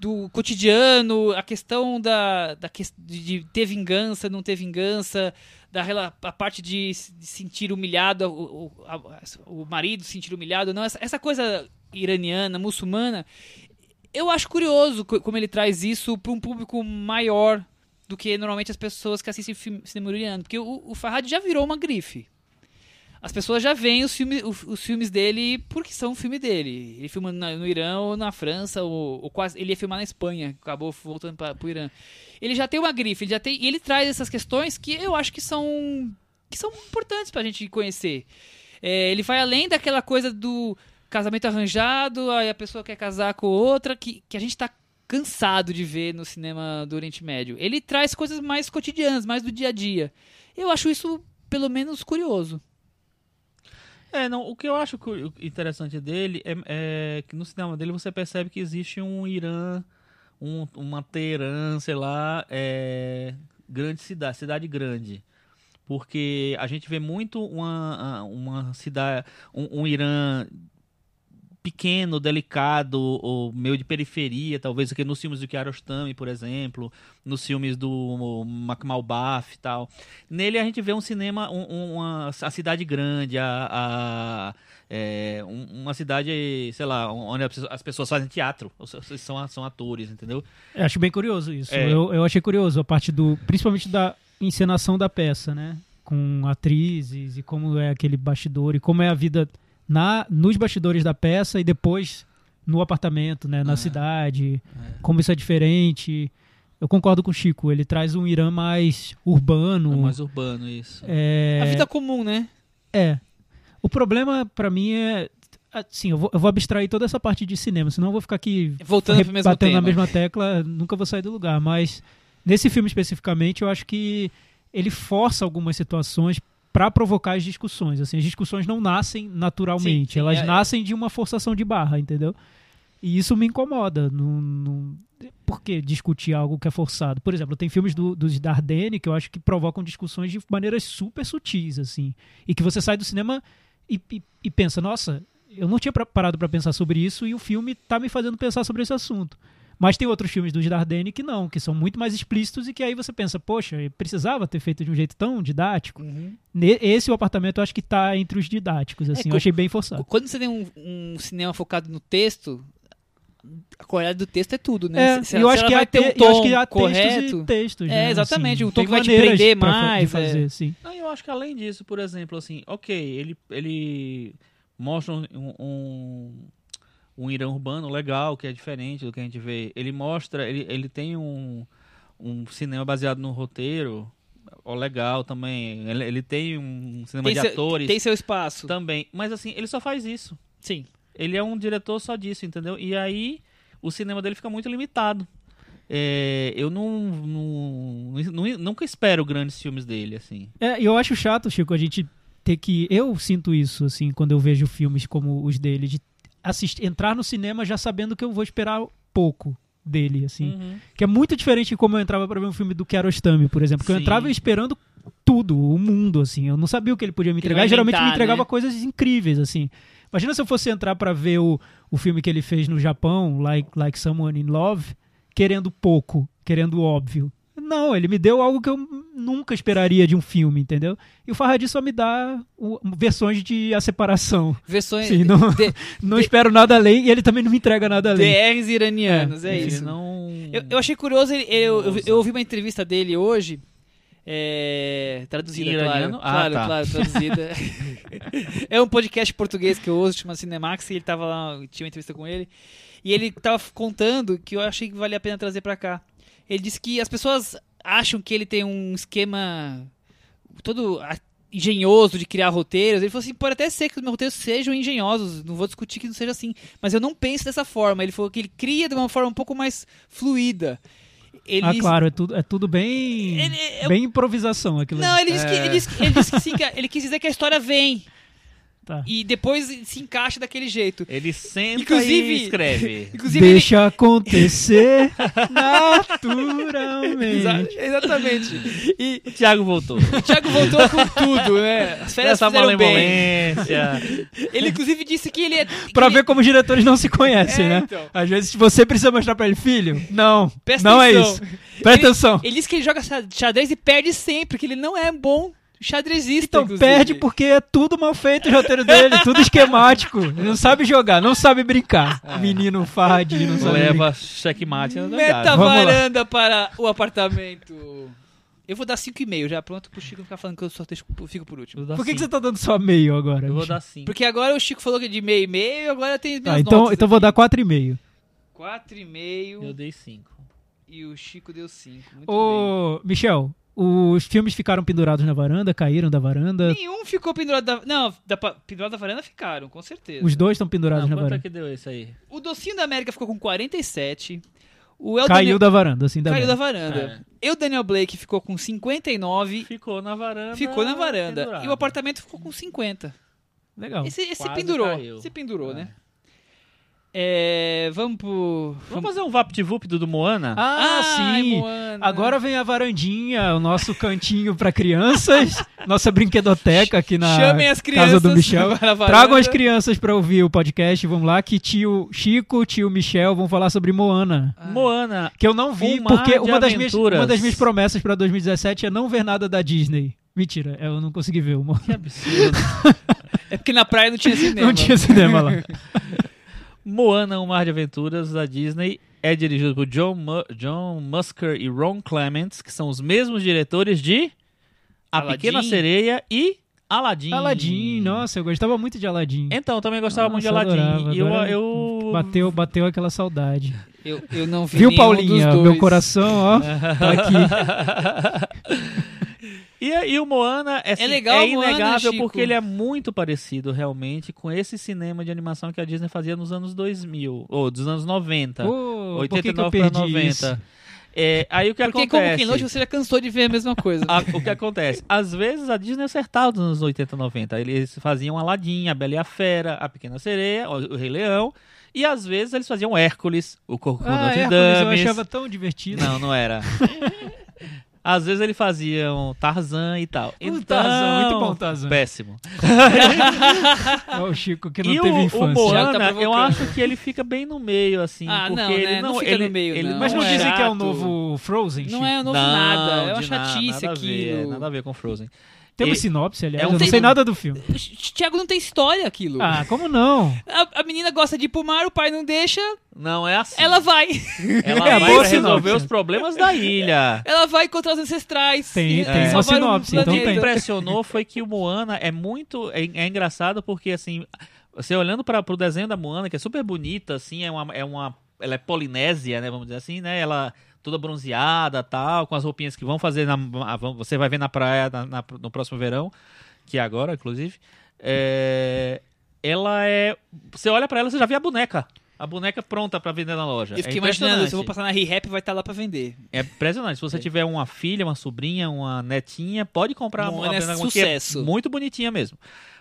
Speaker 3: do cotidiano, a questão da, da ques- de de ter vingança, não ter vingança, da rela- a parte de se de sentir humilhado, o, o- a- o marido se sentir humilhado, não essa, essa coisa iraniana, muçulmana, eu acho curioso co- como ele traz isso para um público maior do que normalmente as pessoas que assistem filme, cinema iraniano, porque o, o Farhad já virou uma grife. As pessoas já veem os, filme, o- os filmes dele porque são o filme dele. Ele filma na- no Irã ou na França, ou, ou quase. Ele ia filmar na Espanha, acabou voltando para o Irã. Ele já tem uma grife, ele já tem. E ele traz essas questões que eu acho que são. que são importantes pra gente conhecer. É, ele vai além daquela coisa do casamento arranjado, aí a pessoa quer casar com outra, que, que a gente tá cansado de ver no cinema do Oriente Médio. Ele traz coisas mais cotidianas, mais do dia a dia. Eu acho isso, pelo menos, curioso.
Speaker 4: É, não, o que eu acho cu- interessante dele é, é que no cinema dele você percebe que existe um Irã, um, uma Teherã, sei lá, é, grande cidade, cidade grande. Porque a gente vê muito uma, a- uma cidade, um, um Irã pequeno, delicado, ou meio de periferia, talvez, aqui nos filmes do Kiarostami, por exemplo, nos filmes do Macmal Baf e tal. Nele a gente vê um cinema, um- um- uma, a cidade grande, a, a- é, um- uma cidade, sei lá, onde as pessoas- as pessoas fazem teatro, ou se- são, são atores, entendeu?
Speaker 5: Eu acho bem curioso isso.
Speaker 4: É.
Speaker 5: Eu, eu achei curioso a parte do. Principalmente da encenação da peça, né? Com atrizes e como é aquele bastidor e como é a vida na, nos bastidores da peça e depois no apartamento, né? Na cidade. Como isso é diferente. Eu concordo com o Chico, ele traz um Irã mais urbano.
Speaker 4: É mais urbano isso.
Speaker 5: é,
Speaker 3: A vida comum, né?
Speaker 5: é. O problema pra mim é. Assim, eu vou, eu vou abstrair toda essa parte de cinema, senão eu vou ficar aqui
Speaker 3: Voltando pro mesmo
Speaker 5: batendo
Speaker 3: tema.
Speaker 5: na mesma tecla, nunca vou sair do lugar. Mas nesse filme especificamente, eu acho que ele força algumas situações para provocar as discussões. Assim, as discussões não nascem naturalmente,
Speaker 3: Sim, sim,
Speaker 5: elas
Speaker 3: é-
Speaker 5: nascem de uma forçação de barra, entendeu? E isso me incomoda. Não, não- Por que discutir algo que é forçado? Por exemplo, tem filmes do, dos Dardenne que eu acho que provocam discussões de maneiras super sutis, assim. E que você sai do cinema e, e- e pensa, nossa, eu não tinha pra- parado para pensar sobre isso e o filme tá me fazendo pensar sobre esse assunto. Mas tem outros filmes dos Dardenne que não, que são muito mais explícitos e que aí você pensa, poxa, eu precisava ter feito de um jeito tão didático.
Speaker 3: Uhum.
Speaker 5: Ne- Esse o apartamento eu acho que tá entre os didáticos, assim,
Speaker 3: É co-
Speaker 5: eu achei bem forçado.
Speaker 3: Qu- Quando você tem um, um cinema focado no texto, a qualidade do texto é tudo, né?
Speaker 5: É,
Speaker 3: Se- se
Speaker 5: eu
Speaker 3: ela-
Speaker 5: acho
Speaker 3: se
Speaker 5: que
Speaker 3: ela
Speaker 5: há
Speaker 3: vai ter um
Speaker 5: te- eu acho
Speaker 3: tom
Speaker 5: que há textos
Speaker 3: correto.
Speaker 5: e textos,
Speaker 3: É,
Speaker 5: né,
Speaker 3: exatamente,
Speaker 5: assim,
Speaker 3: o tom
Speaker 5: tem
Speaker 3: que vai te
Speaker 5: maneiras
Speaker 3: prender
Speaker 5: pra fa- de
Speaker 3: mais, é.
Speaker 5: fazer, assim. sim.
Speaker 4: Não, eu acho que além disso, por exemplo, assim, ok, ele, ele mostra um, um, um Irã urbano legal, que é diferente do que a gente vê. Ele mostra, ele, ele tem um, um cinema baseado no roteiro, ó, legal também. Ele, ele tem um cinema
Speaker 3: Tem
Speaker 4: de
Speaker 3: seu,
Speaker 4: atores
Speaker 3: tem seu espaço.
Speaker 4: também. Mas assim, ele só faz isso.
Speaker 3: Sim.
Speaker 4: Ele é um diretor só disso, entendeu? E aí o cinema dele fica muito limitado. É, eu não, não, não- nunca espero grandes filmes dele, assim.
Speaker 5: É, e eu acho chato, Chico, a gente ter que. Eu sinto isso, assim, quando eu vejo filmes como os dele, de assistir, entrar no cinema já sabendo que eu vou esperar pouco dele, assim. Que é muito diferente de como eu entrava pra ver um filme do Kiarostami, por exemplo. Que eu
Speaker 4: Sim.
Speaker 5: entrava esperando tudo, o mundo, assim. Eu não sabia o que ele podia me
Speaker 3: Que ele
Speaker 5: entregar.
Speaker 3: vai
Speaker 5: Geralmente me
Speaker 3: inventar,
Speaker 5: entregava
Speaker 3: né?
Speaker 5: coisas incríveis, assim. Imagina se eu fosse entrar pra ver o, o filme que ele fez no Japão, like, like Someone in Love, querendo pouco, querendo óbvio. Não, ele me deu algo que eu nunca esperaria de um filme, entendeu? E o Farhadi só me dá o- versões de A Separação.
Speaker 3: Versões
Speaker 5: Sim, não, não espero nada além e ele também não me entrega nada além.
Speaker 3: DRs iranianos, é,
Speaker 4: Ele
Speaker 3: isso.
Speaker 4: não.
Speaker 3: Eu, eu achei curioso, ele- eu, eu,
Speaker 4: Nossa.
Speaker 3: eu ouvi uma entrevista dele hoje, é, traduzida,
Speaker 4: Em
Speaker 3: claro,
Speaker 4: iraniano? Ah,
Speaker 3: claro,
Speaker 4: tá.
Speaker 3: claro, traduzida. é um podcast português que eu ouço, chama Cinemax, e ele tava lá, tinha uma entrevista com ele, e ele tava f- contando que eu achei que valia a pena trazer pra cá. Ele disse que as pessoas acham que ele tem um esquema todo a- engenhoso de criar roteiros. Ele falou assim: pode até ser que os meus roteiros sejam engenhosos, não vou discutir que não seja assim, mas eu não penso dessa forma. Ele falou que ele cria de uma forma um pouco mais fluida. Ele
Speaker 5: Ah, claro, é tudo, é tudo bem,
Speaker 3: Ele- é, eu-
Speaker 5: bem improvisação aquilo ali.
Speaker 3: Não, ele disse que, ele disse, que- ele disse que sim, que ele quis dizer que a história vem
Speaker 5: Tá.
Speaker 3: e depois se encaixa daquele jeito.
Speaker 4: Ele senta
Speaker 3: Inclusive-
Speaker 4: e escreve.
Speaker 3: Inclusive, ele-
Speaker 5: Deixa acontecer naturalmente.
Speaker 3: Exa- Exatamente. E
Speaker 4: O Thiago voltou.
Speaker 3: o Thiago voltou com tudo, né? As férias
Speaker 4: Essa
Speaker 5: é
Speaker 3: fizeram bem.
Speaker 4: malemolência.
Speaker 3: Ele, inclusive, disse que ele é.
Speaker 5: Pra
Speaker 3: que ele-
Speaker 5: ver como os diretores não se conhecem,
Speaker 3: É,
Speaker 5: né?
Speaker 3: então.
Speaker 5: Às vezes você precisa mostrar pra ele, filho, não,
Speaker 3: Presta
Speaker 5: não é
Speaker 3: atenção.
Speaker 5: isso. Presta
Speaker 3: Ele-
Speaker 5: atenção.
Speaker 3: Ele diz que ele joga xa- xadrez e perde sempre, que ele não é bom xadrezista.
Speaker 5: Então
Speaker 3: inclusive.
Speaker 5: perde porque é tudo mal feito o roteiro dele, tudo esquemático. Ele não sabe jogar, não sabe brincar.
Speaker 3: É.
Speaker 5: Menino Fard, não sabe brincar.
Speaker 4: Leva checkmate. na
Speaker 3: Meta a
Speaker 4: verdade.
Speaker 5: Vamos lá.
Speaker 3: varanda para o apartamento. Eu vou dar 5,5 já, pronto, pro Chico não ficar falando que eu só deixo- fico por último.
Speaker 4: Vou dar
Speaker 5: Por que, que você
Speaker 4: cinco.
Speaker 5: tá dando só meio agora?
Speaker 4: assim. Eu vou
Speaker 5: bicho?
Speaker 4: dar sim.
Speaker 3: Porque agora o Chico falou que é de meio e meio, agora tem as minhas
Speaker 5: Ah, então,
Speaker 3: notas
Speaker 5: então
Speaker 3: aqui.
Speaker 5: vou dar 4,5.
Speaker 3: Quatro e
Speaker 4: Eu
Speaker 3: meio
Speaker 4: dei cinco.
Speaker 3: e o Chico deu cinco. Muito
Speaker 5: Ô, Michel, os filmes ficaram pendurados na varanda, caíram da varanda.
Speaker 3: bem. Nenhum ficou pendurado da... Não, da... pa- pendurado da varanda ficaram, com certeza.
Speaker 5: Os dois estão pendurados
Speaker 4: Não,
Speaker 5: na
Speaker 4: quanto é
Speaker 5: varanda.
Speaker 4: que deu esse aí?
Speaker 3: O Docinho da América ficou com 47. O El
Speaker 5: Caiu
Speaker 3: Daniel...
Speaker 5: da varanda, assim, da
Speaker 3: Caiu da
Speaker 5: varanda.
Speaker 4: É.
Speaker 3: varanda. Eu, Daniel Blake, ficou com 59.
Speaker 4: Ficou na varanda.
Speaker 3: Ficou na varanda.
Speaker 4: pendurado.
Speaker 3: E o apartamento ficou com 50.
Speaker 5: Legal.
Speaker 3: Esse, esse
Speaker 4: quase
Speaker 3: pendurou.
Speaker 4: caiu.
Speaker 3: Esse pendurou,
Speaker 4: É.
Speaker 3: né? É, vamos pro.
Speaker 4: Vamos fazer um VaptVup do do Moana?
Speaker 5: Ah,
Speaker 3: Ai,
Speaker 5: sim.
Speaker 3: Moana.
Speaker 5: Agora vem a varandinha, o nosso cantinho pra crianças, nossa brinquedoteca aqui na
Speaker 3: Chamem as
Speaker 5: casa
Speaker 3: crianças
Speaker 5: do Michel.
Speaker 3: na varanda.
Speaker 5: Tragam as crianças pra ouvir o podcast, vamos lá que tio Chico, tio Michel vão falar sobre Moana.
Speaker 3: Ah.
Speaker 4: Moana.
Speaker 5: Que eu não vi,
Speaker 4: Um mar
Speaker 5: porque
Speaker 4: de
Speaker 5: uma das, minhas,
Speaker 4: aventuras.
Speaker 5: uma das minhas promessas pra 2017 é não ver nada da Disney. Mentira, eu não consegui ver o Moana.
Speaker 4: Que absurdo.
Speaker 3: É porque na praia não tinha cinema.
Speaker 5: Não tinha cinema lá.
Speaker 4: Moana, um mar de aventuras da Disney. É dirigido por John, Mu- John Musker e Ron Clements, que são os mesmos diretores de A
Speaker 3: Aladdin.
Speaker 4: Pequena Sereia e Aladdin.
Speaker 5: Aladdin, nossa, eu gostava muito de Aladdin.
Speaker 4: Então, eu também gostava muito de
Speaker 5: Nossa,
Speaker 4: Aladdin.
Speaker 5: adorava,
Speaker 4: e eu,
Speaker 5: adorava.
Speaker 4: eu...
Speaker 5: Bateu, bateu aquela saudade.
Speaker 3: Eu, eu não vi.
Speaker 5: Viu,
Speaker 3: nenhum
Speaker 5: Paulinha?
Speaker 3: dos dois.
Speaker 5: Meu coração, ó, tá aqui.
Speaker 4: E, e o Moana é, assim,
Speaker 3: É legal
Speaker 4: é
Speaker 3: o Moana,
Speaker 4: inegável
Speaker 3: Chico.
Speaker 4: porque ele é muito parecido realmente com esse cinema de animação que a Disney fazia nos anos 2000, ou dos anos 90.
Speaker 5: Ô, por que que eu
Speaker 4: 89 para
Speaker 5: perdi
Speaker 4: 90.
Speaker 5: isso?
Speaker 4: É, aí o que
Speaker 3: Porque como
Speaker 4: acontece?
Speaker 3: que hoje você já cansou de ver a mesma coisa.
Speaker 5: Ah,
Speaker 4: A- o que acontece? Às vezes a Disney acertava nos anos 80 e 90. Eles faziam Aladdin, a Bela e a Fera, a Pequena Sereia, o, o Rei Leão. E às vezes eles faziam Hércules, o Corcunda
Speaker 5: Ah,
Speaker 4: de
Speaker 5: Hércules, eu
Speaker 4: Dames.
Speaker 5: achava tão divertido.
Speaker 4: Não, não era. Às vezes eles faziam Tarzan e tal.
Speaker 5: O
Speaker 4: Então,
Speaker 5: Tarzan, muito bom, Tarzan.
Speaker 4: Péssimo.
Speaker 5: Ó, o Chico que não
Speaker 4: E
Speaker 5: teve
Speaker 4: o, o
Speaker 5: infância.
Speaker 3: Moana-
Speaker 4: Moana, eu
Speaker 3: tá provocando.
Speaker 4: acho que ele fica bem no meio, assim.
Speaker 3: Ah,
Speaker 4: porque
Speaker 3: não, né?
Speaker 4: ele
Speaker 3: Não
Speaker 4: não
Speaker 3: fica
Speaker 4: ele,
Speaker 3: no meio,
Speaker 4: ele
Speaker 3: não.
Speaker 5: Mas não,
Speaker 4: é.
Speaker 5: dizem que é o
Speaker 3: chato.
Speaker 5: novo Frozen, Chico?
Speaker 3: Não é novo
Speaker 4: Não,
Speaker 3: nada. É uma
Speaker 4: de nada,
Speaker 3: chatice
Speaker 4: nada a ver, é
Speaker 3: aquilo.
Speaker 4: Nada a ver com Frozen.
Speaker 5: Tem uma
Speaker 4: E-
Speaker 5: sinopse, aliás,
Speaker 4: é um
Speaker 5: eu não sei
Speaker 4: filme-
Speaker 5: nada do filme.
Speaker 3: O Ch- Thiago não tem história aquilo.
Speaker 5: Ah, como não?
Speaker 3: A, a menina gosta de ir pro mar, o pai não deixa,
Speaker 4: Não é assim.
Speaker 3: ela vai.
Speaker 4: Ela
Speaker 5: É
Speaker 4: vai
Speaker 5: boa
Speaker 4: pra resolver
Speaker 5: sinopse.
Speaker 4: os problemas da ilha.
Speaker 3: Ela vai encontrar os ancestrais.
Speaker 5: Tem-
Speaker 3: e é,
Speaker 5: tem
Speaker 3: salvar
Speaker 5: uma
Speaker 3: o
Speaker 5: sinopse, então
Speaker 3: planeta.
Speaker 5: tem.
Speaker 4: Me impressionou foi que o Moana é muito. É, é engraçado porque, assim, você olhando para o desenho da Moana, que é super bonita, assim, é uma, é uma. Ela é polinésia, né? Vamos dizer assim, né? Ela toda bronzeada tal, com as roupinhas que vão fazer. Na, a- vão- você vai ver na praia na- na- no próximo verão, que é agora, inclusive. É, ela é. Você olha para ela, você já vê a boneca. A boneca pronta para vender na loja.
Speaker 3: Eu fiquei
Speaker 4: é
Speaker 3: imaginando, se eu
Speaker 4: impressionante.
Speaker 3: vou passar na Re-Rap, vai estar lá pra vender.
Speaker 4: É impressionante. Se você tiver uma filha, uma sobrinha, uma netinha, pode comprar
Speaker 3: Moana
Speaker 4: uma
Speaker 3: é
Speaker 4: Bela Moana, que
Speaker 3: sucesso.
Speaker 4: muito bonitinha mesmo.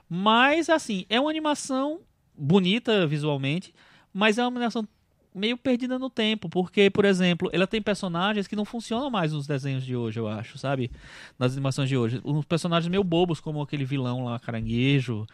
Speaker 4: Mas, assim, é uma animação bonita visualmente, mas é uma animação meio perdida no tempo, porque, por exemplo, ela tem personagens que não funcionam mais nos desenhos de hoje, eu acho, sabe? Nas animações de hoje. Uns personagens meio bobos, como aquele vilão lá, caranguejo.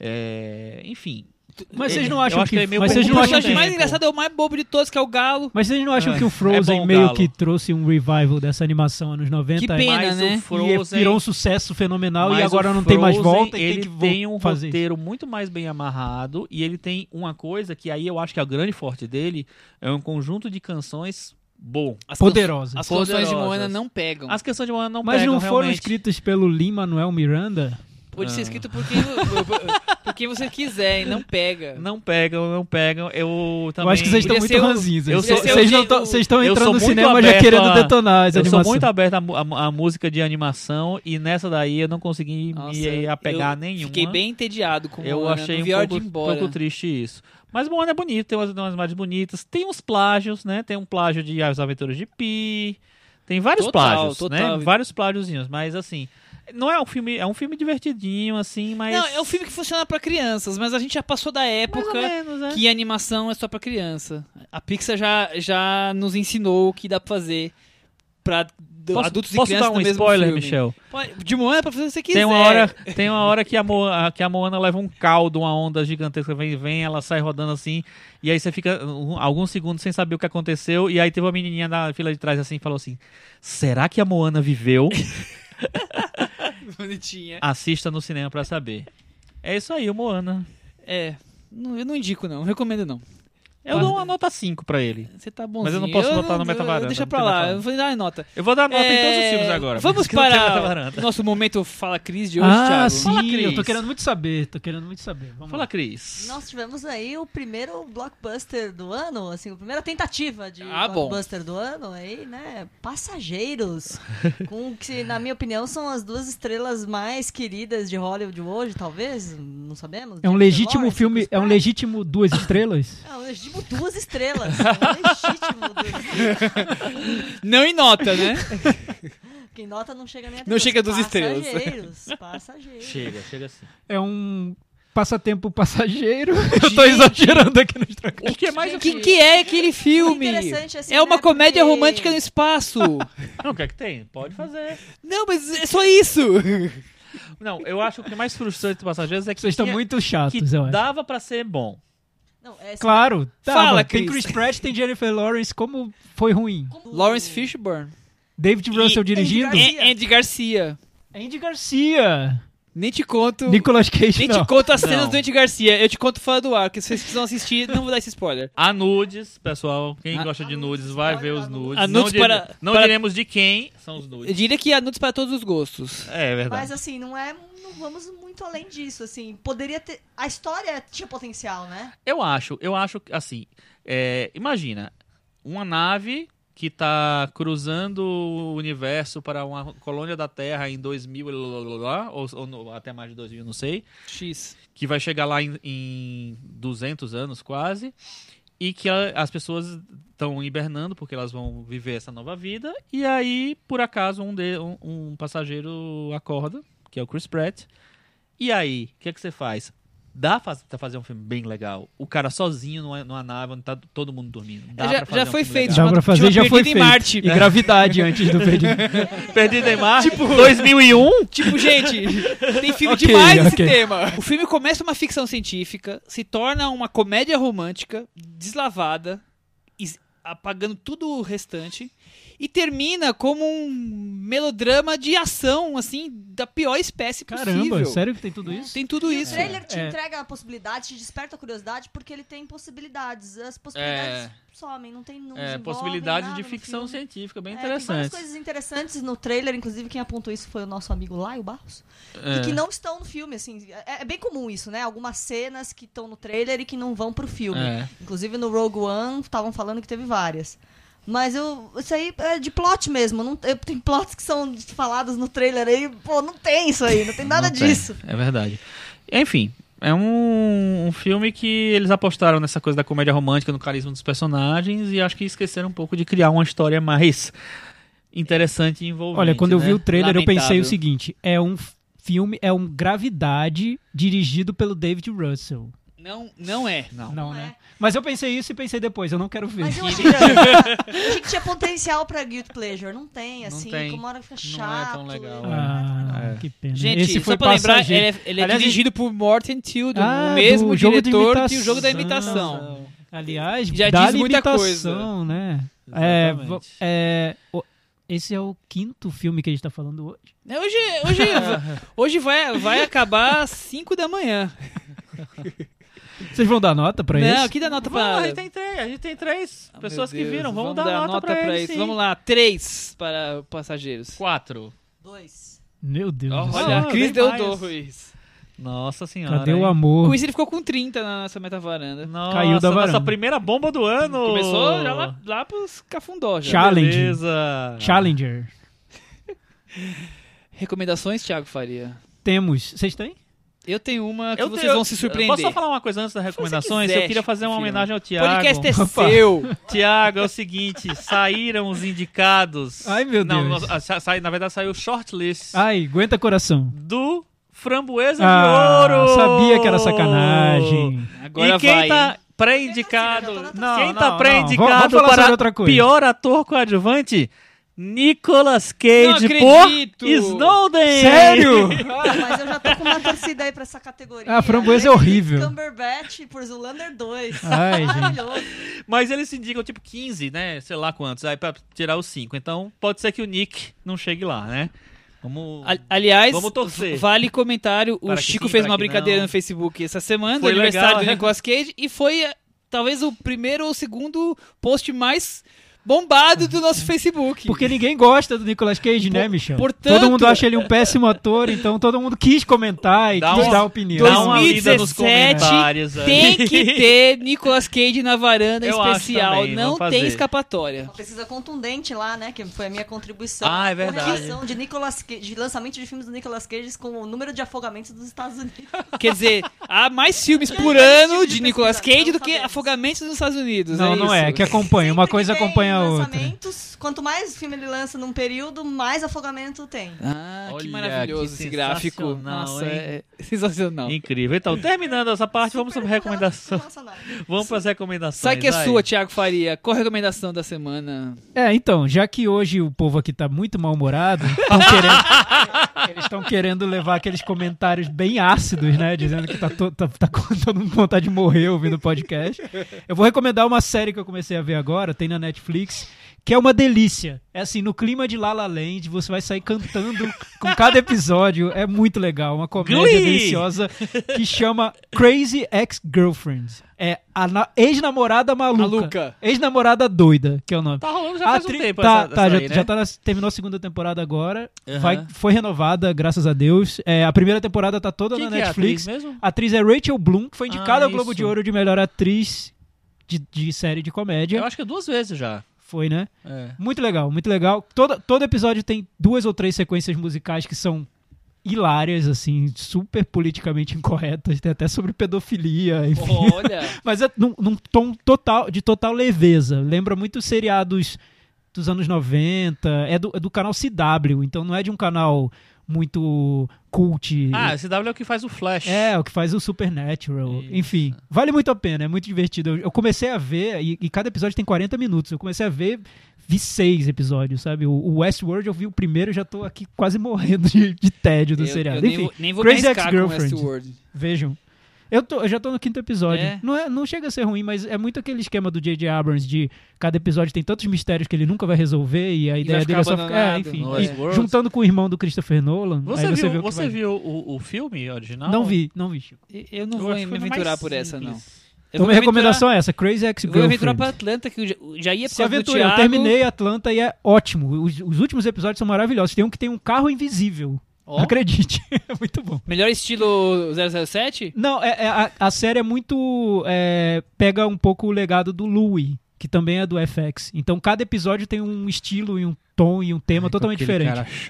Speaker 4: é, Enfim.
Speaker 5: Mas vocês não
Speaker 4: Eu
Speaker 5: acham
Speaker 4: acho
Speaker 5: que.
Speaker 4: que é meio
Speaker 5: mas vocês
Speaker 3: O
Speaker 5: não
Speaker 4: pouco
Speaker 5: acham
Speaker 3: personagem
Speaker 4: tempo.
Speaker 3: mais engraçado é o mais bobo de todos, que é o Galo.
Speaker 5: Mas vocês não acham que o Frozen
Speaker 4: é bom,
Speaker 5: meio
Speaker 4: Galo.
Speaker 5: que trouxe um revival dessa animação anos É 90?
Speaker 3: Que pena,
Speaker 4: mas
Speaker 3: né?
Speaker 4: o
Speaker 3: E
Speaker 5: E
Speaker 4: Frozen...
Speaker 5: virou um sucesso fenomenal e
Speaker 4: mas
Speaker 5: agora
Speaker 4: o
Speaker 5: não tem mais
Speaker 4: Frozen,
Speaker 5: volta e
Speaker 4: ele
Speaker 5: tem que vo-
Speaker 4: um
Speaker 5: fazer. isso.
Speaker 4: roteiro muito mais bem amarrado e ele tem uma coisa que aí eu acho que é o grande forte dele é um conjunto de canções bom.
Speaker 3: As can-
Speaker 5: Poderosa.
Speaker 3: As canções de
Speaker 4: Poderosas.
Speaker 3: Moana não pegam.
Speaker 4: As canções de Moana não
Speaker 5: Mas
Speaker 4: pegam
Speaker 5: não foram
Speaker 4: realmente.
Speaker 5: escritas pelo Lin Manuel Miranda?
Speaker 3: Pode ser escrito por quem, por- por- por quem você quiser e não pega.
Speaker 4: Não pegam, não pegam. Eu também
Speaker 5: Eu acho que vocês estão
Speaker 3: Podia
Speaker 5: muito
Speaker 3: ser o-
Speaker 5: ranzinhos.
Speaker 4: eu
Speaker 5: Vocês
Speaker 4: sou-
Speaker 5: vocês não
Speaker 3: eu-
Speaker 5: tão- vocês estão
Speaker 4: eu
Speaker 5: entrando
Speaker 4: sou
Speaker 5: no
Speaker 4: muito
Speaker 5: cinema já
Speaker 4: aberto
Speaker 5: querendo
Speaker 4: a-
Speaker 5: detonar as
Speaker 4: Eu sou
Speaker 5: animações.
Speaker 4: muito aberto à mu- à, mu- à música de animação e nessa daí eu não consegui me
Speaker 3: Nossa,
Speaker 4: apegar a
Speaker 3: eu
Speaker 4: nenhuma.
Speaker 3: Fiquei bem entediado com
Speaker 4: Eu
Speaker 3: Moana.
Speaker 4: achei
Speaker 3: não
Speaker 4: um
Speaker 3: vi a hora
Speaker 4: pouco,
Speaker 3: de ir embora.
Speaker 4: pouco triste isso. Mas Moana é bonito, tem umas, umas imagens bonitas. Tem uns plágios, né? Tem um plágio de As Aventuras de Pi. Tem vários
Speaker 3: Total,
Speaker 4: plágios,
Speaker 3: total.
Speaker 4: né? Vários plagiozinhos, mas assim... Não é um filme... É um filme divertidinho, assim, mas...
Speaker 3: Não, é um filme que funciona pra crianças, mas a gente já passou da
Speaker 4: Mais ou
Speaker 3: época
Speaker 4: menos, né?
Speaker 3: que a animação é só pra criança. A Pixar já, já nos ensinou o que dá pra fazer pra d-
Speaker 4: Posso,
Speaker 3: adultos
Speaker 4: posso
Speaker 3: e crianças
Speaker 4: dar um
Speaker 3: no mesmo
Speaker 4: spoiler,
Speaker 3: filme.
Speaker 4: Michel?
Speaker 3: Pode- De Moana pra fazer o que você quiser.
Speaker 4: Tem uma hora, tem uma hora que, a Moana, que a Moana leva um caldo, uma onda gigantesca, vem, vem, ela sai rodando assim, e aí você fica um- alguns segundos sem saber o que aconteceu, e aí teve uma menininha na fila de trás assim, e falou assim, será que a Moana viveu?
Speaker 3: Bonitinha.
Speaker 4: Assista no cinema pra saber. É isso aí, o Moana.
Speaker 3: É. não- eu não indico, não. Recomendo, não.
Speaker 4: Eu dou uma nota 5 pra ele.
Speaker 3: Você tá bonzinho.
Speaker 4: Mas eu não posso botar no Metavaranda,
Speaker 3: Deixa
Speaker 4: não
Speaker 3: pra
Speaker 4: tem
Speaker 3: lá.
Speaker 4: Metavaranda.
Speaker 3: Eu vou dar nota.
Speaker 4: Eu vou dar nota em todos os
Speaker 3: É,
Speaker 4: filmes agora.
Speaker 3: Vamos
Speaker 4: porque não tem mais
Speaker 3: para
Speaker 4: varanda.
Speaker 3: o nosso momento Fala Cris de hoje,
Speaker 5: Ah,
Speaker 3: Thiago. Fala,
Speaker 5: sim,
Speaker 3: Cris.
Speaker 5: eu tô querendo muito saber, tô querendo muito saber. Vamos
Speaker 4: Fala,
Speaker 5: lá.
Speaker 4: Cris.
Speaker 6: Nós tivemos aí o primeiro blockbuster do ano, assim, a primeira tentativa de
Speaker 3: Ah, bom.
Speaker 6: blockbuster do ano, aí, né? Passageiros, com o que, na minha opinião, são as duas estrelas mais queridas de Hollywood hoje, talvez, não sabemos.
Speaker 5: É um
Speaker 6: Jennifer
Speaker 5: legítimo
Speaker 6: Lawrence,
Speaker 5: filme,
Speaker 6: Chris
Speaker 5: é um
Speaker 6: Pratt.
Speaker 5: legítimo duas estrelas?
Speaker 6: É um legítimo duas estrelas. É um legítimo duas estrelas.
Speaker 3: Não em nota, né?
Speaker 6: Quem nota não chega nem a
Speaker 3: Não
Speaker 6: duas.
Speaker 3: chega a duas estrelas.
Speaker 6: Passageiros, passageiros.
Speaker 4: Chega, chega assim.
Speaker 5: É um passatempo passageiro. Eu tô exagerando aqui no estrago.
Speaker 4: O que é mais...
Speaker 3: que, que é aquele filme?
Speaker 6: interessante, assim,
Speaker 3: é uma
Speaker 6: né,
Speaker 3: comédia
Speaker 6: porque-
Speaker 3: romântica no espaço.
Speaker 4: Não, o que é que tem? Pode fazer.
Speaker 3: não, mas é só isso.
Speaker 4: Não, eu acho que o que é mais frustrante do Passageiros é que...
Speaker 5: Vocês estão
Speaker 4: tinha-
Speaker 5: muito chatos,
Speaker 4: que
Speaker 5: eu acho.
Speaker 4: dava pra ser bom.
Speaker 6: Não, é assim,
Speaker 5: Claro, tá,
Speaker 3: Fala,
Speaker 5: mano, tem
Speaker 3: Chris.
Speaker 5: Chris Pratt, tem Jennifer Lawrence, como foi ruim?
Speaker 6: como-
Speaker 3: Lawrence Fishburne.
Speaker 5: David Russell dirigindo? É
Speaker 6: Andy Garcia.
Speaker 3: E- Andy Garcia.
Speaker 5: Andy Garcia.
Speaker 3: Nem te conto.
Speaker 5: Nicolas Cage,
Speaker 3: Nem
Speaker 5: não.
Speaker 3: te conto as
Speaker 4: Não.
Speaker 3: cenas do Andy Garcia. Eu te conto fora do ar, que vocês precisam assistir. Não vou dar esse spoiler.
Speaker 4: Há nudes, pessoal. Quem
Speaker 3: Ah.
Speaker 4: gosta de nudes vai ver os nudes.
Speaker 3: Há nudes
Speaker 4: não dire-
Speaker 3: para-
Speaker 4: não
Speaker 3: para-
Speaker 4: diremos de quem são os
Speaker 3: Eu
Speaker 4: nudes.
Speaker 3: diria que há nudes para todos os gostos.
Speaker 4: É, é
Speaker 6: Mas
Speaker 4: verdade.
Speaker 6: assim, não é. Não vamos muito além disso, assim. Poderia ter. A história tinha potencial, né?
Speaker 4: Eu acho, eu acho que, assim. é, imagina uma nave que tá cruzando o universo para uma colônia da Terra em 2000 e lá, lá, lá, lá, ou, ou no- até mais de 2000, não sei.
Speaker 3: X.
Speaker 4: que vai chegar lá em, em 200 anos quase e que a- as pessoas estão hibernando porque elas vão viver essa nova vida e aí por acaso um, de- um- um passageiro acorda que é o Chris Pratt e aí o que é que você faz dá fa- pra fazer um filme bem legal o cara sozinho numa, numa nave onde tá todo mundo dormindo Dá
Speaker 3: já
Speaker 4: pra fazer
Speaker 3: já
Speaker 4: um
Speaker 3: foi
Speaker 4: filme
Speaker 3: feito.
Speaker 4: legal.
Speaker 5: Dá pra fazer,
Speaker 3: chama
Speaker 5: já foi
Speaker 3: Perdido em
Speaker 5: feito.
Speaker 3: Marte.
Speaker 5: E gravidade antes do
Speaker 3: é
Speaker 5: perdido.
Speaker 4: perdido em Marte tipo 2001
Speaker 3: Tipo, gente, tem filme
Speaker 5: Ok,
Speaker 3: demais esse
Speaker 5: ok.
Speaker 3: tema. O filme começa uma ficção científica, se torna uma comédia romântica, deslavada, is- apagando tudo o restante, e termina como um melodrama de ação, assim, da pior espécie possível.
Speaker 5: Caramba, sério que tem tudo isso?
Speaker 3: Tem tudo
Speaker 6: O
Speaker 3: isso.
Speaker 6: trailer te
Speaker 5: É.
Speaker 6: entrega a possibilidade, te desperta a curiosidade, porque ele tem possibilidades. As possibilidades
Speaker 4: É.
Speaker 6: somem, não tem não
Speaker 4: é,
Speaker 6: desenvolvem
Speaker 4: possibilidades
Speaker 6: nada
Speaker 4: de
Speaker 6: no
Speaker 4: ficção
Speaker 6: filme.
Speaker 4: científica bem
Speaker 6: É, Tem várias
Speaker 4: interessante
Speaker 6: coisas interessantes no trailer, inclusive quem apontou isso foi o nosso amigo Laio Barros.
Speaker 4: É.
Speaker 6: E que não estão no filme, assim. É, é bem comum isso, né? Algumas cenas que estão no trailer e que não vão pro filme.
Speaker 4: É.
Speaker 6: Inclusive no Rogue One estavam falando que teve várias. Mas eu. Isso aí é de plot mesmo. Não, eu- tem plots que são falados no trailer aí. Pô, não tem isso aí, não tem nada
Speaker 4: Não tem,
Speaker 6: disso.
Speaker 4: É verdade. Enfim, é um, um filme que eles apostaram nessa coisa da comédia romântica, no carisma dos personagens, e acho que esqueceram um pouco de criar uma história mais interessante e envolvente.
Speaker 5: Olha, quando eu vi
Speaker 4: né?
Speaker 5: o trailer, eu pensei
Speaker 3: Lamentável.
Speaker 5: o seguinte: é um f- filme, é um Gravidade dirigido pelo David Russell.
Speaker 3: Não, não é. Não.
Speaker 5: Não,
Speaker 6: Não
Speaker 5: né?
Speaker 6: é.
Speaker 5: Mas eu pensei isso e pensei depois, eu não quero ver.
Speaker 6: Mas eu achei, que tinha, achei que tinha potencial pra Guild Pleasure. Não tem, assim.
Speaker 4: tem.
Speaker 6: Como hora fica
Speaker 4: Não é
Speaker 6: chato.
Speaker 4: tão legal,
Speaker 6: né?
Speaker 5: Ah, que pena.
Speaker 3: Gente,
Speaker 5: Esse foi
Speaker 3: só pra lembrar,
Speaker 5: passageiro.
Speaker 3: ele é, ele é
Speaker 5: Aliás,
Speaker 3: dirigido por Morten Tilden,
Speaker 5: Ah,
Speaker 3: o mesmo
Speaker 5: do jogo de
Speaker 3: diretor que o jogo da
Speaker 5: imitação.
Speaker 3: imitação.
Speaker 5: Aliás,
Speaker 3: Já
Speaker 5: dá
Speaker 3: diz muita
Speaker 5: limitação, né? É,
Speaker 4: Exatamente.
Speaker 5: vo- é, o- esse é o quinto filme que a gente tá falando hoje.
Speaker 3: Né, Hoje, hoje, hoje vai, vai acabar às 5 da manhã.
Speaker 5: Vocês vão dar nota pra
Speaker 3: Não,
Speaker 5: esse?
Speaker 3: aqui dá nota
Speaker 4: Vamos, a
Speaker 3: pra.
Speaker 4: gente tem três, a gente tem três
Speaker 3: Ah,
Speaker 4: pessoas
Speaker 3: meu
Speaker 4: que
Speaker 3: Deus,
Speaker 4: viram. Vamos,
Speaker 3: vamos
Speaker 4: dar, nota, pra, eles.
Speaker 3: isso.
Speaker 4: sim.
Speaker 3: Vamos lá, três para passageiros.
Speaker 4: Quatro.
Speaker 6: Dois.
Speaker 5: Meu Deus do céu.
Speaker 3: Olha, a
Speaker 4: Ah,
Speaker 3: Cris
Speaker 4: bem
Speaker 3: deu
Speaker 4: mais.
Speaker 3: dois.
Speaker 4: Nossa senhora.
Speaker 5: Cadê o
Speaker 4: hein?
Speaker 3: Com
Speaker 5: amor?
Speaker 3: isso ele ficou com 30 na nossa metavaranda.
Speaker 4: Nossa,
Speaker 5: Caiu da varanda.
Speaker 4: Nossa primeira bomba do ano.
Speaker 3: Começou já lá, lá pros cafundó já.
Speaker 5: Challenge.
Speaker 4: Beleza.
Speaker 5: Ah. Challenger.
Speaker 3: Recomendações, Thiago Faria?
Speaker 5: Temos. Vocês têm?
Speaker 3: Eu tenho uma que
Speaker 4: Eu
Speaker 3: vocês
Speaker 4: tenho-
Speaker 3: vão se surpreender.
Speaker 4: Posso só falar uma coisa antes das recomendações?
Speaker 3: quiser,
Speaker 4: eu queria fazer uma
Speaker 3: filho.
Speaker 4: homenagem ao
Speaker 3: O
Speaker 4: Tiago.
Speaker 3: podcast é
Speaker 5: Opa.
Speaker 3: seu.
Speaker 4: Tiago, é o seguinte, saíram os indicados.
Speaker 5: Ai, meu
Speaker 4: Não,
Speaker 5: Deus. Ah.
Speaker 4: não, ah, sa- sai- na verdade saiu o shortlist
Speaker 5: Ai, aguenta coração.
Speaker 4: do Framboesa
Speaker 5: Ah,
Speaker 4: de Ouro.
Speaker 5: sabia que era sacanagem.
Speaker 3: Agora
Speaker 4: e quem
Speaker 3: vai.
Speaker 4: tá
Speaker 3: hein?
Speaker 4: pré-indicado,
Speaker 3: é
Speaker 6: Não,
Speaker 4: não,
Speaker 5: não, não.
Speaker 4: quem tá
Speaker 5: Vamos- vamos
Speaker 4: pré-indicado
Speaker 5: falar sobre
Speaker 4: para
Speaker 5: outra coisa.
Speaker 4: pior ator coadjuvante? Nicolas
Speaker 3: Não
Speaker 4: Cage
Speaker 3: acredito.
Speaker 4: por Snowden.
Speaker 5: Sério?
Speaker 6: Ah, mas eu já tô com uma torcida aí pra essa categoria.
Speaker 5: Ah, framboesa é horrível.
Speaker 6: Cumberbatch por Zulander 2.
Speaker 5: Ai, gente.
Speaker 6: Maravilhoso.
Speaker 4: Mas eles se indicam tipo 15, né? Sei lá quantos, aí pra tirar os 5. Então pode ser que o Nick não chegue lá, né? Vamos.
Speaker 3: A- aliás,
Speaker 4: Vamos torcer.
Speaker 3: vale comentário. O
Speaker 4: Para que
Speaker 3: Chico
Speaker 4: sim,
Speaker 3: fez
Speaker 4: para
Speaker 3: uma
Speaker 4: que
Speaker 3: brincadeira
Speaker 4: não.
Speaker 3: no Facebook essa semana,
Speaker 4: Foi
Speaker 3: do aniversário
Speaker 4: legal,
Speaker 3: do
Speaker 4: né?
Speaker 3: Nicolas Cage, e foi eh, talvez o primeiro ou segundo post mais bombado do nosso Facebook.
Speaker 5: Porque ninguém gosta do Nicolas Cage, né, Michel?
Speaker 3: portanto-
Speaker 5: todo mundo acha ele um péssimo ator, então todo mundo quis comentar e
Speaker 4: Dá
Speaker 5: quis
Speaker 4: um-
Speaker 5: dar opinião.
Speaker 4: Dá uma lida nos
Speaker 3: 2017
Speaker 4: comentários aí.
Speaker 3: Tem que ter Nicolas Cage na varanda
Speaker 4: Eu acho
Speaker 3: especial.
Speaker 4: também,
Speaker 3: não
Speaker 4: vamos fazer.
Speaker 3: tem escapatória.
Speaker 6: Uma pesquisa contundente lá, né? Que foi a minha contribuição.
Speaker 4: Ah, é verdade.
Speaker 6: Correlação de, Nicolas Cage, de lançamento de filmes do Nicolas Cage com o número de afogamentos dos Estados Unidos.
Speaker 3: Quer dizer, há mais filmes por
Speaker 6: Esse tipo
Speaker 3: ano
Speaker 6: de
Speaker 3: de Nicolas
Speaker 6: pesquisa,
Speaker 3: Cage
Speaker 6: não
Speaker 3: do que
Speaker 6: sabemos.
Speaker 3: afogamentos nos Estados Unidos.
Speaker 5: Não,
Speaker 3: é
Speaker 5: não é,
Speaker 3: isso.
Speaker 5: é que acompanha. Uma
Speaker 6: Sempre
Speaker 5: coisa
Speaker 6: que tem
Speaker 5: acompanha a outra.
Speaker 6: lançamentos, Quanto mais filme ele lança num período, mais afogamento tem.
Speaker 3: Ah, que
Speaker 4: Olha,
Speaker 3: maravilhoso
Speaker 4: que
Speaker 3: esse gráfico.
Speaker 4: sensacional,
Speaker 3: Nossa,
Speaker 4: hein?
Speaker 3: é sensacional.
Speaker 4: Incrível. Então, terminando essa parte, vamos para
Speaker 6: Super
Speaker 4: recomendação.
Speaker 6: relacionado.
Speaker 4: Vamos para as recomendações.
Speaker 3: Sabe que é
Speaker 4: vai.
Speaker 5: tipo,
Speaker 3: sua, Thiago Faria? Qual a recomendação da semana?
Speaker 5: É, então, já que hoje o povo aqui tá muito mal-humorado, tão querendo- eles estão querendo levar aqueles comentários bem ácidos, né? Dizendo que tá, to, tá, tá com todo mundo com vontade de morrer ouvindo o podcast. Eu vou recomendar uma série que eu comecei a ver agora, tem na Netflix, que é uma delícia. É assim, no clima de La La Land, você vai sair cantando com cada episódio. É muito legal, uma comédia
Speaker 4: Glee!
Speaker 5: deliciosa que chama Crazy Ex-Girlfriend. É a na- ex-namorada
Speaker 3: Maluca.
Speaker 5: maluca. Ex-namorada doida, que é o nome.
Speaker 4: Tá rolando já
Speaker 5: A
Speaker 4: faz
Speaker 5: tri-
Speaker 4: um tempo.
Speaker 5: tá,
Speaker 4: essa-
Speaker 5: tá,
Speaker 4: essa
Speaker 5: já,
Speaker 4: aí, né?
Speaker 5: já tá na- terminou a segunda temporada agora.
Speaker 4: Aham.
Speaker 5: Vai- foi renovada, graças a Deus. É, a primeira temporada tá toda
Speaker 4: Quem
Speaker 5: na
Speaker 4: que é a
Speaker 5: Netflix.
Speaker 4: atriz mesmo?
Speaker 5: a atriz é Rachel Bloom, que foi indicada
Speaker 4: Ah,
Speaker 5: ao Globo de
Speaker 4: isso.
Speaker 5: Ouro de melhor atriz de, de série de comédia.
Speaker 4: Eu acho que é duas vezes já.
Speaker 5: Foi, né?
Speaker 4: É.
Speaker 5: Muito legal, muito legal. Todo, todo episódio tem duas ou três sequências musicais que são hilárias, assim, super politicamente incorretas. Tem até sobre pedofilia, enfim.
Speaker 4: Oh,
Speaker 3: Olha,
Speaker 5: Mas é num, num tom total, de total leveza. Lembra muito seriados dos anos 90. É do, é do canal CW, então não é de um canal muito cult.
Speaker 4: Ah, esse W é o que faz o Flash.
Speaker 5: é, o que faz o Supernatural.
Speaker 4: Isso.
Speaker 5: Enfim, vale muito a pena, é muito divertido. Eu, eu comecei a ver, e, e cada episódio tem 40 minutos. Eu comecei a ver, vi seis episódios, sabe? O, o Westworld eu vi o primeiro e já tô aqui quase morrendo de, de tédio do
Speaker 3: eu, um
Speaker 5: seriado.
Speaker 3: eu nem
Speaker 5: Enfim,
Speaker 3: vou- nem vou
Speaker 5: Crazy
Speaker 3: me arriscar com
Speaker 5: Ex-Girlfriend.
Speaker 3: Westworld.
Speaker 5: Vejam. Eu, tô- eu já tô no quinto episódio.
Speaker 3: É?
Speaker 5: Não, é- não chega a ser ruim, mas é muito aquele esquema do J.J. Abrams de cada episódio tem tantos mistérios que ele nunca vai resolver e a ideia
Speaker 3: vai
Speaker 5: dele é
Speaker 3: ficar
Speaker 5: só ficar. É,
Speaker 3: abandonado.
Speaker 5: enfim.
Speaker 4: No
Speaker 5: e
Speaker 4: Westworld.
Speaker 5: juntando com o irmão do Christopher Nolan.
Speaker 4: Você,
Speaker 5: aí
Speaker 4: viu,
Speaker 5: você
Speaker 4: você,
Speaker 5: vê o
Speaker 4: viu,
Speaker 5: que vai-
Speaker 4: o, o filme original?
Speaker 5: Não vi, não vi, Chico.
Speaker 3: E- Eu não
Speaker 4: Eu
Speaker 3: vou
Speaker 4: acho que
Speaker 3: me
Speaker 4: foi no mais
Speaker 3: aventurar por essa, não.
Speaker 4: simples.
Speaker 3: Eu
Speaker 5: Então
Speaker 3: vou
Speaker 5: minha
Speaker 3: me aventurar-
Speaker 5: recomendação é essa: Crazy
Speaker 3: Eu vou me aventurar pra
Speaker 5: Ex-Girlfriend.
Speaker 3: Atlanta, que eu já, eu já ia
Speaker 5: Se
Speaker 3: precisar do
Speaker 5: aventura, eu
Speaker 3: Thiago.
Speaker 5: terminei Atlanta e é ótimo. Os, os últimos episódios são maravilhosos. Tem um que tem um carro invisível.
Speaker 3: Ó.
Speaker 5: Acredite, é muito bom.
Speaker 3: Melhor estilo 007?
Speaker 5: Não, é, é- a, a série é muito. é, pega um pouco o legado do Louis, que também é do FX. Então cada episódio tem um estilo e um tom e um tema totalmente diferente.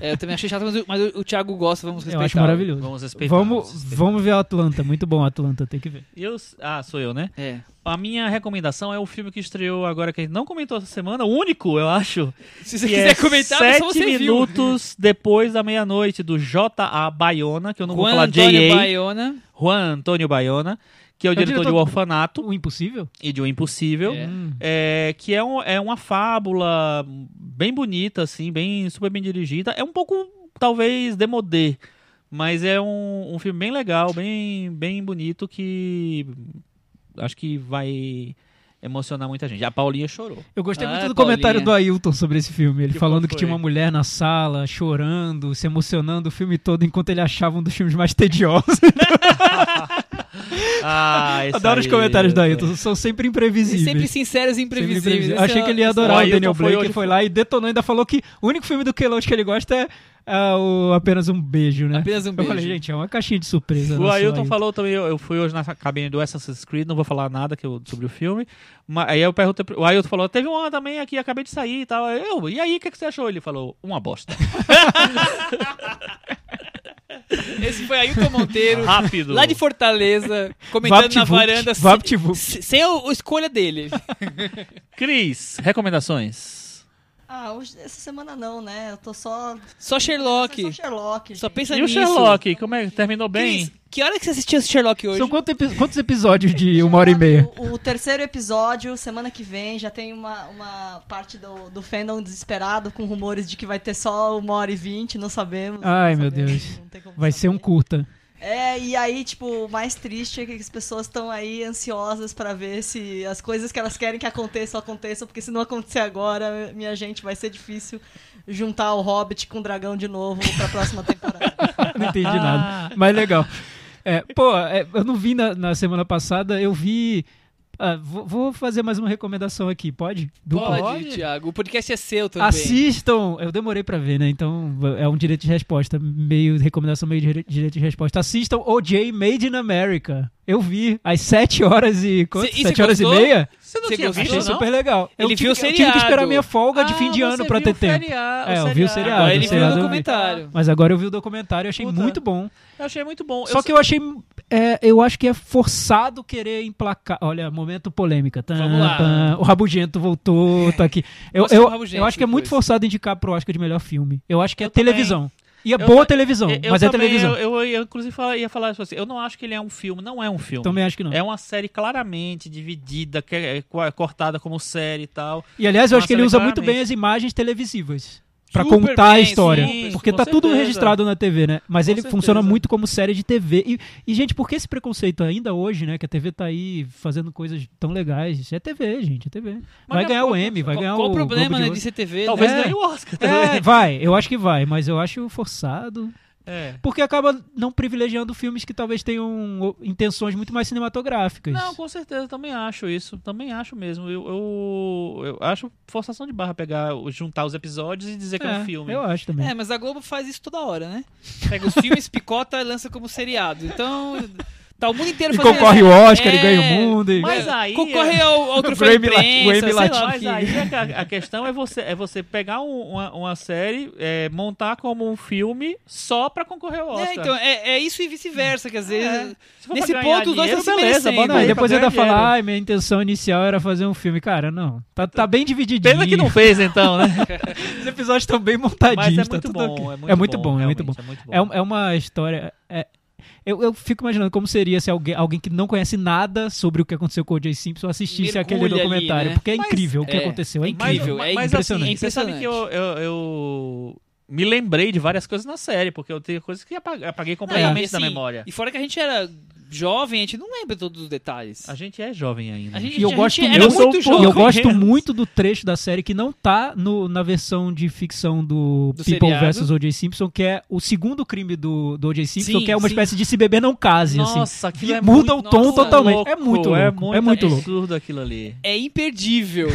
Speaker 3: É, eu também achei chato, mas, o- mas o, o Thiago gosta, vamos
Speaker 5: eu
Speaker 3: respeitar.
Speaker 5: acho maravilhoso.
Speaker 4: Vamos respeitar.
Speaker 5: Vamos,
Speaker 4: respeitar.
Speaker 5: vamos ver Atlanta. Muito bom, Atlanta, tem que ver.
Speaker 4: Eu, ah, sou eu, né?
Speaker 3: É.
Speaker 4: A minha recomendação é o filme que estreou agora, que a gente não comentou essa semana, o único, eu acho.
Speaker 3: Se você
Speaker 4: que
Speaker 3: quiser
Speaker 4: é
Speaker 3: comentar,
Speaker 4: sete
Speaker 3: só você viu.
Speaker 4: minutos depois da meia-noite, do J.A. Baiona, que eu não vou
Speaker 3: Juan
Speaker 4: falar
Speaker 3: Antônio
Speaker 4: J.A.
Speaker 3: Baiona.
Speaker 4: Juan Antônio Baiona, que é o diretor, de
Speaker 5: diretor-
Speaker 4: O Orfanato
Speaker 5: O impossível?
Speaker 4: e de O Impossível.
Speaker 3: É.
Speaker 5: Hum.
Speaker 4: É, que é, um- é uma fábula bem bonita, assim, bem super bem dirigida. É um pouco, talvez, demodê, mas é um, um filme bem legal, bem, bem bonito, que acho que vai emocionar muita gente. A Paulinha chorou.
Speaker 5: Eu gostei
Speaker 3: Ah,
Speaker 5: muito do
Speaker 3: Paulinha.
Speaker 5: comentário do Ailton sobre esse filme. Ele
Speaker 4: Que
Speaker 5: falando
Speaker 4: fofo
Speaker 5: que tinha uma
Speaker 4: ele.
Speaker 5: mulher na sala chorando, se emocionando o filme todo, enquanto ele achava um dos filmes mais tediosos.
Speaker 4: Ah, isso
Speaker 5: Adoro os
Speaker 4: aí.
Speaker 5: comentários do Ailton, são sempre imprevisíveis.
Speaker 3: Sempre sinceros e
Speaker 5: Sempre
Speaker 3: imprevisíveis.
Speaker 5: imprevisíveis.
Speaker 3: Esse
Speaker 5: Achei
Speaker 3: é-
Speaker 5: que ele ia
Speaker 3: esse é-
Speaker 5: adorar
Speaker 4: O
Speaker 5: o, Daniel
Speaker 4: Ailton foi
Speaker 5: Blake,
Speaker 4: hoje-
Speaker 5: foi lá e detonou, ainda falou que o único filme do Keloach que ele gosta é, ah, o Apenas um Beijo, né?
Speaker 3: Apenas um
Speaker 5: Eu falei,
Speaker 3: beijo.
Speaker 5: gente, é uma caixinha de surpresa.
Speaker 4: O
Speaker 5: nossa,
Speaker 4: Ailton falou também, eu, eu fui hoje na cabine do Assassin's Creed, não vou falar nada que eu- sobre o filme. Mas, aí eu perguntei, pro- o Ailton falou, teve uma também aqui, acabei de sair e tal. Aí Eu, e aí, o que, que você achou? Ele falou, uma bosta.
Speaker 3: Esse foi Ailton Monteiro,
Speaker 4: Rápido.
Speaker 3: lá de Fortaleza, comentando na
Speaker 5: Vapt-vupt,
Speaker 3: varanda se-
Speaker 5: vapt-vupt.
Speaker 3: se- sem a escolha dele.
Speaker 4: Cris, recomendações.
Speaker 6: Ah, hoje, essa semana não, né? Eu tô só.
Speaker 3: Só Sherlock.
Speaker 6: Só Sherlock.
Speaker 3: Só
Speaker 6: gente.
Speaker 3: pensa
Speaker 4: E o
Speaker 3: nisso.
Speaker 4: Sherlock, como é? Terminou bem?
Speaker 3: Cris, que hora que você assistiu esse Sherlock hoje?
Speaker 5: São quanto epi- quantos episódios de uma hora e meia?
Speaker 6: O, o terceiro episódio, semana que vem, já tem uma, uma parte do, do fandom desesperado com rumores de que vai ter só uma hora e vinte, não sabemos.
Speaker 5: Ai,
Speaker 6: não
Speaker 5: meu
Speaker 6: sabemos,
Speaker 5: Deus.
Speaker 6: não tem como
Speaker 5: Vai ser um
Speaker 6: saber.
Speaker 5: curta.
Speaker 6: É, e aí, tipo, o mais triste é que as pessoas estão aí ansiosas pra ver se as coisas que elas querem que aconteçam, aconteçam, porque se não acontecer agora, minha gente, vai ser difícil juntar o Hobbit com o dragão de novo pra próxima temporada.
Speaker 5: Não entendi
Speaker 3: Ah.
Speaker 5: nada. Mas legal. É, pô, é, eu não vi na, na semana passada, eu vi. ah, vou, vou fazer mais uma recomendação aqui, pode? Dupla?
Speaker 3: Pode, Thiago. O podcast é seu também.
Speaker 5: Assistam! Eu demorei pra ver, né? Então é um direito de resposta. Meio recomendação, meio dire- direito de resposta. Assistam OJ Made in America. Eu vi às 7 horas e. Quanto?
Speaker 3: Cê- e
Speaker 5: 7
Speaker 3: cê
Speaker 5: horas
Speaker 3: gostou?
Speaker 5: e meia?
Speaker 4: Você não
Speaker 3: Você
Speaker 4: tinha
Speaker 3: gostou?
Speaker 4: visto,
Speaker 5: Achei
Speaker 4: não?
Speaker 5: super legal.
Speaker 3: Ele viu o
Speaker 5: eu tive, eu tive que
Speaker 3: seriado.
Speaker 5: esperar minha folga de fim de
Speaker 4: Ah,
Speaker 5: ano
Speaker 4: você
Speaker 5: pra
Speaker 4: viu
Speaker 5: ter
Speaker 4: o
Speaker 5: tempo.
Speaker 4: feriado,
Speaker 5: É, eu vi o seriado,
Speaker 3: Agora ele
Speaker 5: o
Speaker 3: viu no
Speaker 5: seriado eu vi.
Speaker 3: documentário.
Speaker 5: Mas agora eu vi o documentário e achei
Speaker 4: Puta.
Speaker 5: muito bom.
Speaker 4: Eu achei muito bom.
Speaker 5: Só
Speaker 4: eu
Speaker 5: que eu achei. é, eu acho que é forçado querer emplacar. Olha, momento polêmica. Tan,
Speaker 3: Vamos lá.
Speaker 5: tan. o Rabugento voltou, tá aqui. Eu,
Speaker 3: Nossa,
Speaker 5: eu-
Speaker 3: o Rabugento
Speaker 5: eu acho que é muito
Speaker 3: depois.
Speaker 5: forçado indicar pro Oscar de melhor filme. Eu acho que é
Speaker 4: Eu também.
Speaker 5: televisão. E é
Speaker 4: Eu
Speaker 5: boa
Speaker 4: ta-
Speaker 5: televisão,
Speaker 4: eu- eu
Speaker 5: mas é
Speaker 4: também-
Speaker 5: televisão.
Speaker 4: Eu, eu- eu, inclusive, fala- ia falar isso assim. Eu não acho que ele é um filme, não é um filme.
Speaker 5: Também acho que não.
Speaker 4: É uma série claramente dividida, que é- é co- cortada como série e tal.
Speaker 5: E aliás, eu acho que ele
Speaker 4: Nossa,
Speaker 5: usa
Speaker 4: claramente.
Speaker 5: muito bem as imagens televisivas. Pra
Speaker 3: Super
Speaker 5: contar a
Speaker 3: bem,
Speaker 5: história.
Speaker 4: sim,
Speaker 5: porque
Speaker 4: com
Speaker 5: tá tudo
Speaker 4: certeza.
Speaker 5: registrado na TV, né? Mas
Speaker 4: Com
Speaker 5: ele funciona
Speaker 4: certeza.
Speaker 5: muito como série de TV. E, e, gente, por que esse preconceito ainda hoje, né? Que a TV tá aí fazendo coisas tão legais. Isso é TV, gente, é TV. vai
Speaker 4: é
Speaker 5: ganhar o
Speaker 4: própria-
Speaker 5: M, vai
Speaker 3: Qual,
Speaker 5: ganhar
Speaker 3: qual
Speaker 5: o.
Speaker 3: o problema
Speaker 5: Globo de
Speaker 3: né,
Speaker 5: Ouro.
Speaker 3: de ser TV?
Speaker 4: Talvez
Speaker 3: né?
Speaker 4: ganhe o Oscar.
Speaker 5: É,
Speaker 4: também.
Speaker 5: vai, eu acho que vai, mas eu acho forçado.
Speaker 4: É.
Speaker 5: Porque acaba não privilegiando filmes que talvez tenham o- intenções muito mais cinematográficas.
Speaker 4: Não, com certeza, também acho isso. Também acho mesmo. Eu, eu, eu acho forçação de barra pegar, juntar os episódios e dizer que é um
Speaker 5: É,
Speaker 4: filme.
Speaker 5: Eu acho também.
Speaker 3: É, mas a Globo faz isso toda hora, né? Pega os filmes, picota e lança como seriado. Então, tá o mundo inteiro
Speaker 5: E
Speaker 3: fazendo
Speaker 5: concorre o Oscar, ele
Speaker 3: É,
Speaker 5: ganha o mundo. e-
Speaker 4: Mas aí. é.
Speaker 3: Concorre ao, ao troféu
Speaker 5: Grammy
Speaker 3: de imprensa,
Speaker 5: Lat- Grammy
Speaker 3: sei lá,
Speaker 5: Latino.
Speaker 4: Mas
Speaker 3: que-
Speaker 4: aí a, a questão é você, é você pegar um- uma, uma série, é, montar como um filme só pra concorrer ao Oscar.
Speaker 3: É, então, é, é isso e vice-versa, quer dizer...
Speaker 4: Se for pra
Speaker 3: nesse
Speaker 4: ganhar
Speaker 3: ponto, os dois
Speaker 4: dinheiro,
Speaker 3: estão se
Speaker 4: beleza,
Speaker 3: merecendo.
Speaker 4: bota
Speaker 5: Não,
Speaker 4: aí
Speaker 5: e
Speaker 4: pra
Speaker 5: depois
Speaker 4: ganhar
Speaker 5: ainda
Speaker 4: dinheiro.
Speaker 5: fala, ah, minha intenção inicial era fazer um filme. Cara, não. Tá, tá bem divididinho.
Speaker 4: Pena que não fez, então, né?
Speaker 5: Os episódios estão bem
Speaker 4: Mas
Speaker 5: montadinhos.
Speaker 4: é
Speaker 5: tá
Speaker 4: muito
Speaker 5: tudo ok.
Speaker 4: bom.
Speaker 5: É muito bom, é muito
Speaker 4: realmente,
Speaker 5: bom.
Speaker 4: É, muito bom.
Speaker 5: É, um- é uma história. é- eu, eu fico imaginando como seria se alguém, alguém que não conhece nada sobre o que aconteceu com o O.J. Simpson assistisse
Speaker 3: Mergulha
Speaker 5: aquele
Speaker 3: ali,
Speaker 5: documentário.
Speaker 3: né?
Speaker 5: Porque é
Speaker 4: Mas-
Speaker 5: incrível o que
Speaker 3: é,
Speaker 5: aconteceu. É
Speaker 3: é
Speaker 4: Mas-
Speaker 5: incrível.
Speaker 3: é
Speaker 4: mas,
Speaker 5: impressionante.
Speaker 4: Assim, você sabe que eu, eu, eu me lembrei de várias coisas na série, porque eu tenho coisas que apa- apaguei
Speaker 3: Não,
Speaker 5: É.
Speaker 4: completamente
Speaker 3: e
Speaker 4: da
Speaker 3: assim,
Speaker 4: memória.
Speaker 3: E fora que a gente era jovem, a gente não lembra todos os detalhes.
Speaker 4: A gente é jovem ainda.
Speaker 3: A gente-
Speaker 5: E eu
Speaker 3: a
Speaker 5: gosto
Speaker 3: gente
Speaker 5: muito,
Speaker 3: era
Speaker 5: eu sou
Speaker 3: muito
Speaker 5: um pouco- e eu
Speaker 3: jovem.
Speaker 5: gosto muito do trecho da série que não tá no- na versão de ficção do,
Speaker 3: Do
Speaker 5: People
Speaker 3: seriado.
Speaker 5: vs. O.J. Simpson, que é o segundo crime do, do O.J. Simpson,
Speaker 3: Sim,
Speaker 5: que é uma
Speaker 3: sim.
Speaker 5: espécie de se beber não case, assim.
Speaker 4: Nossa, aquilo
Speaker 5: E
Speaker 4: é
Speaker 5: muda
Speaker 4: muito
Speaker 5: o tom
Speaker 3: nossa,
Speaker 5: totalmente.
Speaker 4: louco,
Speaker 5: é muito louco. É muito, louco.
Speaker 4: absurdo aquilo ali.
Speaker 3: É imperdível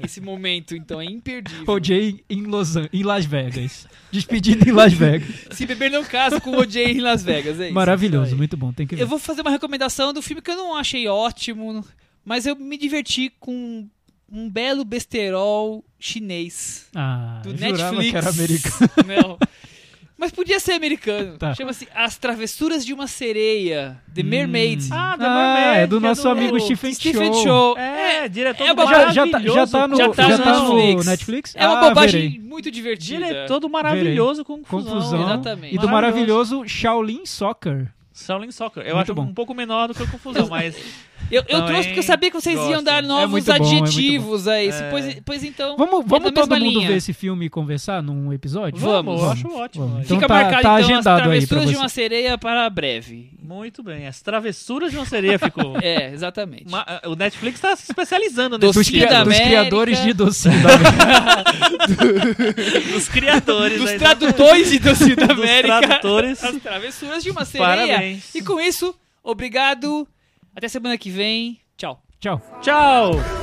Speaker 3: esse momento, então, é imperdível.
Speaker 5: O.J. em, Los An- em Las Vegas. Despedido em Las Vegas.
Speaker 3: Se beber não casa com o OJ em Las Vegas, é isso.
Speaker 5: Maravilhoso, muito bom. Tem que ver.
Speaker 3: Eu vou fazer uma recomendação do filme que eu não achei ótimo, mas eu me diverti com um belo besterol chinês
Speaker 5: Ah,
Speaker 3: do
Speaker 5: eu jurava
Speaker 3: Netflix.
Speaker 5: que era americano.
Speaker 3: Não. Mas podia ser americano.
Speaker 5: Tá. Hum.
Speaker 3: Chama-se As Travessuras de uma Sereia, The Mermaid.
Speaker 4: Ah, The
Speaker 5: Ah,
Speaker 4: Mermaid,
Speaker 5: é do
Speaker 4: que
Speaker 5: nosso amigo Stephen
Speaker 3: Stephen
Speaker 5: Chow.
Speaker 3: Chow.
Speaker 4: É, diretor
Speaker 3: é
Speaker 4: do
Speaker 3: uma-
Speaker 5: Já, já, tá,
Speaker 4: maravilhoso.
Speaker 5: já tá no, já tá no Netflix?
Speaker 3: É uma
Speaker 5: Ah,
Speaker 3: bobagem
Speaker 5: verei.
Speaker 3: muito divertida.
Speaker 4: Diretor do maravilhoso Confusão.
Speaker 5: Confusão.
Speaker 3: Exatamente.
Speaker 5: E do maravilhoso Shaolin Soccer.
Speaker 4: Shaolin Soccer. Eu
Speaker 5: Muito
Speaker 4: acho
Speaker 5: bom.
Speaker 4: um pouco menor do que o Confusão, mas
Speaker 3: Eu, eu
Speaker 4: Também
Speaker 3: trouxe porque eu sabia que vocês iam
Speaker 4: gosto.
Speaker 3: dar
Speaker 4: É
Speaker 3: novos
Speaker 5: muito bom, é muito
Speaker 3: adjetivos a esse.
Speaker 4: É.
Speaker 3: Pois, pois então.
Speaker 5: Vamos,
Speaker 3: é
Speaker 5: vamos
Speaker 3: da
Speaker 5: todo
Speaker 3: mesma
Speaker 5: mundo
Speaker 3: linha.
Speaker 5: ver esse filme e conversar num episódio?
Speaker 3: Vamos,
Speaker 4: eu acho ótimo.
Speaker 5: Vamos. Então
Speaker 4: Então
Speaker 3: Fica
Speaker 5: tá-
Speaker 3: marcado
Speaker 5: tá
Speaker 3: então as
Speaker 5: agendado aí pra
Speaker 3: travessuras de
Speaker 5: você.
Speaker 3: uma sereia para breve.
Speaker 4: Muito bem. As travessuras de uma sereia ficou.
Speaker 3: É, exatamente.
Speaker 4: Ma- O Netflix tá se especializando
Speaker 3: Dos
Speaker 4: nesse tipo
Speaker 5: Dos,
Speaker 3: Docinho
Speaker 5: cri-
Speaker 3: da
Speaker 5: dos
Speaker 3: América.
Speaker 5: criadores de docinho da América.
Speaker 4: dos criadores.
Speaker 3: Dos
Speaker 4: aí,
Speaker 3: tradutores de Docinho da
Speaker 4: dos
Speaker 3: América.
Speaker 4: tradutores.
Speaker 3: As travessuras de uma sereia.
Speaker 4: Parabéns.
Speaker 3: E com isso, obrigado. Até semana que vem. Tchau.
Speaker 5: Tchau.
Speaker 4: Tchau!